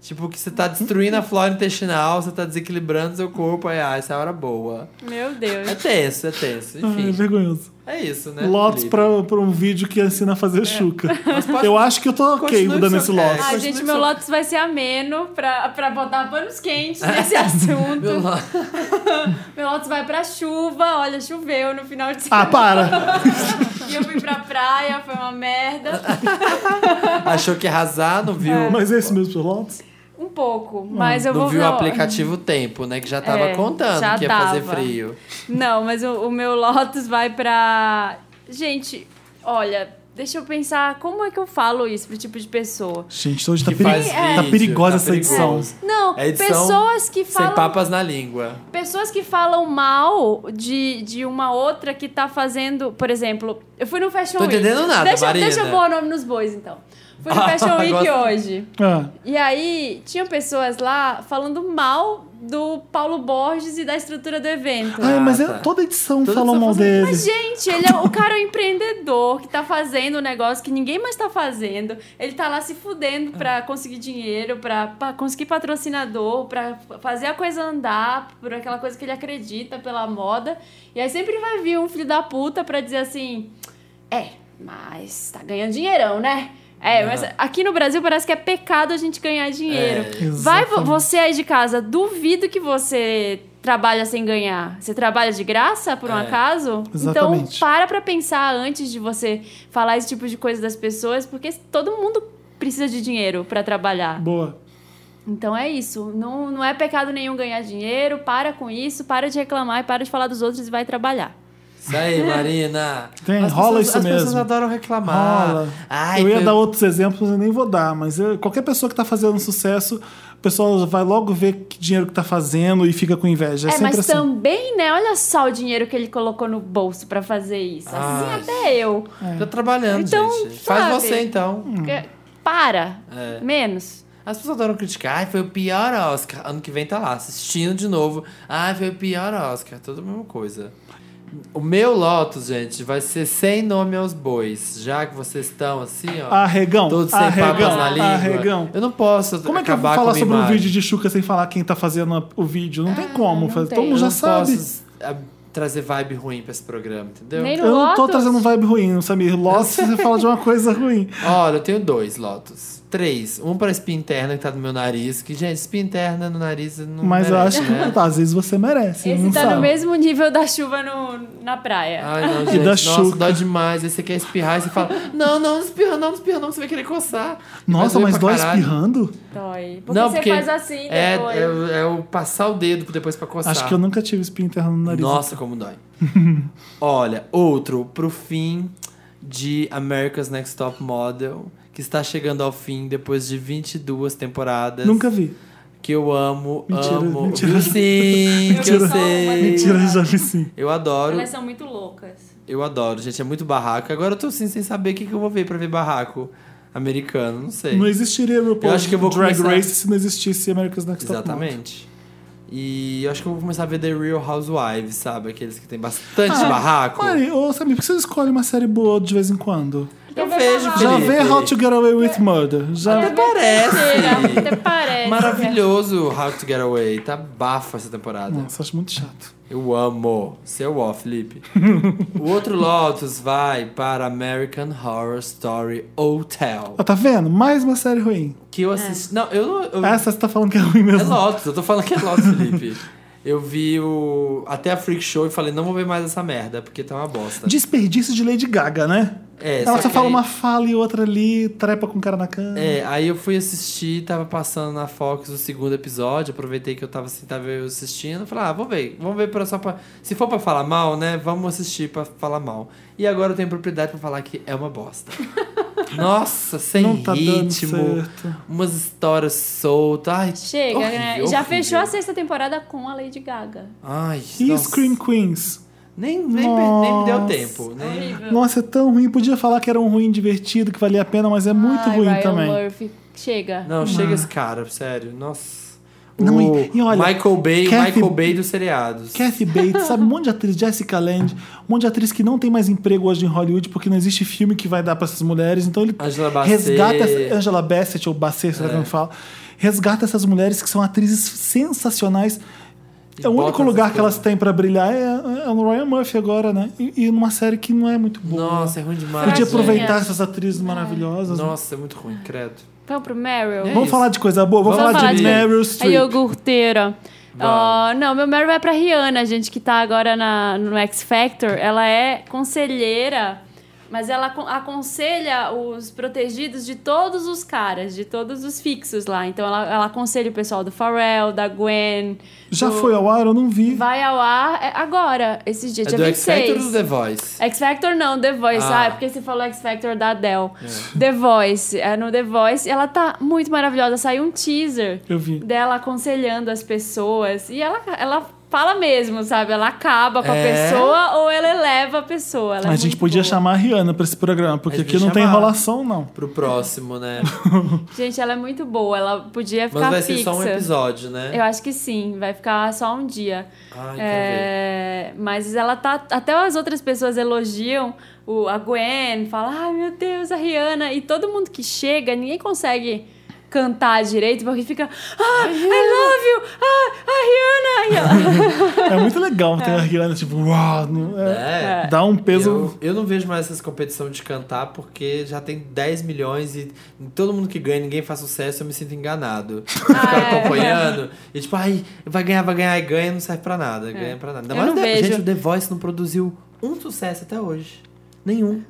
B: Tipo, que você tá destruindo a flora intestinal, você tá desequilibrando seu corpo, aí, ah, essa é a hora boa.
C: Meu
B: É
C: Deus.
B: tenso, é tenso,
A: ah, é
B: enfim.
A: vergonhoso.
B: É isso, né?
A: Lotus
B: Felipe? É.
A: pra, pra um vídeo que ensina a fazer chuca.
B: Mas posso-
A: Eu acho que eu tô ok
B: Continue
A: dando
B: seu É. cast.
A: esse Lotus.
C: Ai,
B: Mas
C: Ah, gente,
B: não
C: meu
B: só-
C: Lotus vai ser ameno pra, pra botar panos quentes nesse assunto.
B: Meu
C: meu,
B: Lo-
C: Lotus vai pra chuva, olha, choveu no final de
A: Ah,
C: semana.
A: para!
C: E eu fui pra praia, foi uma merda.
B: Achou que ia arrasar, não viu?
A: Mas é esse mesmo seu Lotus?
C: Um pouco, mas eu
B: Não
C: vou
B: viu o
C: não.
B: aplicativo tempo, né? Que já tava
C: É,
B: contando
C: já
B: que ia fazer
C: tava.
B: frio.
A: Tá
C: Não, mas o, o meu Lotus vai pra. Gente, olha, deixa eu pensar como é que eu falo isso pro tipo de pessoa.
A: Gente, hoje tá,
B: Que
A: peri-
B: faz
A: tá
B: vídeo,
A: perigosa
B: tá
A: essa edição.
B: perigoso.
C: Não,
B: É edição
C: pessoas que
B: Sem
C: falam.
B: papas na língua.
C: Pessoas que falam mal de, de uma outra que tá fazendo. Por exemplo, eu fui no Fashion
B: Tô
C: Week.
B: entendendo nada,
C: deixa,
B: Marina. Ah,
C: deixa eu pôr o nome nos bois, então. Fui no Fashion Week
B: Gosto.
C: hoje.
A: Ah,
C: E aí, tinham pessoas lá falando mal do Paulo Borges e da estrutura do evento.
A: Ai, mas é-
B: tá.
A: toda edição
B: Toda
A: fala
B: edição
A: mal
B: fala-
A: dele.
C: Mas, gente, ele é o cara é um empreendedor que tá fazendo um negócio que ninguém mais tá fazendo. Ele tá lá se fudendo pra conseguir dinheiro, pra, pra conseguir patrocinador, pra fazer a coisa andar, por aquela coisa que ele acredita, pela moda. E aí sempre vai vir um filho da puta pra dizer assim: é, mas tá ganhando dinheirão, né? É, mas aqui no Brasil parece que é pecado a gente ganhar dinheiro.
B: É,
C: Vai vo-
A: exatamente.
C: você aí de casa, duvido que você trabalha sem ganhar. Você trabalha de graça, por um
B: É.
C: acaso?
A: Exatamente.
C: Então para pra pensar antes de você falar esse tipo de coisa das pessoas, porque todo mundo precisa de dinheiro pra trabalhar.
A: Boa.
C: Então é isso. Não, não é pecado nenhum ganhar dinheiro. Para com isso, para de reclamar e para de falar dos outros e vai trabalhar.
B: Isso aí, Marina.
A: Tem,
B: As
A: rola
B: pessoas-
A: isso
B: as pessoas
A: mesmo.
B: adoram reclamar.
A: Rola.
B: Ai,
A: eu ia
B: meu-
A: dar outros exemplos, eu nem vou dar, mas eu- qualquer pessoa que tá fazendo sucesso, o pessoal vai logo ver que dinheiro que tá fazendo e fica com inveja. É,
C: É,
A: sempre
C: mas
A: assim.
C: também, né? Olha só o dinheiro que ele colocou no bolso pra fazer isso.
B: Ah,
C: assim até eu.
A: um-
B: Tô trabalhando,
C: Então,
B: gente.
C: sabe?
B: Faz você, então.
A: hum.
C: Que- Para.
B: É.
C: Menos.
B: As pessoas adoram criticar. Ai, foi o pior Oscar. Ano que vem tá lá, assistindo de novo. Ai, foi o pior Oscar. Tudo a mesma coisa. O meu Lotus, gente, vai ser sem nome aos bois. Já que vocês estão assim, ó.
A: Arregão.
B: todos sem papas
A: Ah, arregão.
B: na língua.
A: Arregão.
B: Eu não posso
A: Como é que eu
B: acabar
A: vou
B: com
A: falar
B: a minha
A: sobre um
B: imagem.
A: vídeo de Xuca sem falar quem tá fazendo a- o vídeo? Não tem como.
C: Ah, não
A: faz-
C: tem.
A: Todo mundo
B: Eu
A: já
B: não
A: sabe.
B: posso ah, trazer vibe ruim pra esse programa, entendeu?
C: Nem no
A: Eu não tô
C: Lotus?
A: trazendo vibe ruim, Samir. Lost, você fala de uma coisa ruim.
B: Olha, eu tenho dois Lotus. Três. Um pra espinha interna que tá no meu nariz. Que, gente, espinha interna no nariz não
A: Mas eu
B: merece,
A: acho que
B: né?
A: tá, às vezes você merece. não
C: Esse tá
A: sabe.
C: no mesmo nível da chuva no, na praia.
B: Ai, não,
A: É. E
B: gente.
A: da
B: nossa,
A: Xuca.
B: dói demais. Aí você quer espirrar e você fala: Não, não, não espirra, não, não espirra, não, que você vai querer coçar.
A: Nossa,
B: Vai doer
A: mas
B: pra
A: dói
B: caralho.
A: espirrando?
C: Dói. Porque
B: não,
C: você
B: porque
C: faz assim
B: é,
C: depois.
B: é, o- é o passar o dedo depois pra coçar.
A: Acho que eu nunca tive espinha interna no nariz.
B: Nossa, como dói. Olha, outro pro fim de America's Next Top Model, que está chegando ao fim depois de 22 temporadas.
A: Nunca vi.
B: Que eu amo,
A: Mentira,
B: amo.
A: mentira.
B: Viu sim, que eu
A: Mentira.
B: sei.
A: Mentira, já vi sim.
B: Eu adoro,
C: Elas são muito loucas.
B: eu adoro, gente. É muito barraco. Agora eu tô assim, sem saber o que, que eu vou ver pra ver barraco americano, não sei.
A: Não é existiria RuPaul
B: Eu acho que eu vou
A: Drag
B: começar-
A: Race se não existisse America's Next Top Model.
B: Exatamente. E eu acho que eu vou começar a ver The Real Housewives, sabe? Aqueles que tem bastante
A: Ah,
B: barraco.
A: Mari, ô Samir, por que você escolhe uma série boa de vez em quando?
B: Eu
C: Quer ver
B: vejo,
C: barraco?
A: Já
B: Felipe.
A: vê How to Get Away with Murder. Já...
B: Até parece.
C: Até parece. né?
B: Maravilhoso How to Get Away. Tá bafo essa temporada.
A: Nossa, acho muito chato.
B: Eu amo. Seu ó, Felipe. o outro Lotus vai para American Horror Story Hotel.
A: Ó, tá vendo? Mais uma série ruim.
B: Que eu assisti. Não, eu não. eu-
A: É. Essa você tá falando que é ruim
B: É
A: mesmo.
B: Lotus, eu tô falando que é Lotus, Felipe. Eu vi o. Até a Freak Show e falei, não vou ver mais essa merda, porque tá uma bosta.
A: Desperdício de Lady Gaga, né?
B: É,
A: Ela
B: só
A: só
B: que
A: fala
B: aí-
A: uma fala e outra ali, trepa com o cara na cama.
B: É, aí eu fui assistir, tava passando na Fox o segundo episódio, aproveitei que eu tava, assim, tava eu assistindo, falei, ah, vou ver, vamos ver pra, só pra... Se for pra falar mal, né, vamos assistir pra falar mal. E agora eu tenho propriedade pra falar que é uma bosta. Nossa, sem
A: Não tá dando
B: É, ritmo,
A: certo.
B: umas histórias soltas, ai,
C: Chega,
B: horrível,
C: né?
B: horrível.
C: Já fechou a sexta temporada com a Lady Gaga.
B: Ai,
A: E
B: nossa.
A: Scream Queens?
B: Nem, nem, me- nem me deu
A: Nossa.
B: tempo, nem...
C: Horrível.
A: Nossa, é tão ruim. Podia falar que era um ruim divertido, que valia a pena, mas é muito
C: Ai,
A: ruim
C: Ryan
A: também.
C: Murphy. Chega.
B: Não, chega esse cara, sério, nossa.
A: Não,
B: o
A: e- e olha,
B: Michael Bay, o
A: Kathy-
B: Michael Bay dos seriados.
A: Kathy Bates, sabe? Um monte de atriz, Jessica Lange, um monte de atriz que não tem mais emprego hoje em Hollywood porque não existe filme que vai dar pra essas mulheres. Então ele
B: Angela Bassett. É.
A: resgata essa- Angela Bassett ou Bassett, sei lá como fala. Resgata essas mulheres que são atrizes sensacionais.
B: E
A: É o
B: bota
A: único lugar
B: essas
A: que elas têm pra brilhar é, é no Ryan Murphy agora, né? E, e numa série que não é muito boa.
B: Nossa, é ruim demais.
A: Podia
C: Tadinha.
B: né?
A: aproveitar essas atrizes maravilhosas.
B: Nossa, é muito ruim, credo.
C: Vamos pro Meryl.
B: É
A: Vamos
B: isso.
A: falar de coisa boa? Vamos,
B: Vamos
A: falar,
B: falar
A: de,
B: de-
A: Meryl
C: A
A: Streep.
C: iogurteira.
B: Vamos.
C: Ah, não, meu Meryl vai pra Rihanna, gente, que tá agora na, no X Factor. Ela é conselheira, mas ela acon- aconselha os protegidos de todos os caras, de todos os fixos lá. Então ela, ela aconselha o pessoal do Pharrell, da Gwen.
A: Já
C: do-
A: foi ao ar? Eu não vi.
C: Vai ao ar é, agora, esse dia,
B: É
C: dia
B: do X
C: 26.
B: Factor ou do The Voice?
C: X Factor não, The Voice.
B: Ah.
C: Ah, é porque você falou X Factor da Adele. The Voice, é no The Voice. Ela tá muito maravilhosa. Saiu um teaser
A: Eu vi.
C: dela aconselhando as pessoas. E ela, ela fala mesmo, sabe? Ela acaba com
B: É.
C: a pessoa ou ela eleva a pessoa. Ela é
A: a gente
C: muito
A: podia
C: boa.
A: chamar a Rihanna pra esse programa, porque
B: Mas
A: aqui
B: me
A: não tem
B: chamaram.
A: enrolação, não.
C: É.
B: Pro próximo, né?
C: Gente, ela é muito boa. Ela podia ficar
B: Mas vai
C: fixa.
B: ser só um episódio, né?
C: Eu acho que sim, vai ficar só um dia.
B: Ai, quero ver.
C: É, mas ela tá. Até as outras pessoas elogiam o, a Gwen, fala, ai meu Deus, a Rihanna. E todo mundo que chega, ninguém consegue cantar direito, porque fica, ah, I love you, ah, a Rihanna. E ela-
A: É muito legal ter a Rihanna, tipo, uau, não- é,
B: É.
A: dá um peso.
B: Eu, eu não vejo mais essas competições de cantar porque já tem 10 milhões e todo mundo que ganha, ninguém faz sucesso, eu me sinto enganado. Eu
C: Ah,
B: fico
C: é.
B: acompanhando e tipo, ai, vai ganhar, vai ganhar, e ganha, não serve pra nada, ganha pra nada. Ainda
C: É. Eu
B: mais
C: não
B: o The-
C: vejo.
B: Gente, o The Voice não produziu um sucesso até hoje. Nenhum.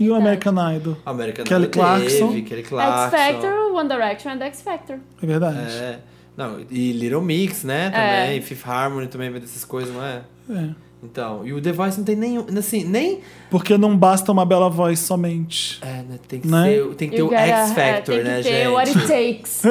A: E o American Idol,
B: American
A: Kelly
B: Idol teve,
A: Clarkson.
B: Kelly Clarkson.
C: X Factor, One Direction é da X Factor.
A: é verdade.
B: É. Não, e Little Mix,
C: É.
B: né? Também. Fifth Harmony também vem dessas coisas, não é?
A: É.
B: Então, e o The Voice não tem nenhum. Assim, nem.
A: Porque não basta uma bela voz somente.
B: É, né, tem que
A: Né?
B: ser o- tem que ter
C: You
B: o
C: gotta-
B: X Factor,
C: é, tem
B: né,
C: que ter
B: gente?
C: What It Takes.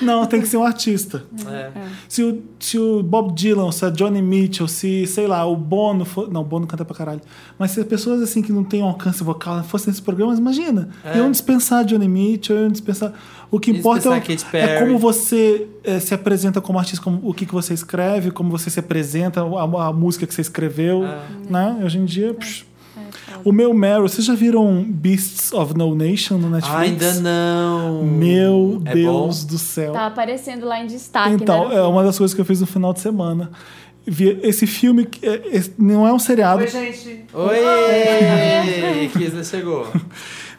A: Não, tem que ser um artista.
B: É.
A: Se o, se o Bob Dylan, se a Johnny Mitchell, se, sei lá, o Bono for, Não, o Bono canta pra caralho. Mas se as pessoas assim que não têm um alcance vocal fossem esses programas, imagina.
B: É.
A: Iam dispensar a Johnny Mitchell, iam dispensar. O que
B: Iam
A: importa
B: dispensar
A: é,
B: a Katy
A: o- é
B: Perry.
A: como você eh, se apresenta como artista, como, o que, que você escreve, como você se apresenta, a, a música que você escreveu.
B: É.
A: Né? Hoje em dia. psh. o meu Meryl, vocês já viram Beasts of No Nation no Netflix?
B: Ah, ainda não.
A: Meu
B: É
A: Deus
B: bom?
A: do céu.
C: tá aparecendo lá em destaque,
A: Então,
C: né?
A: é uma das coisas que eu fiz no final de semana. Vi esse filme que é- esse- não é um seriado,
B: Oi! Kisna né, chegou.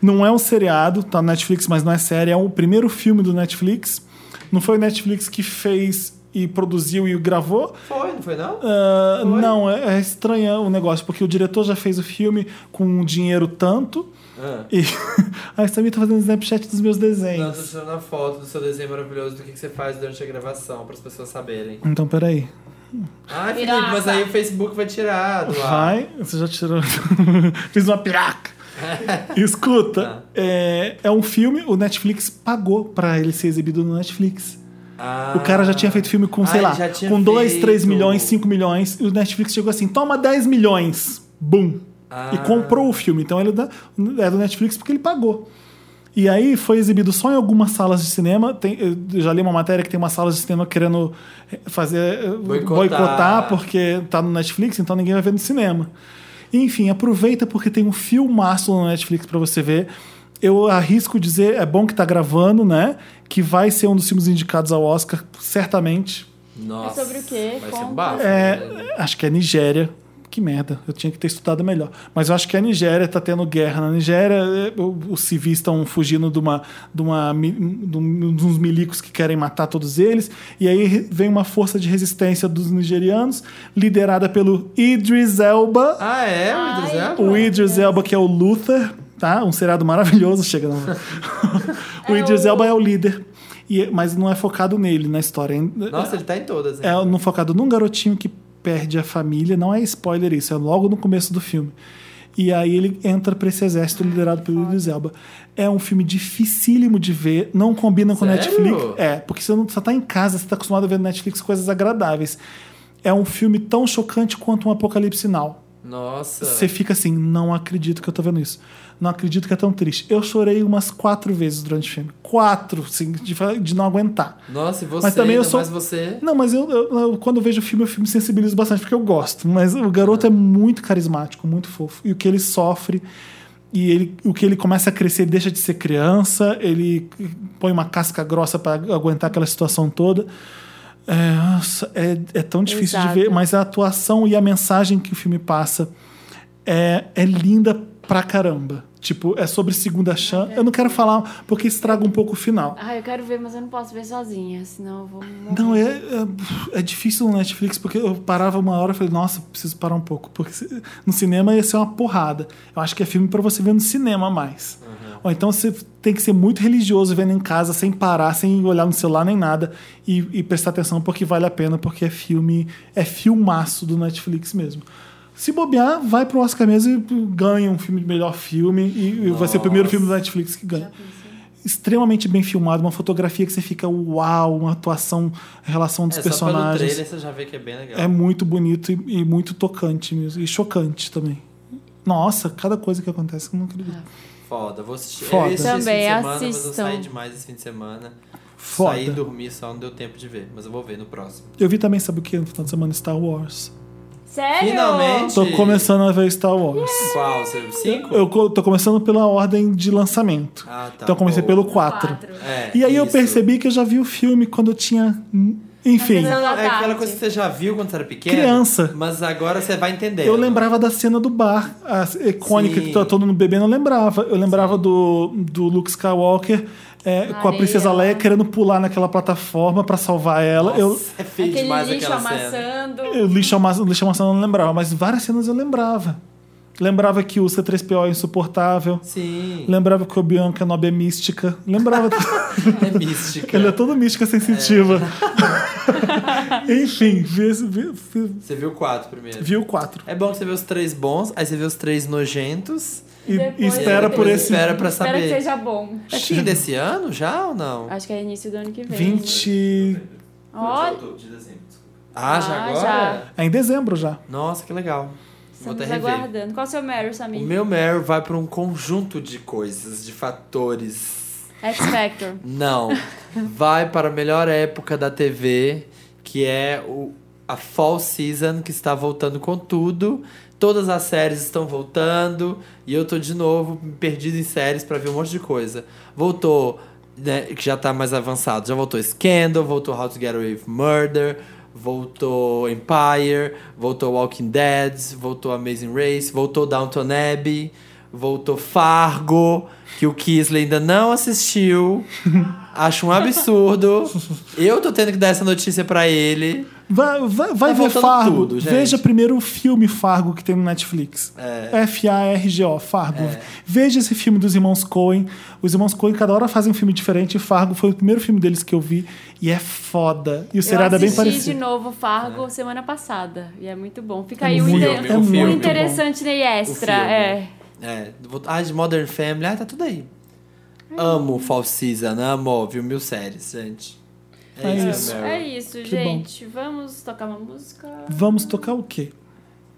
A: não é um seriado, tá no Netflix, mas não é série, é o primeiro filme do Netflix. Não foi o Netflix que fez e produziu e gravou.
B: Foi, não foi não?
A: Ah,
B: Foi?
A: não, é, é estranho o negócio, porque o diretor já fez o filme com um dinheiro tanto.
B: Ah.
A: E a Samir tá fazendo Snapchat dos meus
B: Não,
A: desenhos.
B: tô tirando a foto do seu desenho maravilhoso do que, que você faz durante a gravação, para as pessoas saberem.
A: Então, peraí.
B: Ai, Felipe,
C: Pirata.
B: mas aí o Facebook vai tirar do ar.
A: Vai, você já tirou. Fiz uma piraca.
B: Ah.
A: Escuta, é, é um filme, o Netflix pagou pra ele ser exibido no Netflix.
B: Ah.
A: O cara já tinha feito filme com, sei
B: Ah,
A: lá,
B: ele já tinha
A: com 2, 3
B: feito.
A: milhões, 5 milhões, e o Netflix chegou assim: toma 10 milhões. Bum.
B: Ah.
A: E comprou o filme. Então ele é da- é do Netflix porque ele pagou. E aí foi exibido só em algumas salas de cinema. Tem- eu já li uma matéria que tem umas salas de cinema querendo fazer eh,
B: Boicotar.
A: boicotar porque tá no Netflix, então ninguém vai ver no cinema. Enfim, aproveita porque tem um filmaço no Netflix pra você ver. Eu arrisco dizer, é bom que tá gravando, né? Que vai ser um dos filmes indicados ao Oscar, certamente.
B: Nossa.
C: É sobre o quê?
B: Vai ser
C: Conta.
B: um bafo. né?
A: É, acho que é Nigéria. Que merda, eu tinha que ter estudado melhor. Mas eu acho que a Nigéria tá tendo guerra. Na Nigéria, é, o- os civis estão fugindo de, uma, de, uma, mi- de um- de uns milicos que querem matar todos eles. E aí re- vem uma força de resistência dos nigerianos, liderada pelo Idris Elba.
B: Ah, é? Meu Deus, é?
A: O Idris Elba, que é o Luther, tá? Um seriado maravilhoso, chega não. o Idris
C: o-
A: Elba é o líder. E- mas não é focado nele na história.
B: Nossa, ele tá em todas, né?
A: É no focado num garotinho que perde a família, não é spoiler isso, é logo no começo do filme. E aí ele entra pra esse exército liderado pelo Idris Elba. É um filme dificílimo de ver, não combina com
B: Sério?
A: Netflix. É, porque você não só tá em casa, você tá acostumado a ver no Netflix coisas agradáveis. É um filme tão chocante quanto um Apocalipse Now.
B: Nossa.
A: Você fica assim, não acredito que eu tô vendo isso. Não acredito que é tão triste. Eu chorei umas quatro vezes durante o filme. Quatro, assim, de, de não aguentar.
B: Nossa, e você,
A: Mas também eu
B: ainda
A: sou-
B: mais você.
A: Não, mas eu, eu- eu- quando eu vejo o filme, eu me sensibilizo bastante, porque eu gosto. Mas o garoto é muito carismático, muito fofo. E o que ele sofre, e ele, o que ele começa a crescer, deixa de ser criança, ele põe uma casca grossa pra aguentar aquela situação toda. É, nossa, é, é tão difícil
C: Exato.
A: de ver, mas a atuação e a mensagem que o filme passa é, é linda pra caramba. Tipo, é sobre segunda chance. Eu não quero falar porque estraga um pouco o final.
C: Ah, eu quero ver, mas eu não posso ver sozinha, senão eu vou morrer.
A: Não, é, é, é difícil no Netflix, porque eu parava uma hora e falei, nossa, preciso parar um pouco. Porque se- no cinema ia ser uma porrada. Eu acho que é filme pra você ver no cinema mais. Ou então você tem que ser muito religioso vendo em casa, sem parar, sem olhar no celular nem nada, e, e prestar atenção porque vale a pena, porque é filme, é filmaço do Netflix mesmo. Se bobear, vai pro Oscar mesmo e ganha um filme de melhor filme, e, e vai ser o primeiro filme do Netflix que ganha extremamente bem filmado, uma fotografia que você fica uau, uma atuação, a relação dos
B: É, só pelo
A: personagens.
B: trailer você já vê que é bem legal.
A: É muito bonito e, e muito tocante mesmo, e chocante também. Nossa, cada coisa que acontece eu não acredito.
B: Foda, vou assistir.
A: Foda.
B: Eu ia assistir
C: Também
B: esse fim de semana, mas eu
C: assistam.
B: saí demais esse fim de semana.
C: É.
A: Foda.
B: Saí e dormi, só não deu tempo de ver. Mas eu vou ver no próximo.
A: Eu vi também, sabe o que? No final de semana, Star Wars.
C: Sério?
B: Finalmente.
A: Tô começando a ver Star Wars.
B: Qual? Você- Cinco?
A: Eu co- tô começando pela ordem de lançamento.
B: Ah, tá.
A: então eu comecei
B: Pô.
A: pelo 4.
C: Quatro.
B: É,
A: E aí eu
B: isso.
A: percebi que eu já vi o filme quando eu tinha. hum, Enfim.
C: Não, tá.
B: Não, é aquela
C: tarde.
B: coisa que você já viu quando você era pequeno.
A: Criança.
B: Mas agora você vai entender.
A: Eu lembrava da cena do bar, a icônica
B: É. Sim.
A: que tá todo mundo bebendo, eu lembrava. Eu lembrava do, do Luke Skywalker é, com a
C: Areia.
A: Princesa Leia querendo pular naquela plataforma pra salvar ela. Eu,
B: Nossa, é feio
C: Aquele
B: demais
C: lixo
B: aquela cena.
C: amassando.
A: eu lixo amass- lixo amassado eu não lembrava, mas várias cenas eu lembrava. Lembrava que o C3PO é insuportável.
B: Sim.
A: Lembrava que o Obi-Wan Kenobi é mística. Lembrava.
B: É mística.
A: Ele é todo mística sensitiva.
B: É.
A: Enfim, vi, esse- vi, vi,
B: Você viu quatro primeiro.
A: vi o 4.
B: É bom que você vê os três bons, aí você vê os três nojentos.
A: E,
C: Depois-
A: e espera por
B: depois
A: esse
B: Espera pra
C: Espero que
B: saber.
C: seja bom.
B: É fim desse ano já ou não?
C: Acho que é início do ano que vem.
A: 20.
C: Olha,
E: De, de dezembro, desculpa.
B: Ah, já
C: Ah,
B: agora?
C: já.
A: É em dezembro já.
B: Nossa, que legal. Vou até
C: estamos
B: rever.
C: aguardando. Qual o seu Meryl,
B: O
C: Samir?
B: meu Meryl vai pra um conjunto de coisas, de fatores.
C: X Factor.
B: Não. Vai para a melhor época da TV, que é o, a Fall Season, que está voltando com tudo. Todas as séries estão voltando. E eu tô de novo perdido em séries para ver um monte de coisa. Voltou, né, que já tá mais avançado. Já voltou Scandal, voltou How to Get Away with Murder, voltou Empire, voltou Walking Dead, voltou Amazing Race, voltou Downton Abbey, voltou Fargo, que o Kisley ainda não assistiu. Acho um absurdo. Eu tô tendo que dar essa notícia pra ele.
A: Vai, vai, vai ver
B: faltando
A: Fargo.
B: tudo, gente.
A: Veja primeiro o filme Fargo que tem no Netflix. F-A-R-G-O, Fargo. Veja esse filme dos irmãos Coen. Os irmãos Coen cada hora fazem um filme diferente. Fargo foi o primeiro filme deles que eu vi. E é foda. E o seriado é
C: eu
A: bem
C: assisti
A: parecido.
C: de novo Fargo semana passada. E é muito bom. Fica aí
A: É
C: um,
A: muito-
C: inter-
B: é
C: um
B: muito
C: interessante né, e extra.
B: O filme.
C: É.
B: É, vou- ah, de Modern Family, ah, tá tudo aí.
A: É.
B: Amo Fall Season, amo, viu mil séries, gente.
A: É
B: meu.
C: É isso,
A: Que
C: gente. Vamos tocar uma música.
A: Vamos tocar o quê?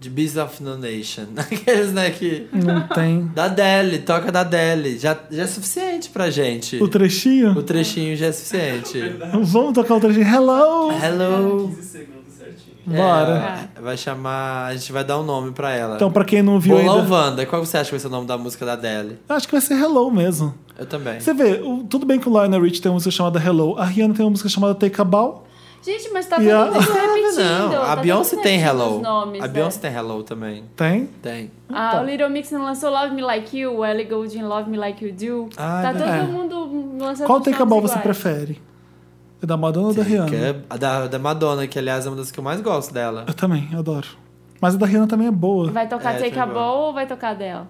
B: The Beast of No Nation. Aqueles, né, que...
A: Não tem.
B: Da Deli, toca da Deli. Já, já é suficiente pra gente.
A: O
B: O
A: trechinho?
B: trechinho já é suficiente.
A: Vamos tocar o trechinho. Hello!
B: Hello.
E: 15 segundos certinho.
A: Bora.
B: É, vai chamar... A gente vai dar um nome pra ela.
A: Então, pra quem não viu
B: Bolão
A: ainda,
B: Wanda, qual você acha que vai ser o nome da música da Deli?
A: acho que vai ser Hello mesmo.
B: Eu também.
A: Você vê, o- tudo bem que o Lionel Rich tem uma música chamada Hello, a Rihanna tem uma música chamada Take a Bow.
C: Gente, mas tá
A: E
C: todo
A: a-
C: mundo repetindo.
B: Ah, Não,
C: tá
B: a
C: todo
B: Beyoncé
C: mundo
B: tem
C: repetindo
B: Hello.
C: os Nomes,
B: a
C: né?
B: Beyoncé tem Hello também.
A: Tem?
B: Tem.
C: Ah, o Little Mix não lançou Love Me Like You, Ellie Goulding Love Me Like You Do.
B: Ah,
C: tá
B: é
C: todo
A: verdade.
C: mundo lançando
A: Qual
C: os
A: take a
C: nomes
A: ball você
C: iguais.
A: prefere? É da Madonna ou da Rihanna?
B: Que é a da, da Madonna, que aliás é uma das que eu mais gosto dela.
A: Eu também, eu adoro. Mas a da Rihanna também é boa.
C: Vai tocar
B: É,
C: Take
B: foi
C: a
B: bom.
C: Ball ou vai tocar dela?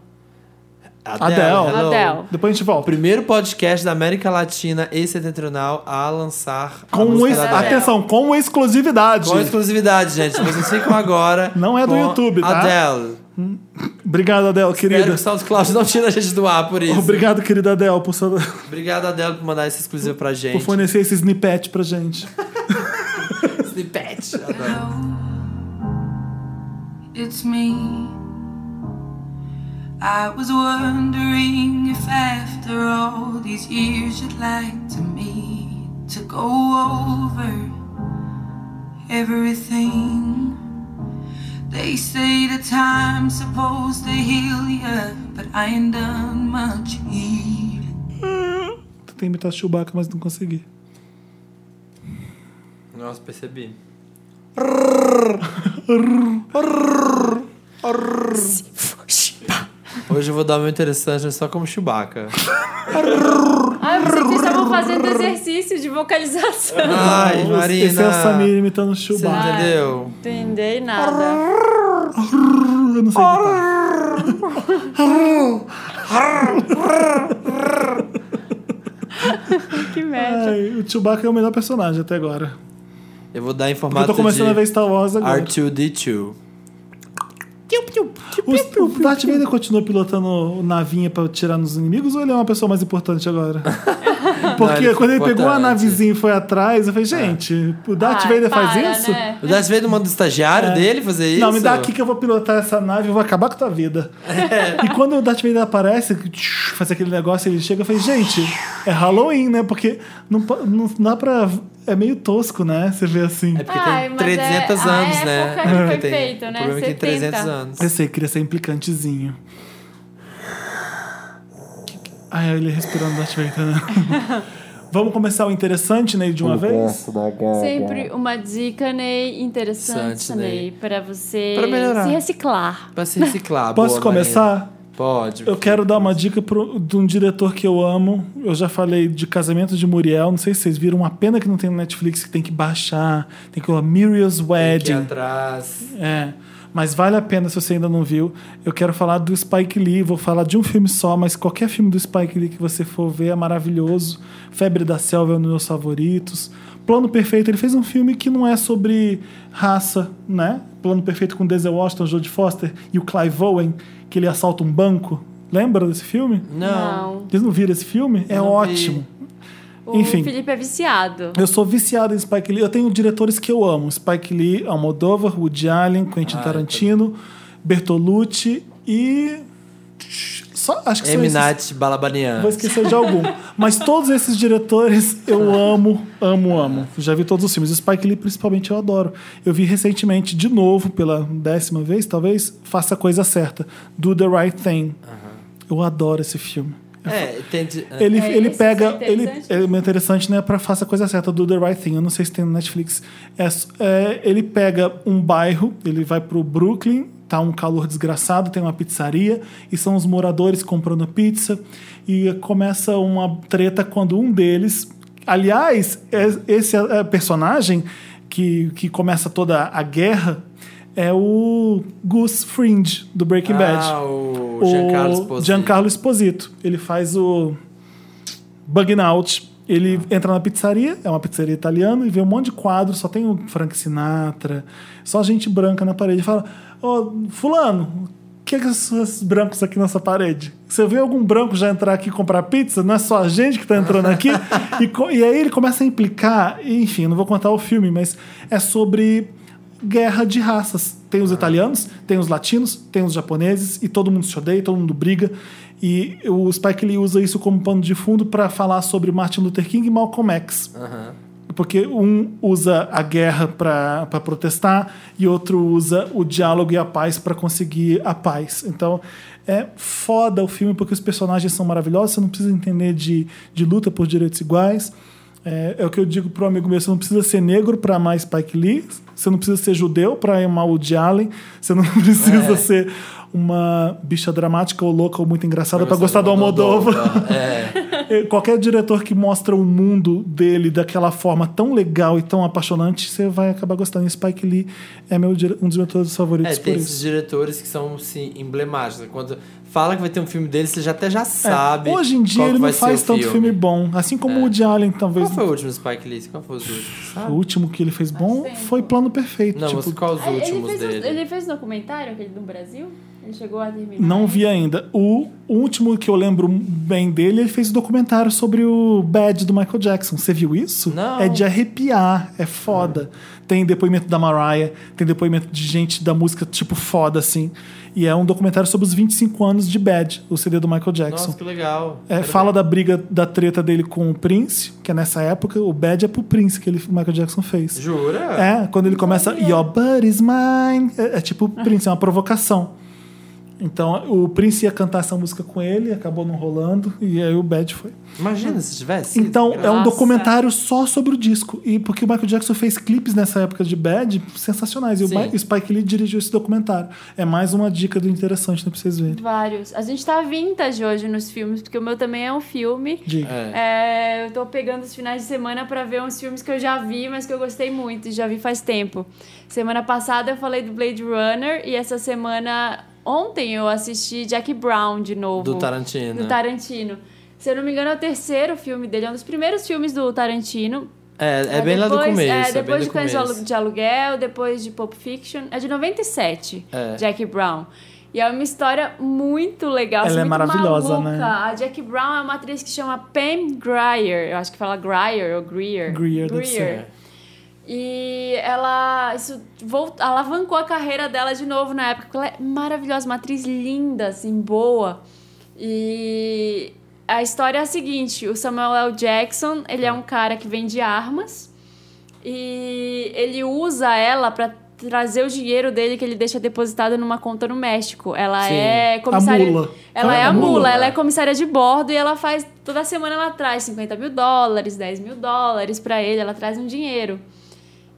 B: Adele.
A: Adele.
B: hello.
C: Adele.
A: Depois a gente volta.
B: Primeiro podcast da América Latina e Setentrional a lançar a
A: Com
B: música
A: ex-
B: da Adele.
C: Adele.
A: Atenção, com exclusividade.
B: Com exclusividade, gente. Vocês ficam agora.
A: Não é do
B: com
A: YouTube, tá?
B: Adele.
A: Obrigado, Adele,
B: Espero que
A: querida.
B: o SoundCloud não tira a gente do ar por isso.
A: Obrigado, querida Adele, por, sua-
B: Obrigado, Adele, por mandar essa exclusiva pra
A: por
B: gente.
A: fornecer esse snippet pra gente.
B: Snippet. Adoro.
G: It's me. I was wondering if after all these years you'd like to me to go over everything. They say the time's supposed to heal ya, but I ain't done much healing.
A: Tentei imitar Chewbacca, mas não consegui.
B: Nossa, percebi. Hoje eu vou dar meu interessante mas só como Chewbacca.
C: Ah, eu pensei que vocês estavam fazendo exercício de vocalização.
B: Ai,
A: Nossa,
B: Marina.
A: Esse é o Samir imitando
B: Você não
A: Chewbacca.
B: entendeu?
C: Entendei nada.
A: Eu não sei imitar.
C: Que merda.
A: Ai, o Chewbacca é o melhor personagem até agora.
B: Eu vou dar em
A: Porque eu
B: formato
A: tô começando
B: de
A: a ver Star Wars agora.
B: R2-D2.
A: O, o Darth Vader continua pilotando navinha pra tirar nos inimigos ou ele é uma pessoa mais importante agora? Porque
B: ele foi
A: quando ele pegou
B: importante. É.
A: a navezinha e foi atrás, eu falei, gente, o Darth
C: Ai,
A: Vader
C: para,
A: faz isso?
C: né?
B: O Darth Vader manda o estagiário dele fazer isso?
A: É. Não, me dá aqui que eu vou pilotar essa nave e vou acabar com a tua vida.
B: É.
A: E quando o Darth Vader aparece, que tsh, faz aquele negócio, ele chega e fala, gente, é Halloween, né? Porque não, po- não dá pra. É meio tosco, né? Você vê assim.
B: É porque
C: Ai,
B: tem
C: mas é-
B: 300
C: a
B: anos,
C: época
B: né?
C: que foi
B: Porque tem-
C: feito, né?
B: O problema é que tem
C: 70.
B: 300 anos.
A: Eu sei, queria ser implicantezinho. Ai, ele respirando Darth Vader, né? Vamos começar o interessante, Ney, de uma vez?
C: Sempre uma dica, Ney, interessante,
B: Interessante, Ney.
C: Ney, pra você
B: Pra melhorar.
C: se reciclar.
B: Pra se reciclar.
A: Posso
B: boa, né?
A: começar?
B: Marina. Pode.
A: Eu quero dar uma dica pro, de um diretor que eu amo. Eu já falei de Casamento de Muriel. Não sei se vocês viram. Uma pena que não tem no Netflix, que tem que baixar. Tem que ir lá, Muriel's
B: Tem que ir
A: Wedding.
B: atrás.
A: É. Mas vale a pena se você ainda não viu. Eu quero falar do Spike Lee. Vou falar de um filme só, mas qualquer filme do Spike Lee que você for ver é maravilhoso. Febre da Selva é um dos meus favoritos. Plano Perfeito, ele fez um filme que não é sobre raça, né? Plano Perfeito com Denzel Washington, Jodie Foster e o Clive Owen, que ele assalta um banco. Lembra desse filme?
B: Não.
A: Vocês não viram esse filme? É
B: Não vi.
A: ótimo.
C: O
A: Enfim.
C: Felipe é viciado.
A: Eu sou viciado em Spike Lee. Eu tenho diretores que eu amo: Spike Lee, Almodóvar, Woody Allen, Quentin
B: Ah,
A: Tarantino, Bertolucci e. Só, acho que são
B: M.
A: esses.
B: Night Balabanian.
A: Vou esquecer de algum. Mas todos esses diretores eu amo, amo, amo. Já vi todos os filmes. Spike Lee, principalmente, eu adoro. Eu vi recentemente, de novo, pela décima vez, talvez, Faça a Coisa Certa, Do The Right Thing. Eu adoro esse filme.
B: É, entende.
A: Ele,
C: É,
A: ele
C: esse é
A: pega. Ele,
C: interessante.
A: é meio interessante, né? Pra faça a coisa certa do The Right Thing. Eu não sei se tem no Netflix. É, s- é, ele pega um bairro, ele vai pro Brooklyn, tá um calor desgraçado, tem uma pizzaria, e são os moradores comprando pizza. E começa uma treta quando um deles. Aliás, é- esse é, é, personagem que, que começa toda a guerra é o Gus Fringe, do Breaking Bad
B: Ah, o Giancarlo Esposito.
A: Giancarlo Esposito. Ele faz o Bugging Out. Ele entra na pizzaria, é uma pizzaria italiana, e vê um monte de quadros, só tem o Frank Sinatra, só gente branca na parede. E Fala, ô, fulano, o que é que esses brancos aqui nessa parede? Você vê algum branco já entrar aqui e comprar pizza? Não é só a gente que tá entrando aqui? e, co- e aí ele começa a implicar, e, enfim, eu não vou contar o filme, mas é sobre guerra de raças. Tem os italianos, tem os latinos, tem os japoneses, e todo mundo se odeia, todo mundo briga. E o Spike Lee usa isso como pano de fundo para falar sobre Martin Luther King e Malcolm X. Porque um usa a guerra para protestar e outro usa o diálogo e a paz para conseguir a paz. Então é foda o filme porque os personagens são maravilhosos, você não precisa entender de, de luta por direitos iguais. É, é o que eu digo pro amigo meu: você não precisa ser negro para amar Spike Lee, você não precisa ser judeu para amar Woody Allen, você não precisa ser uma bicha dramática ou louca ou muito engraçada para gostar tá do Almodóvar.
B: É.
A: Eh, Qualquer diretor que mostra o mundo dele daquela forma tão legal e tão apaixonante, você vai acabar gostando. E Spike Lee é meu, dire- um dos diretores
B: É,
A: favoritos por
B: tem esses
A: isso.
B: diretores que são assim, emblemáticos. né? Quando fala que vai ter um filme dele, você já até já
A: É,
B: sabe.
A: Hoje em dia
B: qual que
A: ele não
B: vai ser
A: faz
B: o É.
A: tanto filme bom. Assim como o Woody Allen, talvez.
B: Qual foi o último Spike Lee? Qual foi os últimos? Sabe?
A: O último que ele fez bom
B: Tá
A: foi Plano Perfeito.
B: Não,
A: tipo,
B: mas qual os
C: Ele- Ele
B: últimos
C: fez,
B: dele?
C: um, ele fez um documentário, aquele do Brasil? Ele chegou a terminar?
A: Não vi ainda. O último que eu lembro bem dele, ele fez um documentário sobre o Bad do Michael Jackson. Você viu isso?
B: Não.
A: É de arrepiar, é foda. Tem depoimento da Mariah, tem depoimento de gente da música, tipo, foda, assim. E é um documentário sobre os 25 anos de Bad, o CD do Michael Jackson.
B: Nossa, que legal.
A: É, fala da briga, da treta dele com o Prince, que é nessa época, o Bad é pro Prince que ele, o Michael Jackson fez.
B: Jura?
A: É, quando ele começa Your body's mine. É, é tipo
C: Ah.
A: o Prince, é uma provocação. Então o Prince ia cantar essa música com ele, acabou não rolando, e aí o Bad foi.
B: Imagina se tivesse. sido.
A: Então é um
C: Nossa.
A: documentário só sobre o disco. E porque o Michael Jackson fez clipes nessa época de Bad sensacionais. E o
B: Sim.
A: Mi- o Spike Lee dirigiu esse documentário. É mais uma dica do interessante, né, pra vocês verem.
C: Vários. A gente tá vintage hoje nos filmes, porque o meu também é um filme.
A: Diga.
B: É.
C: É, eu tô pegando os finais de semana pra ver uns filmes que eu já vi, mas que eu gostei muito, e já vi faz tempo. Semana passada eu falei do Blade Runner e essa semana ontem eu assisti Jack Brown de novo.
B: Do Tarantino.
C: Do Tarantino. Se eu não me engano, é o terceiro filme dele, é um dos primeiros filmes do Tarantino.
B: É, é
C: Aí
B: bem lá do
C: depois-
B: começo.
C: É, depois
B: bem
C: de
B: do começo.
C: Cães de Aluguel, depois de Pulp Fiction. É de 97,
B: É.
C: Jack Brown. E é uma história muito legal.
A: Ela
C: assim,
A: é
C: muito
A: maravilhosa,
C: maluca.
A: né?
C: A Jack Brown é uma atriz que chama Pam Grier. Eu acho que fala Grier ou Greer.
A: Greer, deve ser.
B: É.
C: E ela isso voltou, alavancou a carreira dela de novo na época. porque Ela é maravilhosa, uma atriz linda, assim, boa. E a história é a seguinte: o Samuel L. Jackson, ele é um cara que vende armas e ele usa ela pra trazer o dinheiro dele que ele deixa depositado numa conta no México. Ela
B: Sim.
C: é
A: A
C: comissária.
A: mula.
C: Ela é a
A: Caramba.
C: mula, ela é comissária de bordo e ela faz. Toda semana ela traz 50 mil dólares, 10 mil dólares pra ele, ela traz um dinheiro.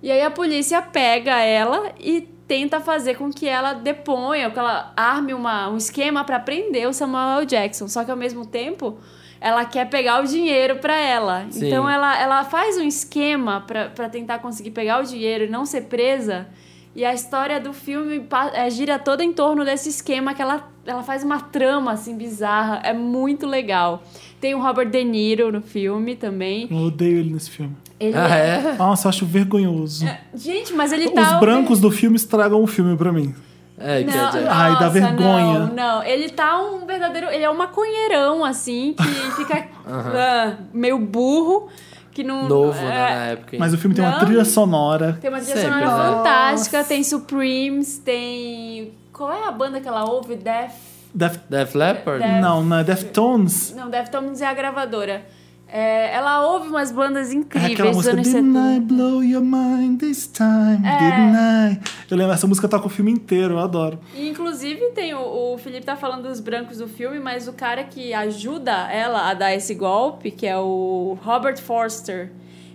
C: E aí a polícia pega ela e tenta fazer com que ela deponha, ou que ela arme uma, um esquema pra prender o Samuel L. Jackson. Só que ao mesmo tempo, ela quer pegar o dinheiro pra ela.
B: Sim.
C: Então ela, ela faz um esquema pra- pra tentar conseguir pegar o dinheiro e não ser presa. E a história do filme pa- é, gira toda em torno desse esquema que ela, ela faz uma trama assim bizarra. É muito legal. Tem o Robert De Niro no filme também.
A: Eu odeio ele nesse filme.
C: Ele
B: Ah,
C: é-
B: é?
A: Nossa, eu acho vergonhoso.
C: Gente, mas ele tá.
A: Os brancos do filme estragam o filme pra mim.
B: É, que é
C: Não,
B: de-
A: Ai, dá
C: nossa,
A: vergonha.
C: Não, não. Ele tá um verdadeiro. Ele é um maconheirão, assim, que fica ah, meio burro, que não.
B: novo,
C: é,
B: né, na época. hein?
A: Mas o filme tem uma
C: Não.
A: trilha sonora.
C: Tem uma trilha
B: Sempre,
C: sonora
B: né?
C: fantástica, tem Supremes, tem. Qual é a banda que ela ouve? Death.
A: Def...
B: Def Leppard?
C: Def-
A: Não, não é Deftones.
C: Não, Deftones é a gravadora. É, ela ouve umas bandas
A: É aquela
C: incríveis dos
A: música
C: anos
A: Didn't I
C: 70.
A: blow your mind this time?
C: É.
A: Didn't I? Eu lembro, essa música toca o filme inteiro, eu adoro.
C: E, inclusive, tem o, o Felipe tá falando dos brancos do filme, mas o cara que ajuda ela a dar esse golpe, que é o Robert Forster.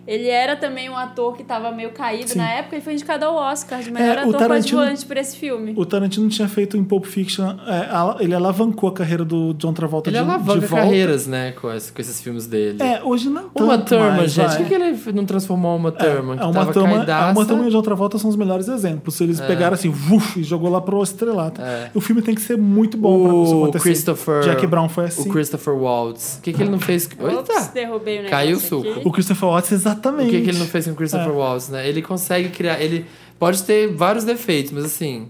C: Ele era também um ator que tava meio caído
A: Sim. É,
C: na época e foi indicado ao Oscar de melhor
A: o
C: ator
A: Tarantino-
C: coadjuvante por esse filme.
A: O Tarantino tinha feito em Pulp Fiction, é, ala- ele alavancou a carreira do John Travolta
B: Ele
A: de,
B: alavanca
A: de volta.
B: carreiras, né, com, esse- com esses filmes dele.
A: É, hoje não tanto
B: uma turma,
A: mais,
B: gente.
A: vai.
B: Por que, que ele não transformou uma turma?
A: É,
B: que
A: uma
B: tava
A: turma,
B: caidaça?
A: a uma turma e o John Travolta são os melhores exemplos. Se eles pegaram assim, vuf, e jogou lá pro estrelato.
B: É.
A: O filme tem que ser muito bom pra isso
B: O
A: acontecer.
B: Christopher.
A: Jack Brown foi assim.
B: O Christopher Waltz. O que, que ele não fez?
C: Ops,
B: Eita!
C: derrubei o negócio
B: Caiu o
C: aqui.
B: suco.
A: O Christopher Watts,
B: O
A: exatamente.
B: que, que ele não fez com o Christopher
A: É.
B: Waltz, né? Ele consegue criar. Ele pode ter vários defeitos, mas assim.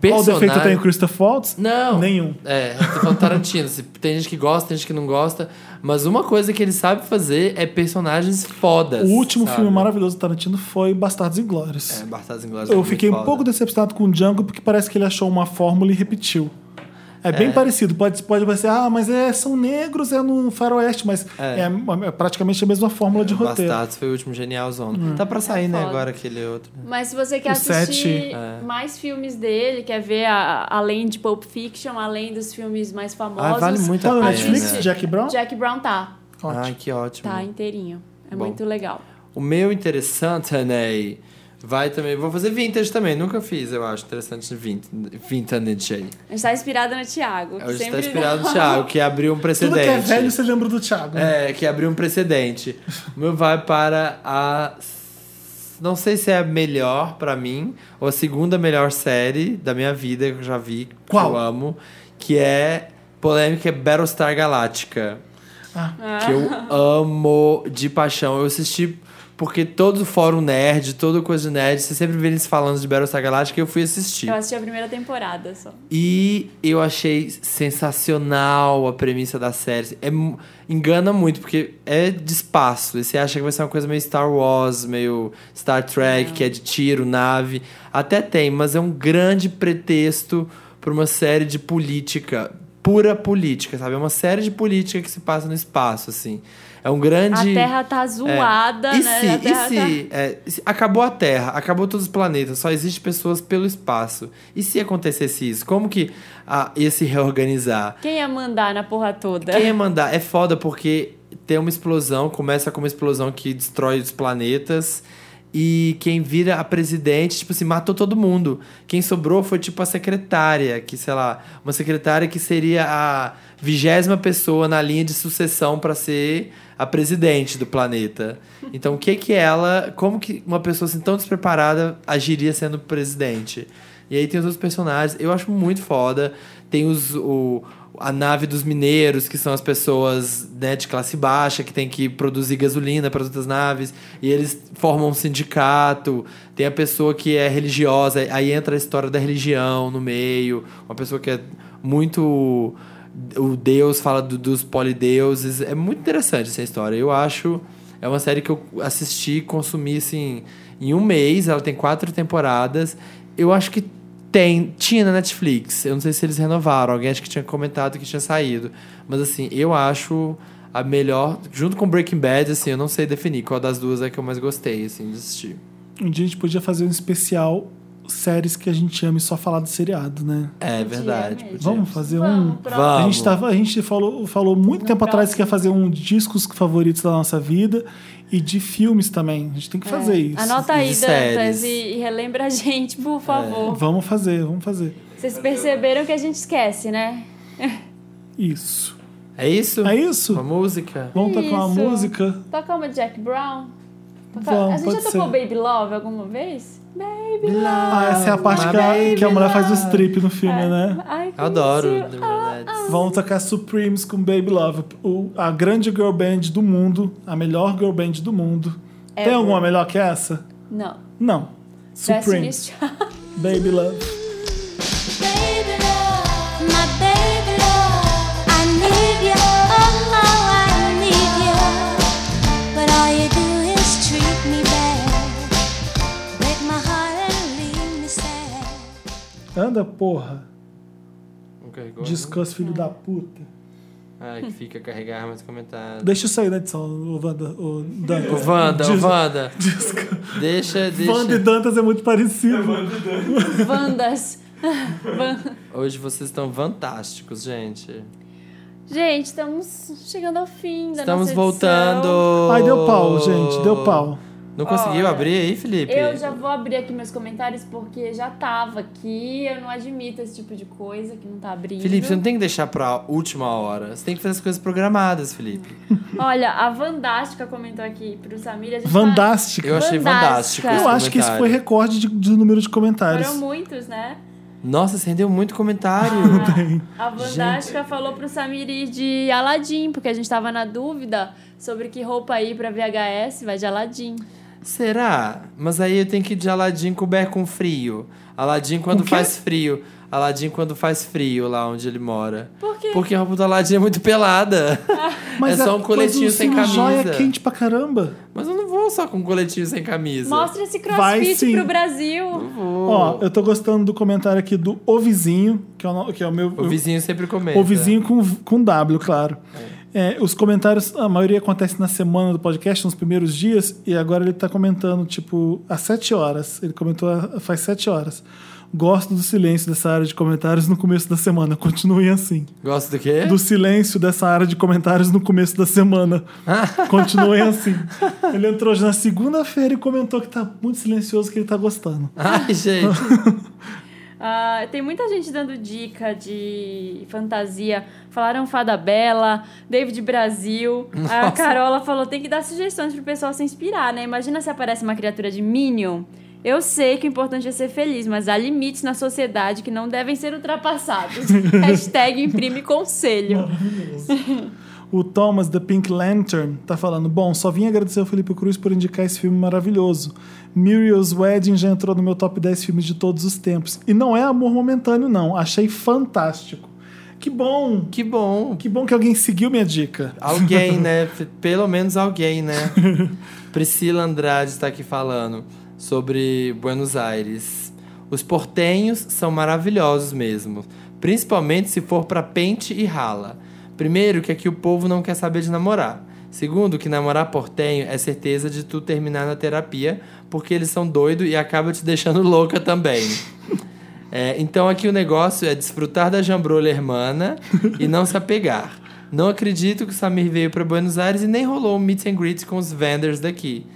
A: Qual
B: Personagem...
A: defeito tem o Christopher Waltz?
B: Não.
A: Nenhum.
B: É, eu tô falando Tarantino. se- Tem gente que gosta, tem gente que não gosta. Mas uma coisa que ele sabe fazer é personagens fodas.
A: O último
B: sabe?
A: filme maravilhoso do Tarantino foi Bastardos Inglórios.
B: É, Bastardos Inglórios é
A: Eu
B: muito
A: fiquei um
B: foda.
A: pouco decepcionado com o Django porque parece que ele achou uma fórmula e repetiu. É bem parecido. Pode, pode parecer, ah, mas é, são negros, é no faroeste, mas é, é praticamente a mesma fórmula de roteiro.
B: É,
A: Hum.
B: Bastardos foi o último genialzão. Tá pra sair, né,
C: foda.
B: agora aquele outro.
C: Mas se você
A: O
C: quer
A: é.
C: assistir
A: sete,
C: mais filmes dele, quer ver a- além de Pulp Fiction, além dos filmes mais famosos,
B: Ah, vale muito
A: Tá
B: a
A: na
B: pena.
A: Netflix,
B: né? Ah,
A: Jack Brown?
C: Jack Brown tá.
B: Ai, que ótimo.
C: Tá inteirinho. É
B: Bom.
C: muito legal.
B: O meu interessante, né? Vai também. Vou fazer vintage também. Nunca fiz, eu acho. Interessante vin- vintage aí.
C: A gente tá inspirada no Thiago. que
B: Hoje tá
C: sempre-
B: inspirado no Thiago, que abriu um
A: Tudo
B: precedente.
A: que é velho, você lembra do Thiago. né?
B: É, que abriu um precedente. O meu vai para a. Não sei se é a melhor pra mim, ou a segunda melhor série da minha vida que eu já vi, que
A: Qual?
B: eu amo, que é polêmica é Battlestar Galáctica. Que eu amo de paixão. Eu assisti Porque todo fórum nerd, toda coisa de nerd, você sempre vê eles falando de Battlestar Galactica e eu fui assistir.
C: Eu assisti a primeira temporada só.
B: E eu achei sensacional a premissa da série. É, mu- engana muito, porque é de espaço. E você acha que vai ser uma coisa meio Star Wars, meio Star Trek, que é de tiro, nave. Até tem, mas é um grande pretexto para uma série de política. Pura política, sabe? É uma série de política que se passa no espaço, assim. É um grande.
C: A Terra tá
B: É.
C: zoada,
B: e
C: né?
B: Se,
C: a terra
B: e se, é, e se acabou a Terra, acabou todos os planetas, só existe pessoas pelo espaço. E se acontecesse isso? Como que ah, ia se reorganizar?
C: tá- Quem ia mandar na porra toda?
B: Quem ia mandar? É foda porque tem uma explosão, começa com uma explosão que destrói os planetas. E quem vira a presidente, tipo assim, matou todo mundo. Quem sobrou foi tipo a secretária, que sei lá, uma secretária que seria a vigésima pessoa na linha de sucessão pra ser a presidente do planeta. Então, o que que ela, como que uma pessoa assim tão despreparada agiria sendo presidente? E aí tem os outros personagens, eu acho muito foda. Tem os, o, a nave dos mineiros, que são as pessoas né, de classe baixa, que tem que produzir gasolina para as outras naves, e eles formam um sindicato. Tem a pessoa que é religiosa, aí entra a história da religião no meio, uma pessoa que é muito. O Deus fala do- dos polideuses. É muito interessante essa história. Eu acho. É uma série que eu assisti, consumi assim, em um mês. Ela tem quatro temporadas. Eu acho que tem, tinha na Netflix. Eu não sei se eles renovaram. Alguém acho que tinha comentado que tinha saído. Mas assim, eu acho a melhor, junto com Breaking Bad, assim, eu não sei definir qual das duas é que eu mais gostei, assim, de assistir.
A: Um dia a gente podia fazer um especial séries que a gente ama e só falar do seriado, né?
B: É verdade.
C: mesmo.
B: podia.
A: Vamos fazer um.
C: Vamos, pronto.
A: A
B: Vamos.
A: gente, tava, a gente falou, falou muito tempo atrás que ia fazer um discos favoritos da nossa vida e de filmes também. A gente tem que fazer isso.
C: É. Anota aí,
B: De séries.
C: Dantas, e, e relembra a gente, por favor.
A: Vamos fazer, vamos fazer.
C: Vocês perceberam que a gente esquece, né?
A: Isso.
B: É isso?
A: É isso?
B: Uma música?
A: Vamos tocar uma
C: Isso.
A: música?
C: Toca uma Jack Brown. Toca-
A: Vamos,
C: a gente já
A: pode
C: tocou
A: ser.
C: Baby Love alguma vez? Baby Love.
A: Ah, essa é a parte que a, que a mulher faz o strip no
C: É.
A: filme, né?
C: I can
B: Adoro. né?
C: see you. Ah,
B: The Ronettes.
A: Vamos tocar Supremes com Baby Love, o- a grande girl band do mundo, a melhor girl band do mundo. Tem
C: Ever.
A: alguma melhor que essa?
C: Não.
A: Não.
C: Destiny's
A: Supremes,
C: Child.
A: Baby Love.
F: Baby love, my baby love, I need you, oh how I need you. But all you do is treat me bad, break my heart and leave me sad.
A: Anda, porra.
B: Não carregou, né?
A: Discuss, filho da puta.
B: Ah, que fica carregar mais comentários.
A: Deixa eu sair da edição, o Wanda. O, Dan-
B: O Wanda,
A: Dis-
B: o Wanda.
A: Disco.
B: Deixa,
A: Wanda e
B: deixa.
A: Dantas é muito parecido.
C: Vandas. Van-
B: Hoje vocês estão fantásticos, gente.
C: Gente, estamos chegando ao fim da
B: Estamos
C: nossa edição.
B: voltando.
A: Ai, deu
B: Oh.
A: pau, gente, deu pau.
B: Não conseguiu
C: Olha,
B: abrir aí, Felipe?
C: Eu já vou abrir aqui meus comentários porque já tava aqui. Eu não admito esse tipo de coisa que não tá abrindo.
B: Felipe, você não tem que deixar pra última hora. Você tem que fazer as coisas programadas, Felipe.
C: Olha, a Vandástica comentou aqui pro Samir. A gente tá-
A: Fantástica.
B: Eu achei fantástico.
C: Fantástica.
B: esse
C: Eu
A: Eu acho que esse foi
B: comentário.
A: recorde de, de número de comentários.
C: Foram muitos, né?
B: Nossa, você rendeu muito comentário.
C: A Vandástica falou pro Samir ir de Aladim, porque a gente tava na dúvida sobre que roupa ir pra VHS, vai de Aladim.
B: Será? Mas aí eu tenho que ir de Aladim coberto com frio. Aladim quando
A: quê?
B: faz frio. Aladim quando faz frio lá onde ele mora.
C: Por quê?
B: Porque a roupa do Aladim é muito pelada. é só um
A: a-
B: coletinho
A: mas o
B: sem
A: seu
B: camisa.
A: joia é quente pra caramba.
B: Mas eu não vou só com um coletinho sem camisa.
C: Mostra esse
A: Vai
C: crossfit
A: sim.
C: pro Brasil.
B: Oh.
A: Ó, eu tô gostando do comentário aqui do O Vizinho, que é o, no- que é o meu.
B: O vizinho sempre comenta.
A: O Vizinho com, com W, claro. É, os comentários, a maioria acontece na semana do podcast, nos primeiros dias, e agora ele tá comentando, tipo, às sete horas. Ele comentou ah, faz sete horas. Gosto do silêncio dessa área de comentários no começo da semana. Continuem assim.
B: Gosta do quê?
A: do silêncio dessa área de comentários no começo da semana. Continuem assim. Ele entrou já na segunda-feira e comentou que tá muito silencioso, que ele tá gostando.
B: Ai, gente.
C: Ah, tem muita gente dando dica de fantasia. Falaram Fada Bela, David Brasil. A Carola falou: tem que dar sugestões pro pessoal se inspirar, né? Imagina se aparece uma criatura de Minion. Eu sei que o importante é ser feliz, mas há limites na sociedade que não devem ser ultrapassados. Hashtag imprime conselho.
A: O Thomas The Pink Lantern tá falando: Bom, só vim agradecer ao Felipe Cruz por indicar esse filme maravilhoso. Muriel's Wedding já entrou no meu top 10 filmes de todos os tempos. E não é amor momentâneo, não. Achei fantástico. Que bom!
B: Que bom.
A: Que bom que alguém seguiu minha dica.
B: Alguém, né? F- Pelo menos alguém, né? Priscila Andrade está aqui falando sobre Buenos Aires. Os portenhos são maravilhosos mesmo, principalmente se for para pente e rala. Primeiro, que aqui o povo não quer saber de namorar. Segundo, que namorar portenho é certeza de tu terminar na terapia, porque eles são doidos e acaba te deixando louca também. É, então aqui o negócio é desfrutar da jambrolha hermana e não se apegar. Não acredito que o Samir veio para Buenos Aires e nem rolou um meet and greet com os vendors daqui.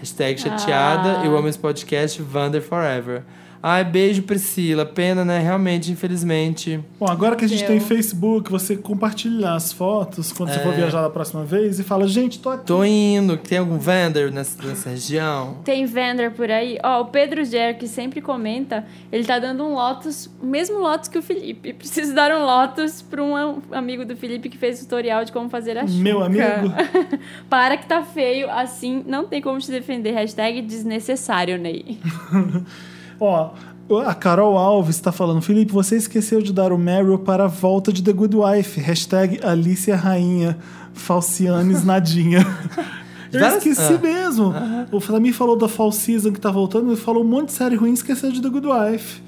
B: Hashtag chateada,
C: Ah.
B: eu amo esse podcast, Vander Forever. Ai, beijo, Priscila. Pena, né? Realmente, infelizmente.
A: Bom, agora que a gente
C: Deu.
A: tem Facebook, você compartilha as fotos quando você for viajar da próxima vez e fala: Gente, tô aqui.
B: Tô indo. Tem algum vendor nessa, nessa região?
C: Tem vendor por aí. Ó, o Pedro Jer, que sempre comenta, ele tá dando um Lotus, o mesmo Lotus que o Felipe. Preciso dar um Lotus pra um am- amigo do Felipe que fez tutorial de como fazer a chuca.
A: Meu amigo?
C: Para que tá feio, assim não tem como te defender. Hashtag desnecessário, Ney.
A: Ó, a Carol Alves tá falando: Felipe, você esqueceu de dar o Meryl para a volta de The Good Wife. Hashtag Alicia Rainha. Falcianes Nadinha. Eu
B: Várias-
A: esqueci
B: Ah.
A: mesmo. O Flamir falou da Fall Season que tá voltando, ele falou um monte de série ruim e esqueceu de The Good Wife.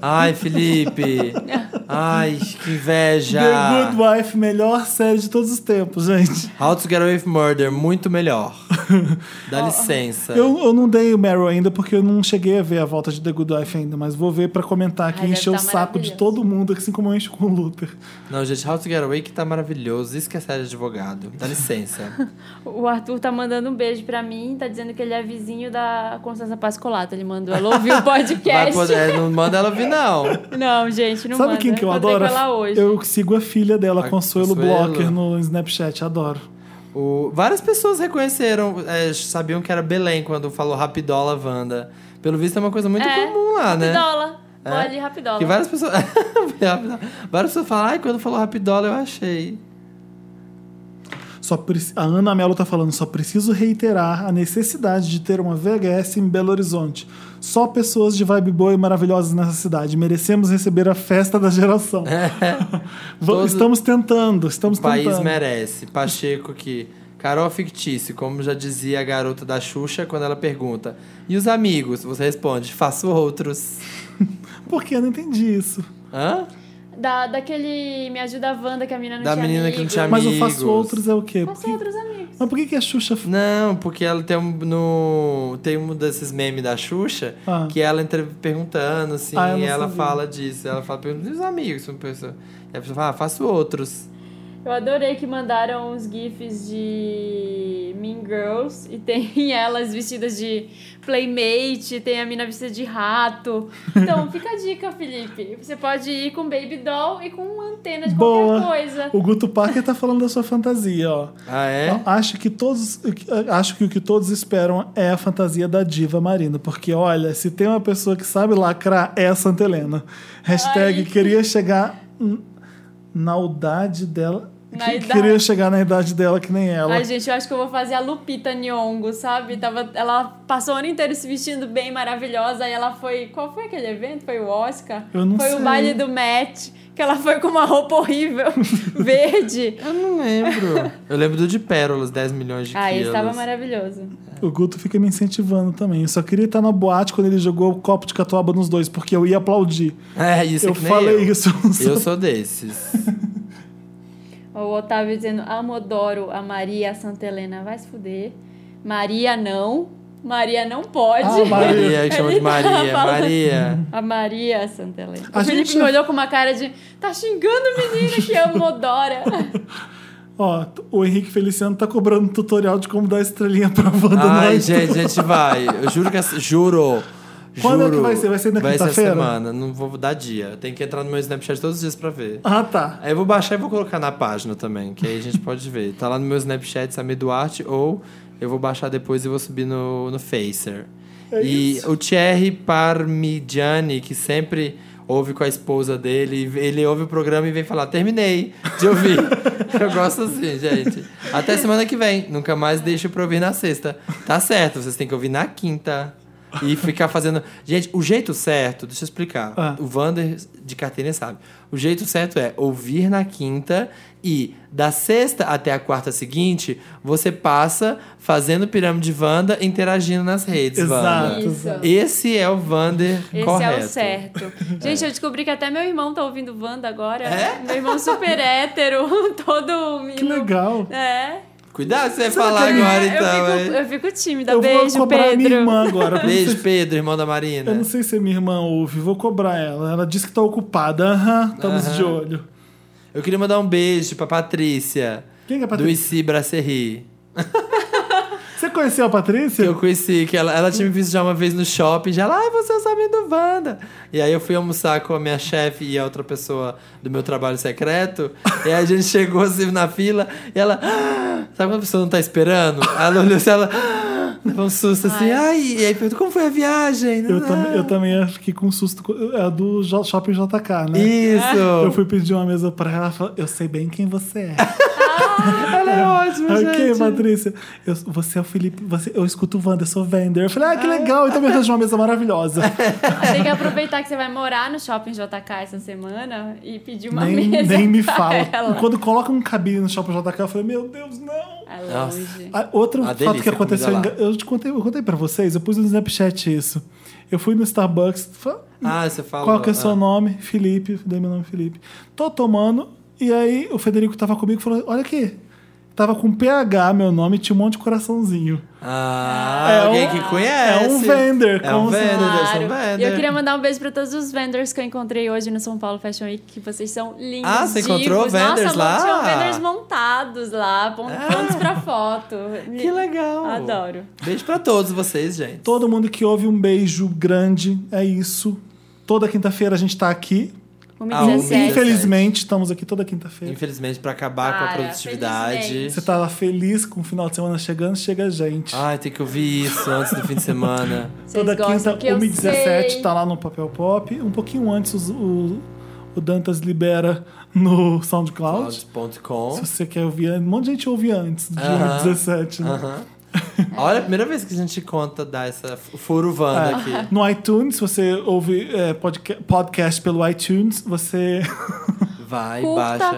B: Ai, Felipe. Ai, que inveja.
A: The Good Wife, melhor série de todos os tempos, gente.
B: How to Get Away with Murder, muito melhor. Dá licença.
C: É.
A: Eu, eu não dei o Meryl ainda porque eu não cheguei a ver a volta de The Good Wife ainda, mas vou ver pra comentar aqui,
C: Ai, deve
A: encher o
C: tá
A: saco de
C: maravilhoso.
A: todo mundo, assim como eu encho com o Luther.
B: Não, gente, How to Get Away que tá maravilhoso. Isso que é série de advogado. Dá licença.
C: O Arthur tá mandando um beijo pra mim, tá dizendo que ele é vizinho da Constança Pascolato. Ele mandou ela ouvir o
B: Vai
C: podcast.
B: poder- não manda ela vir, não.
C: Não, gente, não
A: Sabe
C: manda.
A: quem que eu
C: Encontrei com
A: adoro?
C: ela hoje.
A: Eu sigo a filha dela,
B: A
A: Consuelo,
B: Consuelo.
A: Blocker, no Snapchat, adoro.
B: O- Várias pessoas reconheceram, é, sabiam que era Belém quando falou Rapidola Wanda. Pelo visto é uma coisa muito
C: É,
B: comum lá, né?
C: Rapidola.
B: É.
C: Olha, rapidola.
B: Que várias pessoas. Rapidola. várias pessoas falam, ai, quando falou Rapidola eu achei.
A: Só preci- A Ana Mello tá falando, só preciso reiterar a necessidade de ter uma VHS em Belo Horizonte. Só pessoas de vibe boa e maravilhosas nessa cidade. Merecemos receber a festa da geração. Va-
B: Todo-
A: Estamos tentando, estamos
B: O É. país
A: tentando.
B: merece. Pacheco que. Carol é fictício, como já dizia a garota da Xuxa quando ela pergunta. E os amigos? Você responde, faço outros.
A: Por que? Eu não entendi isso.
B: Hã?
C: Da, daquele Me Ajuda Wanda que a menina não
B: Da
C: tinha
B: menina que
C: amigo.
B: não tinha
A: Mas eu
B: Amigos.
A: faço outros é o quê? Por
C: Faça
A: que-
C: outros amigos.
A: Mas por que, que a Xuxa f-
B: Não, porque ela tem um, no, tem um desses memes da Xuxa
A: Ah.
B: que ela entra perguntando, assim,
A: Ah, eu
B: e
A: não
B: ela
A: sabia.
B: fala disso. Ela fala, pergunta, e os amigos? Uma pessoa, e a pessoa fala, ah, faço outros.
C: Eu adorei que mandaram uns GIFs de Mean Girls e tem elas vestidas de Playmate, tem a mina vestida de rato. Então, fica a dica, Felipe. Você pode ir com Baby Doll e com uma antena de
A: Boa.
C: qualquer coisa.
A: O Guto Parker tá falando da sua fantasia, ó.
B: Ah, é?
A: Então, Acho que todos, acho que o que todos esperam é a fantasia da diva Marina, porque olha, se tem uma pessoa que sabe lacrar é a Santa Helena. Hashtag
C: Ai.
A: queria chegar hum, na idade dela.
C: Na
A: que-
C: idade.
A: Queria chegar na idade dela que nem ela.
C: Ai, gente, eu acho que eu vou fazer a Lupita Nyong'o, sabe? Tava, ela passou o ano inteiro se vestindo bem, maravilhosa. Aí ela foi... Qual foi aquele evento? Foi o Oscar?
A: Eu não
C: foi
A: sei.
C: o baile do Matt, que ela foi com uma roupa horrível, verde.
B: Eu não lembro. Eu lembro do de pérolas, 10 milhões de
C: Ah,
B: quilos.
C: isso tava maravilhoso.
A: O Guto fica me incentivando também. Eu só queria estar na boate quando ele jogou o copo de catuaba nos dois, porque eu ia aplaudir.
B: É, isso é
A: eu
B: que nem
A: falei
B: eu.
A: isso.
B: Eu sou desses.
C: Ó, O Otávio dizendo, amodoro a Maria a Santa Helena, vai se fuder. Maria não, Maria não pode.
A: Ah, Maria.
B: Maria, que chama de
C: Ele tava
B: Maria.
C: falando-
B: Maria.
C: A Maria Santa Helena.
A: A
C: o Felipe
A: gente-
C: me olhou com uma cara de, tá xingando o menino que amodora.
A: Ó, o Henrique Feliciano tá cobrando um tutorial de como dar estrelinha pra Wanda
B: Ai,
A: Nova.
B: gente, a gente vai. Eu juro que essa- juro.
A: Quando é que
B: juro.
A: vai ser? Vai ser na
B: Vai ser
A: quinta-feira?
B: essa semana. Não vou dar dia. Eu tenho que entrar no meu Snapchat todos os dias pra ver.
A: Ah, tá.
B: Aí eu vou baixar e vou colocar na página também, que aí a gente pode ver. Tá lá no meu Snapchat, Samir Duarte, ou eu vou baixar depois e vou subir no, no Facer.
A: É
B: e
A: isso.
B: o Thierry Parmigiani, que sempre ouve com a esposa dele, ele ouve o programa e vem falar, terminei de ouvir. Eu gosto assim, gente. Até semana que vem. Nunca mais deixo pra ouvir na sexta. Tá certo, vocês têm que ouvir na quinta. E ficar fazendo. Gente, o jeito certo, deixa eu explicar.
A: Ah.
B: O Vander de carteirinha sabe. O jeito certo é ouvir na quinta e da sexta até a quarta seguinte, você passa fazendo pirâmide Wanda, interagindo nas redes, Wanda.
A: Exato.
C: Isso.
B: Esse é o Vander
C: Esse
B: correto.
C: é o certo. Gente, eu descobri que até meu irmão tá ouvindo Wanda agora.
B: É?
C: Meu irmão super hétero, todo
A: Que
C: menino.
A: legal.
C: É.
B: Cuidado se você falar
A: que-
B: agora,
C: eu,
B: então.
C: fico,
B: hein?
C: eu fico tímida.
A: é. Eu
C: Beijo,
A: vou cobrar
C: Pedro.
A: minha irmã agora. porque
B: Beijo, Pedro, irmão da Marina.
A: Eu não sei se minha irmã ouve, vou cobrar ela. Ela disse que tá ocupada. Aham, estamos
B: Aham.
A: de olho.
B: Eu queria mandar um beijo pra Patrícia.
A: Quem que é a
B: Do
A: Patrícia?
B: IC Brasserie.
A: Você conheceu a Patrícia?
B: Que eu conheci, que ela, ela tinha me visto já uma vez no shopping, já lá, ah, você é o Samir do Wanda. E aí eu fui almoçar com a minha chefe e a outra pessoa do meu trabalho secreto. e aí a gente chegou assim na fila e ela. "Ah", sabe quando a pessoa não tá esperando? Ela olhou assim, ela. "Ah", Levou um susto assim, ai, e aí perguntou, como foi a viagem?
A: Eu, tam- eu também fiquei com um susto. co- É a do J- Shopping JK, né?
B: Ah, Isso!
A: Eu fui pedir uma mesa pra ela, ela falou, eu sei bem quem você é.
B: Ela é ótima,
A: ok,
B: gente.
A: Patrícia. Eu- você é o Felipe, você, eu escuto o Wander, eu sou Vender. Eu falei, ah, que legal, então me arranjou uma mesa maravilhosa.
C: Tem que aproveitar que você vai morar no shopping JK essa semana e pedir uma
A: nem,
C: mesa.
A: nem me
C: pra
A: fala.
C: Ela.
A: Quando coloca um cabine no Shopping JK, eu falei, meu Deus, não.
C: É longe.
A: Ah, outro
B: Uma
A: fato
B: delícia
A: que
B: a comida
A: aconteceu, em
B: lá.
A: Ga- eu te contei, eu contei pra vocês, eu pus no Snapchat isso. Eu fui no Starbucks, fa-
B: Ah, você falou.
A: Qual que é o seu
B: ah.
A: nome? Felipe, dei meu nome Felipe. Tô tomando, e aí o Federico tava comigo e falou: olha aqui. Tava com PH, meu nome, tinha um monte de coraçãozinho.
B: Ah,
A: É
B: alguém
A: um-
B: que conhece.
A: é um vendor,
B: É um
A: como se-
B: vendor, são
C: Claro.
A: né?
B: vendor.
C: E eu queria mandar um beijo pra todos os vendors que eu encontrei hoje no São Paulo Fashion Week, que vocês são lindos.
B: Ah, você
C: divos.
B: encontrou vendors
C: Nossa,
B: lá?
C: Tinham vendors montados lá, pon-
A: Ah.
C: prontos pra foto.
B: Que legal.
C: Adoro.
B: Beijo pra todos vocês, gente.
A: Todo mundo que ouve, um beijo grande. É isso. Toda quinta-feira a gente tá aqui.
B: Ah,
C: 1.17.
B: Infelizmente.
A: Infelizmente, estamos aqui toda quinta-feira.
B: Infelizmente, pra acabar com a
C: Para,
B: produtividade.
A: Você tá lá feliz com o final de semana chegando, chega a gente.
B: Ai, tem que ouvir isso antes do fim de semana.
C: Vocês
A: toda
C: gostam
A: quinta,
C: que eu
A: 1h17,
C: sei.
A: tá lá no Papel Pop. Um pouquinho antes, os- o, o Dantas libera no SoundCloud.
B: Cloud.com.
A: Se você quer ouvir, um monte de gente ouve antes de
B: Aham.
A: 17, né?
B: Aham. Olha, é a primeira vez que a gente conta dar essa f- furo Wanda
A: É.
B: aqui.
A: No iTunes, se você ouve é, podca- podcast pelo iTunes, você
B: Vai,
C: Curta,
B: baixa.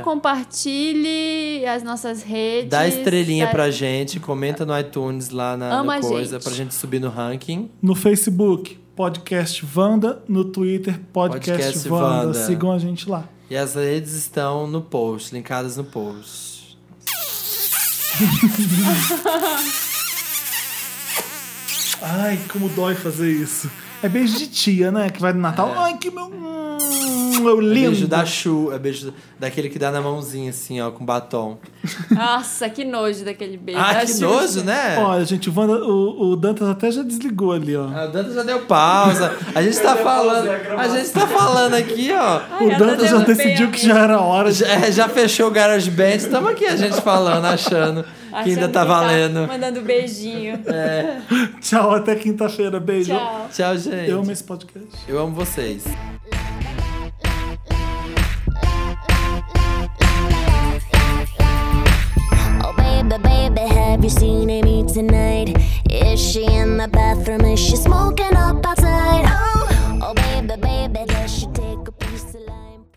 C: compartilhe as nossas redes.
B: Dá estrelinha
C: Dá-
B: pra gente, comenta no iTunes lá na
C: Ama
B: na
C: a
B: coisa,
C: gente.
B: pra gente subir no ranking.
A: no Facebook, podcast Vanda, no Twitter, podcast,
B: Podcast
A: Vanda.
B: Wanda.
A: Sigam a gente lá.
B: E as redes estão no post, linkadas no post.
A: Ai, como dói fazer isso. É beijo de tia, né? Que vai no Natal. Ai, que meu. Hum, meu
B: É
A: lindo.
B: beijo da Chu, é beijo daquele que dá na mãozinha, assim, ó, com batom.
C: Nossa, que nojo daquele beijo.
B: Ah, que
C: Acho-
B: nojo, né?
A: Olha, gente, o, Wanda- o- o Dantas até já desligou ali, ó.
B: Ah, O Dantas já deu pausa. A gente tá falando. A gente tá falando aqui, ó.
A: o
C: ela tá
A: Dantas já
C: derrubei
A: decidiu
C: a
A: que
C: minha.
A: já era hora de.
B: Já, é, já fechou o GarageBand. Estamos aqui a gente falando, achando que ainda
C: achando
B: tá valendo. É.
C: mandando beijinho.
A: Tchau, até quinta-feira. Beijo.
C: Tchau.
B: Tchau, gente.
A: Eu amo esse podcast.
B: Eu amo vocês.
F: Oh baby, baby, have you seen Amy tonight? Is she in the bathroom? Is she smoking Oh,